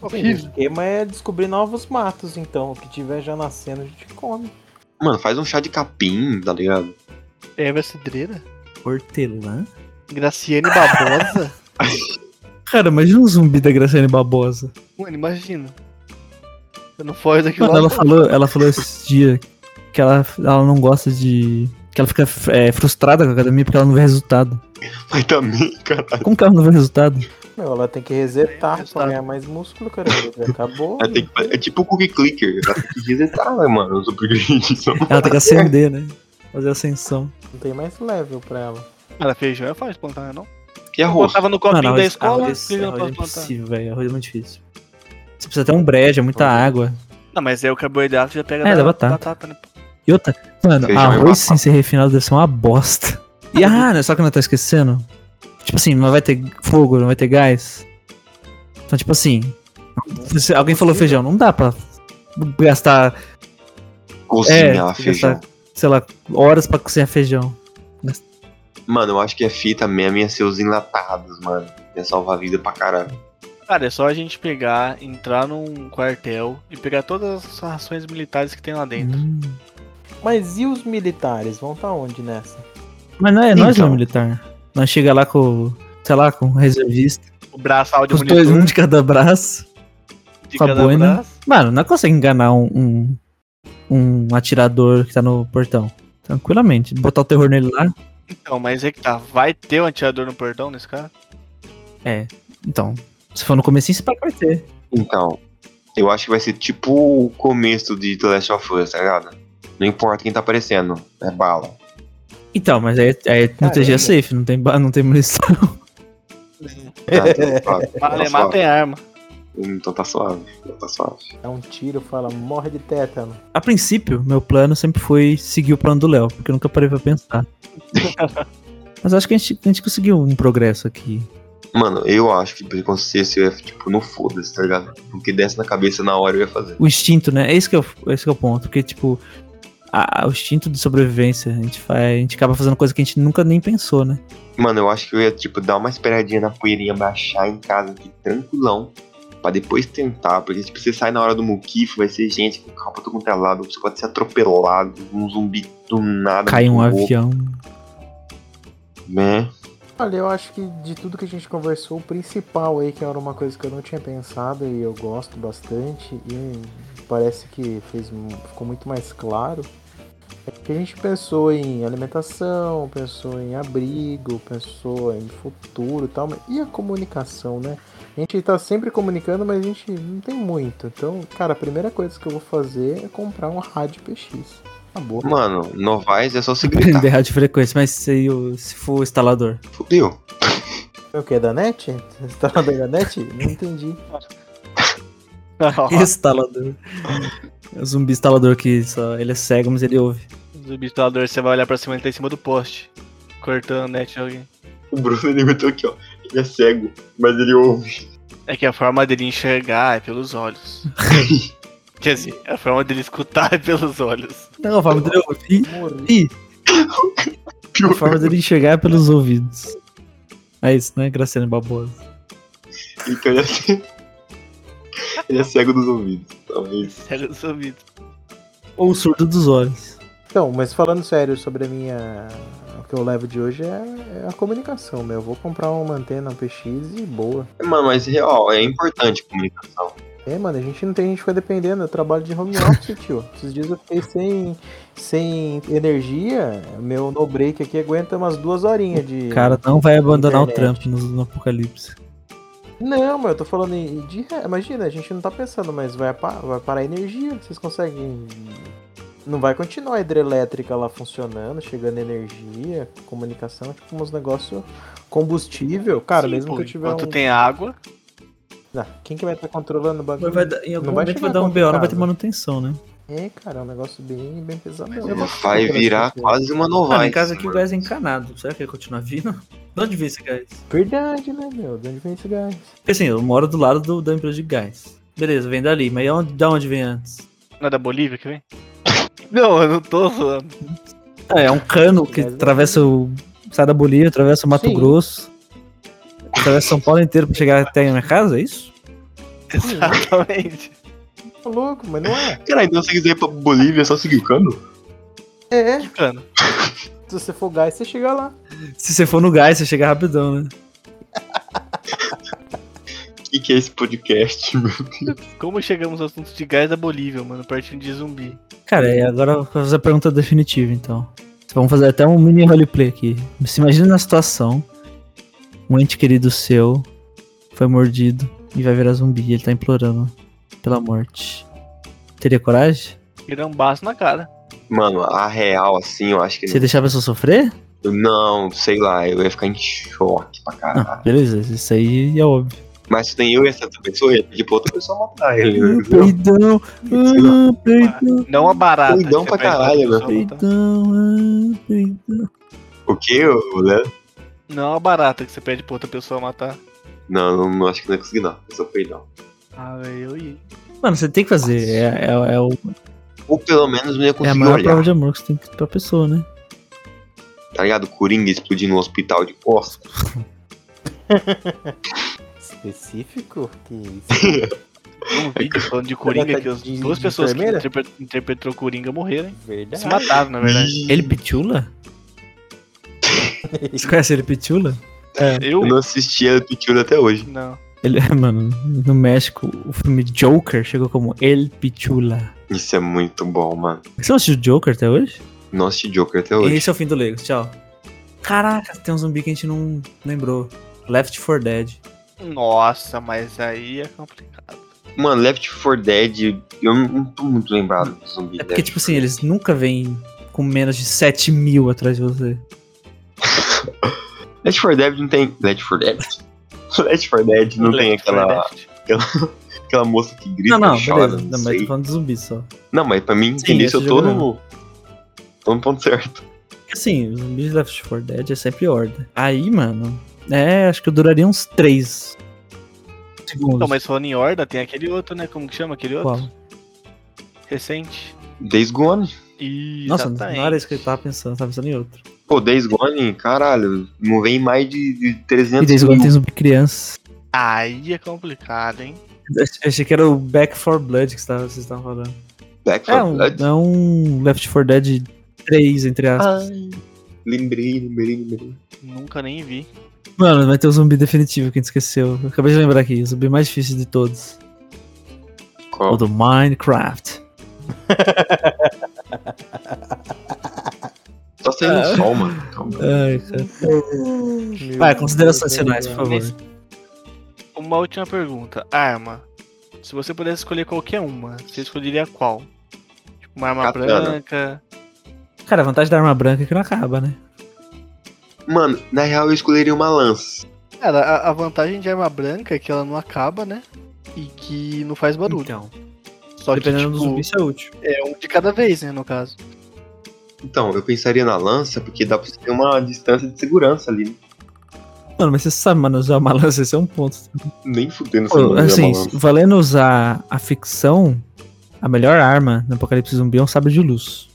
Speaker 5: Horrível.
Speaker 4: O esquema é descobrir novos matos, então. O que tiver já nascendo, a gente come.
Speaker 2: Mano, faz um chá de capim, tá ligado?
Speaker 5: Erva É, cidreira?
Speaker 3: Hortelã?
Speaker 5: Graciane Babosa?
Speaker 3: Cara, imagina um zumbi da Graciane Babosa.
Speaker 5: Mano, imagina. Eu não foge daquilo
Speaker 3: Mano,
Speaker 5: lá.
Speaker 3: ela falou, ela falou esses dias que ela, ela não gosta de. que ela fica é, frustrada com a academia porque ela não vê resultado.
Speaker 2: Mas também, cara,
Speaker 3: Como que ela não vê resultado?
Speaker 4: Meu, ela tem que resetar pra
Speaker 5: Resultado.
Speaker 4: ganhar mais músculo, cara. Já acabou.
Speaker 2: ela tem que fazer- é tipo o cookie clicker. Ela tem que resetar, né, mano. Eu sou preguiçoso.
Speaker 3: Ela tem que acender, né? Fazer ascensão.
Speaker 4: Não tem mais level pra ela.
Speaker 5: Cara, feijão é fácil plantar, né, não?
Speaker 2: E
Speaker 5: Eu
Speaker 2: arroz?
Speaker 5: botava no copinho
Speaker 3: Mano,
Speaker 5: da
Speaker 3: arroz-
Speaker 5: escola,
Speaker 3: arroz-
Speaker 5: que eu não
Speaker 3: arroz é
Speaker 5: posso plantar.
Speaker 3: impossível, velho. Arroz é muito difícil. Você precisa ter um brejo, é muita água.
Speaker 5: Não, mas aí o carboidrato já pega
Speaker 3: É, da batata.
Speaker 5: né?
Speaker 3: E outra, mano,
Speaker 2: Feijão é uma
Speaker 3: arroz sem ser refinado deve ser uma bosta. E ah, né, só que não tá esquecendo. Tipo assim, não vai ter fogo, não vai ter gás. Então, tipo assim, você- alguém falou feijão, não dá pra gastar É,
Speaker 2: Cozinha, lá,
Speaker 3: tem que
Speaker 2: feijão.
Speaker 3: gastar, sei lá, horas pra cozinhar feijão.
Speaker 2: Mano, eu acho que a fita mesmo ia ser os enlatados, mano. Ia salvar a vida pra caralho.
Speaker 5: Cara, é só a gente pegar, entrar num quartel e pegar todas as rações militares que tem lá dentro.
Speaker 4: Uhum.
Speaker 3: Hum.
Speaker 4: Mas e os militares? Vão tá onde nessa?
Speaker 3: Mas não é nós
Speaker 2: Então.
Speaker 3: não, militar. Nós chega lá com, sei lá, com um reservista,
Speaker 5: O braço áudio
Speaker 3: com os dois, um de cada braço.
Speaker 5: de
Speaker 3: com a
Speaker 5: cada
Speaker 4: né?
Speaker 3: boina.
Speaker 5: braço.
Speaker 3: Mano, não é consegue enganar um, um, um atirador que tá no portão. Tranquilamente. Botar o terror nele lá.
Speaker 5: Então, mas é que tá. Vai ter o atirador no portão nesse cara?
Speaker 3: Então, se for no comecinho, você pode ter.
Speaker 2: Então, eu acho que vai ser tipo o começo de The Last of Us, tá ligado? Não importa quem tá aparecendo, é bala.
Speaker 3: Então, mas aí, aí não tem
Speaker 4: Caramba.
Speaker 3: G é safe, não tem, ba- não tem munição.
Speaker 2: Tá, então, tá,
Speaker 5: é
Speaker 4: É,
Speaker 2: tá
Speaker 5: Malemar
Speaker 2: suave.
Speaker 5: tem arma.
Speaker 2: Então tá suave, então tá suave.
Speaker 4: Dá um tiro, fala, morre de tétano.
Speaker 3: A princípio, meu plano sempre foi seguir o plano do Léo, porque eu nunca parei pra pensar. Mas acho que a gente, a gente conseguiu um progresso aqui.
Speaker 2: Mano, eu acho que se acontecesse, eu ia, tipo, no foda-se, tá ligado? O que desse na cabeça na hora eu ia fazer.
Speaker 3: O instinto, né? É esse que é o, esse que é o ponto. Porque, tipo, a- o instinto de sobrevivência, a gente, faz, a gente acaba fazendo coisa que a gente nunca nem pensou, né?
Speaker 2: Mano, eu acho que eu ia, tipo, dar uma esperadinha na poeirinha baixar em casa aqui, tranquilão. Pra depois tentar, porque tipo, você sai na hora do muquifo, vai ser gente com capa todo quanto é lado, você pode ser atropelado, um zumbi do nada.
Speaker 3: Cai um
Speaker 2: voou,
Speaker 3: avião.
Speaker 2: Né?
Speaker 4: Olha, eu acho que de tudo que a gente conversou, o principal aí, que era uma coisa que eu não tinha pensado e eu gosto bastante, e parece que fez, mu- ficou muito mais claro, é que a gente pensou em alimentação, pensou em abrigo, pensou em futuro e tal, mas e a comunicação, né? A gente tá sempre comunicando, mas a gente não tem muito. Então, cara, a primeira coisa que eu vou fazer é comprar um rádio PX. Acabou.
Speaker 2: Mano, Novaes é só se gritar.
Speaker 3: Prender rádio frequência, mas se, o- se for o instalador.
Speaker 2: Fudeu.
Speaker 4: O que? É da NET? Você tá falando da NET? Não entendi.
Speaker 3: Instalador. É o zumbi instalador que só, ele é cego, mas ele ouve.
Speaker 5: O instalador, você vai olhar pra cima, ele tá em cima do poste. Cortando né, a net de alguém.
Speaker 2: O Bruno ele botou aqui, ó. Ele é cego, mas ele ouve.
Speaker 5: É que a forma dele enxergar é pelos olhos. Quer dizer, a forma dele escutar é pelos olhos.
Speaker 3: Não, a forma dele é ouvir.
Speaker 4: Morri.
Speaker 3: Ih, a forma dele enxergar é pelos ouvidos. É isso, né, Graciano Barbosa?
Speaker 2: Então ele é cego. Ele é cego dos ouvidos, Então, é talvez.
Speaker 5: Cego dos ouvidos.
Speaker 3: Ou o surdo dos olhos.
Speaker 4: Então, mas falando sério sobre a minha. O que eu levo de hoje é, é a comunicação, meu. Eu vou comprar uma antena, um PX e boa.
Speaker 2: Mano, mas real, é importante a comunicação.
Speaker 4: É, mano, a gente não tem, a gente fica dependendo. Eu trabalho de home office, tio. Esses dias eu fiquei sem, sem energia. Meu no break aqui aguenta umas duas horinhas de.
Speaker 3: O cara não vai abandonar o
Speaker 4: Internet.
Speaker 3: Trump no, no apocalipse.
Speaker 4: Não, mas eu tô falando em- de. re- Imagina, a gente não tá pensando, mas vai, pa- vai parar a energia. Vocês conseguem. Não vai continuar a hidrelétrica lá funcionando, chegando energia, comunicação, tipo uns negócios combustível. Cara,
Speaker 5: Sim,
Speaker 4: mesmo
Speaker 5: pô,
Speaker 4: que eu tiver.
Speaker 5: Enquanto
Speaker 4: Um...
Speaker 5: tem água,
Speaker 4: Ah, quem que vai estar controlando o bagulho?
Speaker 3: Mas vai dar, em algum
Speaker 4: Não vai
Speaker 3: momento
Speaker 4: chegar
Speaker 3: vai dar um
Speaker 4: contra
Speaker 3: BO, não vai
Speaker 4: casa.
Speaker 3: ter manutenção, né?
Speaker 4: É, cara, é um negócio bem, bem pesado.
Speaker 2: Vai virar quase uma Novaes.
Speaker 3: Mano, em casa aqui o
Speaker 2: mano.
Speaker 3: gás é encanado. Será que vai continuar vindo? De onde vem esse gás?
Speaker 4: Verdade, né, meu? De onde vem esse gás?
Speaker 3: Porque assim, eu moro do lado do- da empresa de gás. Beleza, vem dali, mas e onde, da onde vem antes?
Speaker 5: não é da Bolívia que vem? Não, eu não tô zoando.
Speaker 3: Ah, é um cano que
Speaker 4: Gás é
Speaker 3: atravessa o. Sai da Bolívia, atravessa o Mato
Speaker 4: Sim.
Speaker 3: Grosso. Atravessa São Paulo inteiro pra chegar até a minha casa, é isso?
Speaker 5: Exatamente.
Speaker 4: Tá louco, mas não é.
Speaker 2: Cara, então se quiser ir pra Bolívia, é só seguir o cano?
Speaker 4: É,
Speaker 5: Que cano?
Speaker 4: se você for gás, você chega lá.
Speaker 3: Se você for no gás, você chega rapidão, né?
Speaker 2: O que, que é esse podcast, meu?
Speaker 5: Como chegamos ao assunto de gás da Bolívia, mano? Partindo de zumbi.
Speaker 3: Cara, e agora eu vou fazer a pergunta definitiva, então. Vamos fazer até um mini roleplay aqui. Se imagina na situação: um ente querido seu foi mordido e vai virar zumbi. Ele tá implorando pela morte. Teria coragem?
Speaker 5: Tirar um baço na cara.
Speaker 2: Mano, a real, assim, eu acho que.
Speaker 3: Você deixar a pessoa sofrer?
Speaker 2: Não, sei lá, eu ia ficar em choque pra
Speaker 3: Não,
Speaker 2: caralho.
Speaker 3: Ah, beleza, isso aí é óbvio.
Speaker 2: Mas se tem eu e essa outra pessoa, ia pedir pra outra pessoa matar ele, né?
Speaker 3: Ah,
Speaker 2: entendeu?
Speaker 3: Peidão, ah, peidão,
Speaker 5: Não a barata.
Speaker 2: Doidão
Speaker 5: Você
Speaker 2: pra
Speaker 5: pede
Speaker 2: caralho,
Speaker 3: Ah,
Speaker 5: pessoa
Speaker 3: então tá.
Speaker 2: meu.
Speaker 5: matar.
Speaker 3: peidão, ah, peidão.
Speaker 2: O que, né?
Speaker 5: Não a barata que você pede pra outra pessoa matar.
Speaker 2: Não, não, não acho que não ia conseguir, não. Eu sou peidão.
Speaker 5: Ah, velho, eu ia.
Speaker 3: Mano, você tem que fazer. É, é, é, o-
Speaker 2: Ou pelo menos não ia
Speaker 3: é a
Speaker 2: conseguir
Speaker 3: maior
Speaker 2: olhar,
Speaker 3: prova de amor que você tem que pra pessoa, né?
Speaker 2: tá ligado? Coringa explodindo no hospital de Costa.
Speaker 4: Específico? Que isso?
Speaker 5: Um vídeo falando de Coringa, que as
Speaker 4: De-
Speaker 5: duas
Speaker 4: de
Speaker 5: pessoas que
Speaker 4: enfermeira?
Speaker 5: interpre- interpretou Coringa morreram, hein?
Speaker 4: é Verdade.
Speaker 5: Se mataram,
Speaker 3: É
Speaker 5: na verdade.
Speaker 3: Ele pitula? Você conhece ele pitula?
Speaker 5: Eu?
Speaker 2: Eu não assisti a Pichura até hoje.
Speaker 5: Não.
Speaker 3: Ele, mano, no México, o filme Joker chegou como El Pichula.
Speaker 2: Isso é muito bom, mano.
Speaker 3: Você não assistiu Joker até hoje?
Speaker 2: Não assisti Joker até hoje.
Speaker 3: Esse é o fim do Lego, tchau. Caraca, tem um zumbi que a gente não lembrou. Left 4 Dead.
Speaker 7: Nossa, mas aí é complicado.
Speaker 2: Mano, Left 4 Dead, eu não- não tô muito lembrado do zumbi.
Speaker 3: É porque, tipo assim, eles nunca vêm com menos de 7 mil atrás de você.
Speaker 2: Left 4 Dead não tem. Left 4 Dead. Left 4 Dead não tem
Speaker 7: Left four
Speaker 2: aquela,
Speaker 7: Dead.
Speaker 2: aquela moça que grita
Speaker 3: Não, não,
Speaker 2: e chora.
Speaker 3: beleza. Não,
Speaker 2: Não,
Speaker 3: mas tô
Speaker 2: sei.
Speaker 3: falando de zumbi só.
Speaker 2: não, mas pra mim,
Speaker 3: Sim,
Speaker 2: entender isso, eu
Speaker 3: esse
Speaker 2: tô
Speaker 3: jogo é
Speaker 2: no. Tô no ponto certo.
Speaker 3: Assim, os zumbis de Left 4 Dead é sempre horda. Aí, mano, é, acho que eu duraria uns 3 segundos.
Speaker 5: Não, Então, mas falando em horda, tem aquele outro, né? Como que chama aquele outro?
Speaker 3: Qual?
Speaker 5: Recente.
Speaker 2: Days Gone.
Speaker 5: E
Speaker 3: Nossa, não era isso que eu tava pensando, eu tava pensando em outro.
Speaker 2: Pô, Days Gone, caralho, não vem mais de, de
Speaker 3: E
Speaker 2: 300
Speaker 3: desde agora tem
Speaker 2: mil.
Speaker 3: zumbi criança.
Speaker 5: Aí é complicado, hein?
Speaker 3: Eu achei que era o Back 4 Blood que vocês estavam falando.
Speaker 2: Back
Speaker 3: É
Speaker 2: 4
Speaker 3: um,
Speaker 2: Blood.
Speaker 3: é um Left 4 Dead 3, entre aspas.
Speaker 2: Lembrei, lembrei, lembrei.
Speaker 5: Nunca nem vi.
Speaker 3: Mano, vai ter o zumbi definitivo que a gente esqueceu. Eu acabei de lembrar aqui, o zumbi mais difícil de todos.
Speaker 2: Qual?
Speaker 3: O do Minecraft.
Speaker 2: Tá saindo
Speaker 3: É.
Speaker 2: sol, mano. Calma.
Speaker 3: Ai, cara.
Speaker 4: Meu
Speaker 3: Vai,
Speaker 4: Deus,
Speaker 3: É, considerações
Speaker 4: eu tô
Speaker 3: finais, por
Speaker 4: lembrando.
Speaker 3: favor.
Speaker 5: Uma última pergunta. Arma. Se você pudesse escolher qualquer uma, você escolheria qual? Tipo, uma arma
Speaker 2: Katana.
Speaker 5: branca.
Speaker 3: Cara, a vantagem da arma branca é que não acaba, né?
Speaker 2: Mano, na real eu escolheria uma lança.
Speaker 5: Cara, a, a vantagem de arma branca é que ela não acaba, né? E que não faz barulho.
Speaker 3: Então,
Speaker 5: Só que,
Speaker 3: dependendo do
Speaker 5: tipo,
Speaker 3: zumbi, isso é útil.
Speaker 5: é um de cada vez, né, no caso.
Speaker 2: Então, eu pensaria na lança porque dá pra você ter uma distância de segurança ali. né?
Speaker 3: Mano, mas você sabe, mano, usar uma lança, esse é um ponto.
Speaker 2: Nem fudendo
Speaker 3: Pô,
Speaker 2: mano,
Speaker 3: assim,
Speaker 2: uma lança.
Speaker 3: valendo usar a ficção, a melhor arma no Apocalipse Zumbi é um sabre de luz.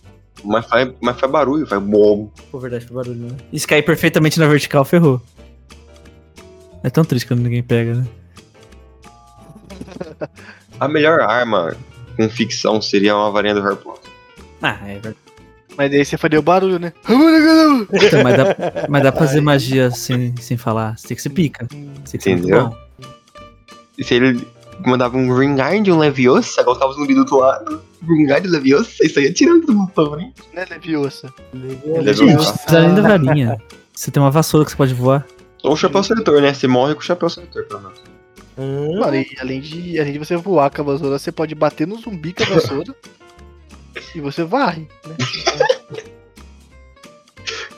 Speaker 2: Mas faz, mas faz barulho, faz bom.
Speaker 3: Pô, verdade, foi barulho, né? Isso cair perfeitamente na vertical, ferrou. É tão triste quando ninguém pega, né?
Speaker 2: A melhor arma com ficção seria uma varinha do Harry Potter.
Speaker 3: Ah, é verdade.
Speaker 5: Mas daí você faria o barulho, né?
Speaker 3: Então, mas, dá, mas dá pra fazer magia sem, sem falar. Você tem que ser pica. Você tem que ser muito
Speaker 2: Entendeu?
Speaker 3: bom.
Speaker 2: E se ele mandava um Ringard, um Leviosa, colocava os zumbi do outro lado, Ringard, Leviosa, e saía tirando do mundo, né?
Speaker 5: Né, Leviosa?
Speaker 3: Gente, não precisa nem da varinha. Você tem uma vassoura que você pode voar.
Speaker 2: Ou o chapéu seletor, né? Você morre com o chapéu seletor, pelo menos.
Speaker 4: Hum,
Speaker 5: Mano, e além de, além de você voar com a vassoura, você pode bater no zumbi com a vassoura e você varre. né?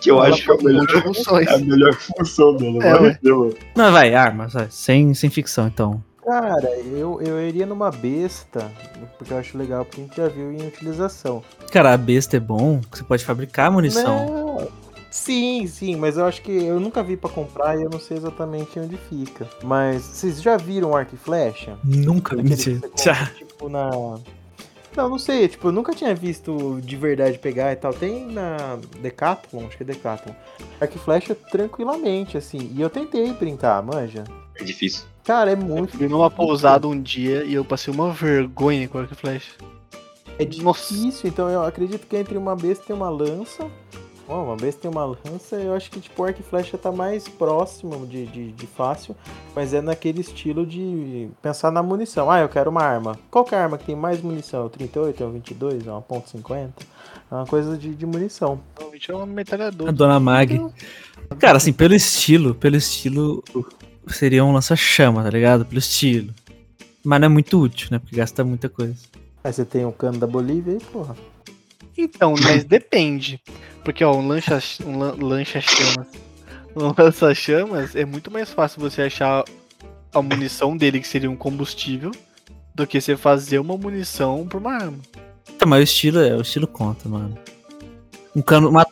Speaker 2: Que eu
Speaker 5: Ela
Speaker 2: acho que é o
Speaker 5: pode ter
Speaker 2: melhor.
Speaker 5: outras funções.
Speaker 2: É a melhor função dela,
Speaker 5: É,
Speaker 2: vai ver, mano.
Speaker 3: Não, vai, arma, vai. Sem, sem ficção, então.
Speaker 4: Cara, eu, eu iria numa besta, porque eu acho legal, porque a gente já viu em utilização.
Speaker 3: Cara, a besta é bom, que você pode fabricar munição.
Speaker 4: Não. Sim, sim, mas eu acho que eu nunca vi pra comprar e eu não sei exatamente onde fica. Mas vocês já viram arco e flecha?
Speaker 3: Nunca,
Speaker 4: Aquele que
Speaker 3: mentira.
Speaker 4: você compra,
Speaker 3: Já.
Speaker 4: Tipo na Não, não sei, tipo, eu nunca tinha visto de verdade pegar e tal. Tem na Decathlon, acho que é Decathlon. Arco e flecha tranquilamente assim. E eu tentei brincar, manja.
Speaker 2: É difícil.
Speaker 4: Cara, é
Speaker 5: Eu
Speaker 4: muito
Speaker 5: fui numa pousada um dia e eu passei uma vergonha com o arco e flecha.
Speaker 4: É
Speaker 5: Nossa.
Speaker 4: difícil, então eu acredito que entre uma besta e uma lança. Ó, uma besta e uma lança, eu acho que tipo, o arco e flecha tá mais próximo de, de, de fácil, mas é naquele estilo de pensar na munição. Ah, eu quero uma arma. Qual que é a arma que tem mais munição? É o 38, é o 22, é uma .50? É uma coisa de, de munição.
Speaker 5: Realmente é uma
Speaker 3: A
Speaker 5: metralhadora.
Speaker 3: dona Mag. Cara, assim, pelo estilo, pelo estilo, seria um lança-chama, tá ligado? Pelo estilo. Mas não é muito útil, né? Porque gasta muita coisa.
Speaker 4: Aí você tem o cano da Bolívia aí, porra.
Speaker 5: Então, mas depende. Porque, ó, um lancha, um lan- lancha-chamas. Um lança-chamas é muito mais fácil você achar a munição dele, que seria um combustível, do que você fazer uma munição pra uma arma.
Speaker 3: Tá, mas o estilo é, o estilo conta, mano. Um cano, uma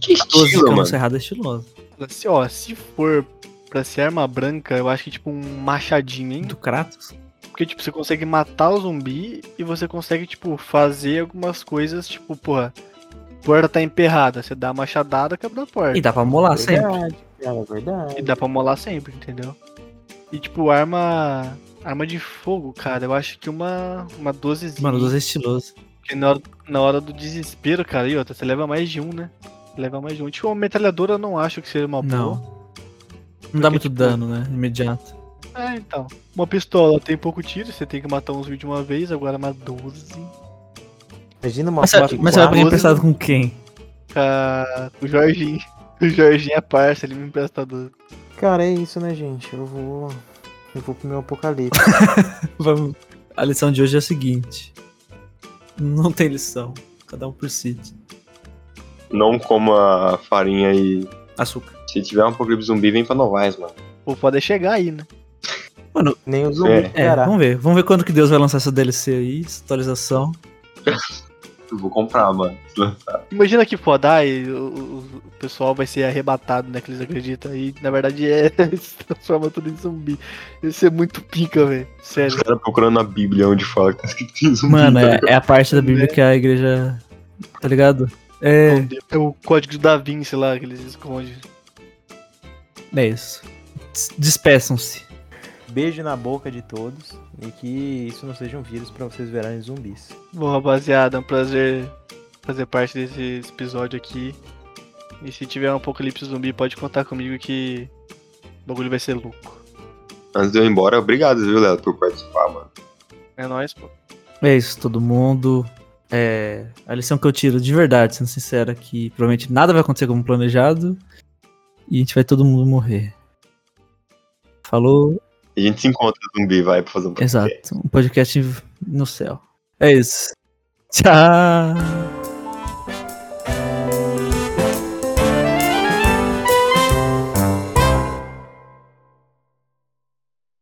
Speaker 2: Que
Speaker 3: 12
Speaker 2: estilo,
Speaker 3: cano
Speaker 2: mano.
Speaker 3: cerrado é estiloso.
Speaker 5: Se, ó, se for pra ser arma branca, eu acho que tipo um machadinho, hein?
Speaker 3: Do Kratos.
Speaker 5: Porque, tipo, você consegue matar o zumbi e você consegue, tipo, fazer algumas coisas, tipo, porra, a porta tá emperrada, você dá uma machadada, quebra a porta.
Speaker 3: E dá pra molar sempre.
Speaker 4: verdade, cara, é verdade.
Speaker 5: E dá pra molar sempre, entendeu? E, tipo, arma. Arma de fogo, cara, eu acho que uma. Uma 12
Speaker 3: Mano, 12 é estiloso.
Speaker 5: Porque na hora, na hora do desespero, cara, e outra, você leva mais de um, né? Você leva mais de um. Tipo, uma metralhadora eu não acho que seria uma boa.
Speaker 3: Não. Não dá
Speaker 5: Porque,
Speaker 3: muito
Speaker 5: tipo,
Speaker 3: dano, né? Imediato.
Speaker 5: É, então. Uma pistola tem pouco tiro, você tem que matar uns vídeos de uma vez, agora uma 12.
Speaker 4: Imagina uma
Speaker 3: Mas, você-
Speaker 4: foto
Speaker 3: mas você vai
Speaker 4: quatro-
Speaker 3: pegar emprestado com quem?
Speaker 5: Ca- com o Jorginho. O Jorginho é parça, ele me empresta duas.
Speaker 4: Cara, é isso, né, gente? Eu vou. Eu vou pro meu apocalipse.
Speaker 3: Vamos. A lição de hoje é a seguinte: não tem lição, cada um por si.
Speaker 2: Não coma farinha e.
Speaker 3: Açúcar.
Speaker 2: Se tiver um apocalipse zumbi, vem pra Novaes, mano.
Speaker 5: Pô, pode chegar aí, né?
Speaker 4: Nem o zumbi
Speaker 2: É.
Speaker 4: é.
Speaker 3: É, vamos ver. Vamos ver quando que Deus vai lançar essa DLC aí, essa atualização.
Speaker 2: Eu vou comprar, mano.
Speaker 5: Imagina que foda, ai, o, o- o pessoal vai ser arrebatado, né? Que eles acreditam. E na verdade é. se transforma tudo em zumbi. Isso é muito pica, velho. Sério.
Speaker 2: Os caras procurando na Bíblia onde fala que tá escrito zumbi.
Speaker 3: Mano, é, é a parte da Bíblia que a igreja. Tá ligado? É.
Speaker 5: É o código da Vinci lá que eles escondem.
Speaker 3: É isso. Des- Despeçam-se.
Speaker 4: Beijo na boca de todos. E que isso não seja um vírus pra vocês virarem zumbis.
Speaker 5: Bom, rapaziada, é um prazer fazer parte desse episódio aqui. E se tiver um apocalipse zumbi, pode contar comigo que o bagulho vai ser louco.
Speaker 2: Antes de eu ir embora, obrigado, viu, Léo, por participar, mano.
Speaker 5: É nóis, pô.
Speaker 3: É isso, todo mundo. É, a lição que eu tiro, de verdade, sendo sincero, é que provavelmente nada vai acontecer como planejado. E a gente vai todo mundo morrer. Falou.
Speaker 2: A gente se encontra zumbi, vai, pra fazer um podcast.
Speaker 3: Exato. Um podcast no céu. É isso. Tchau.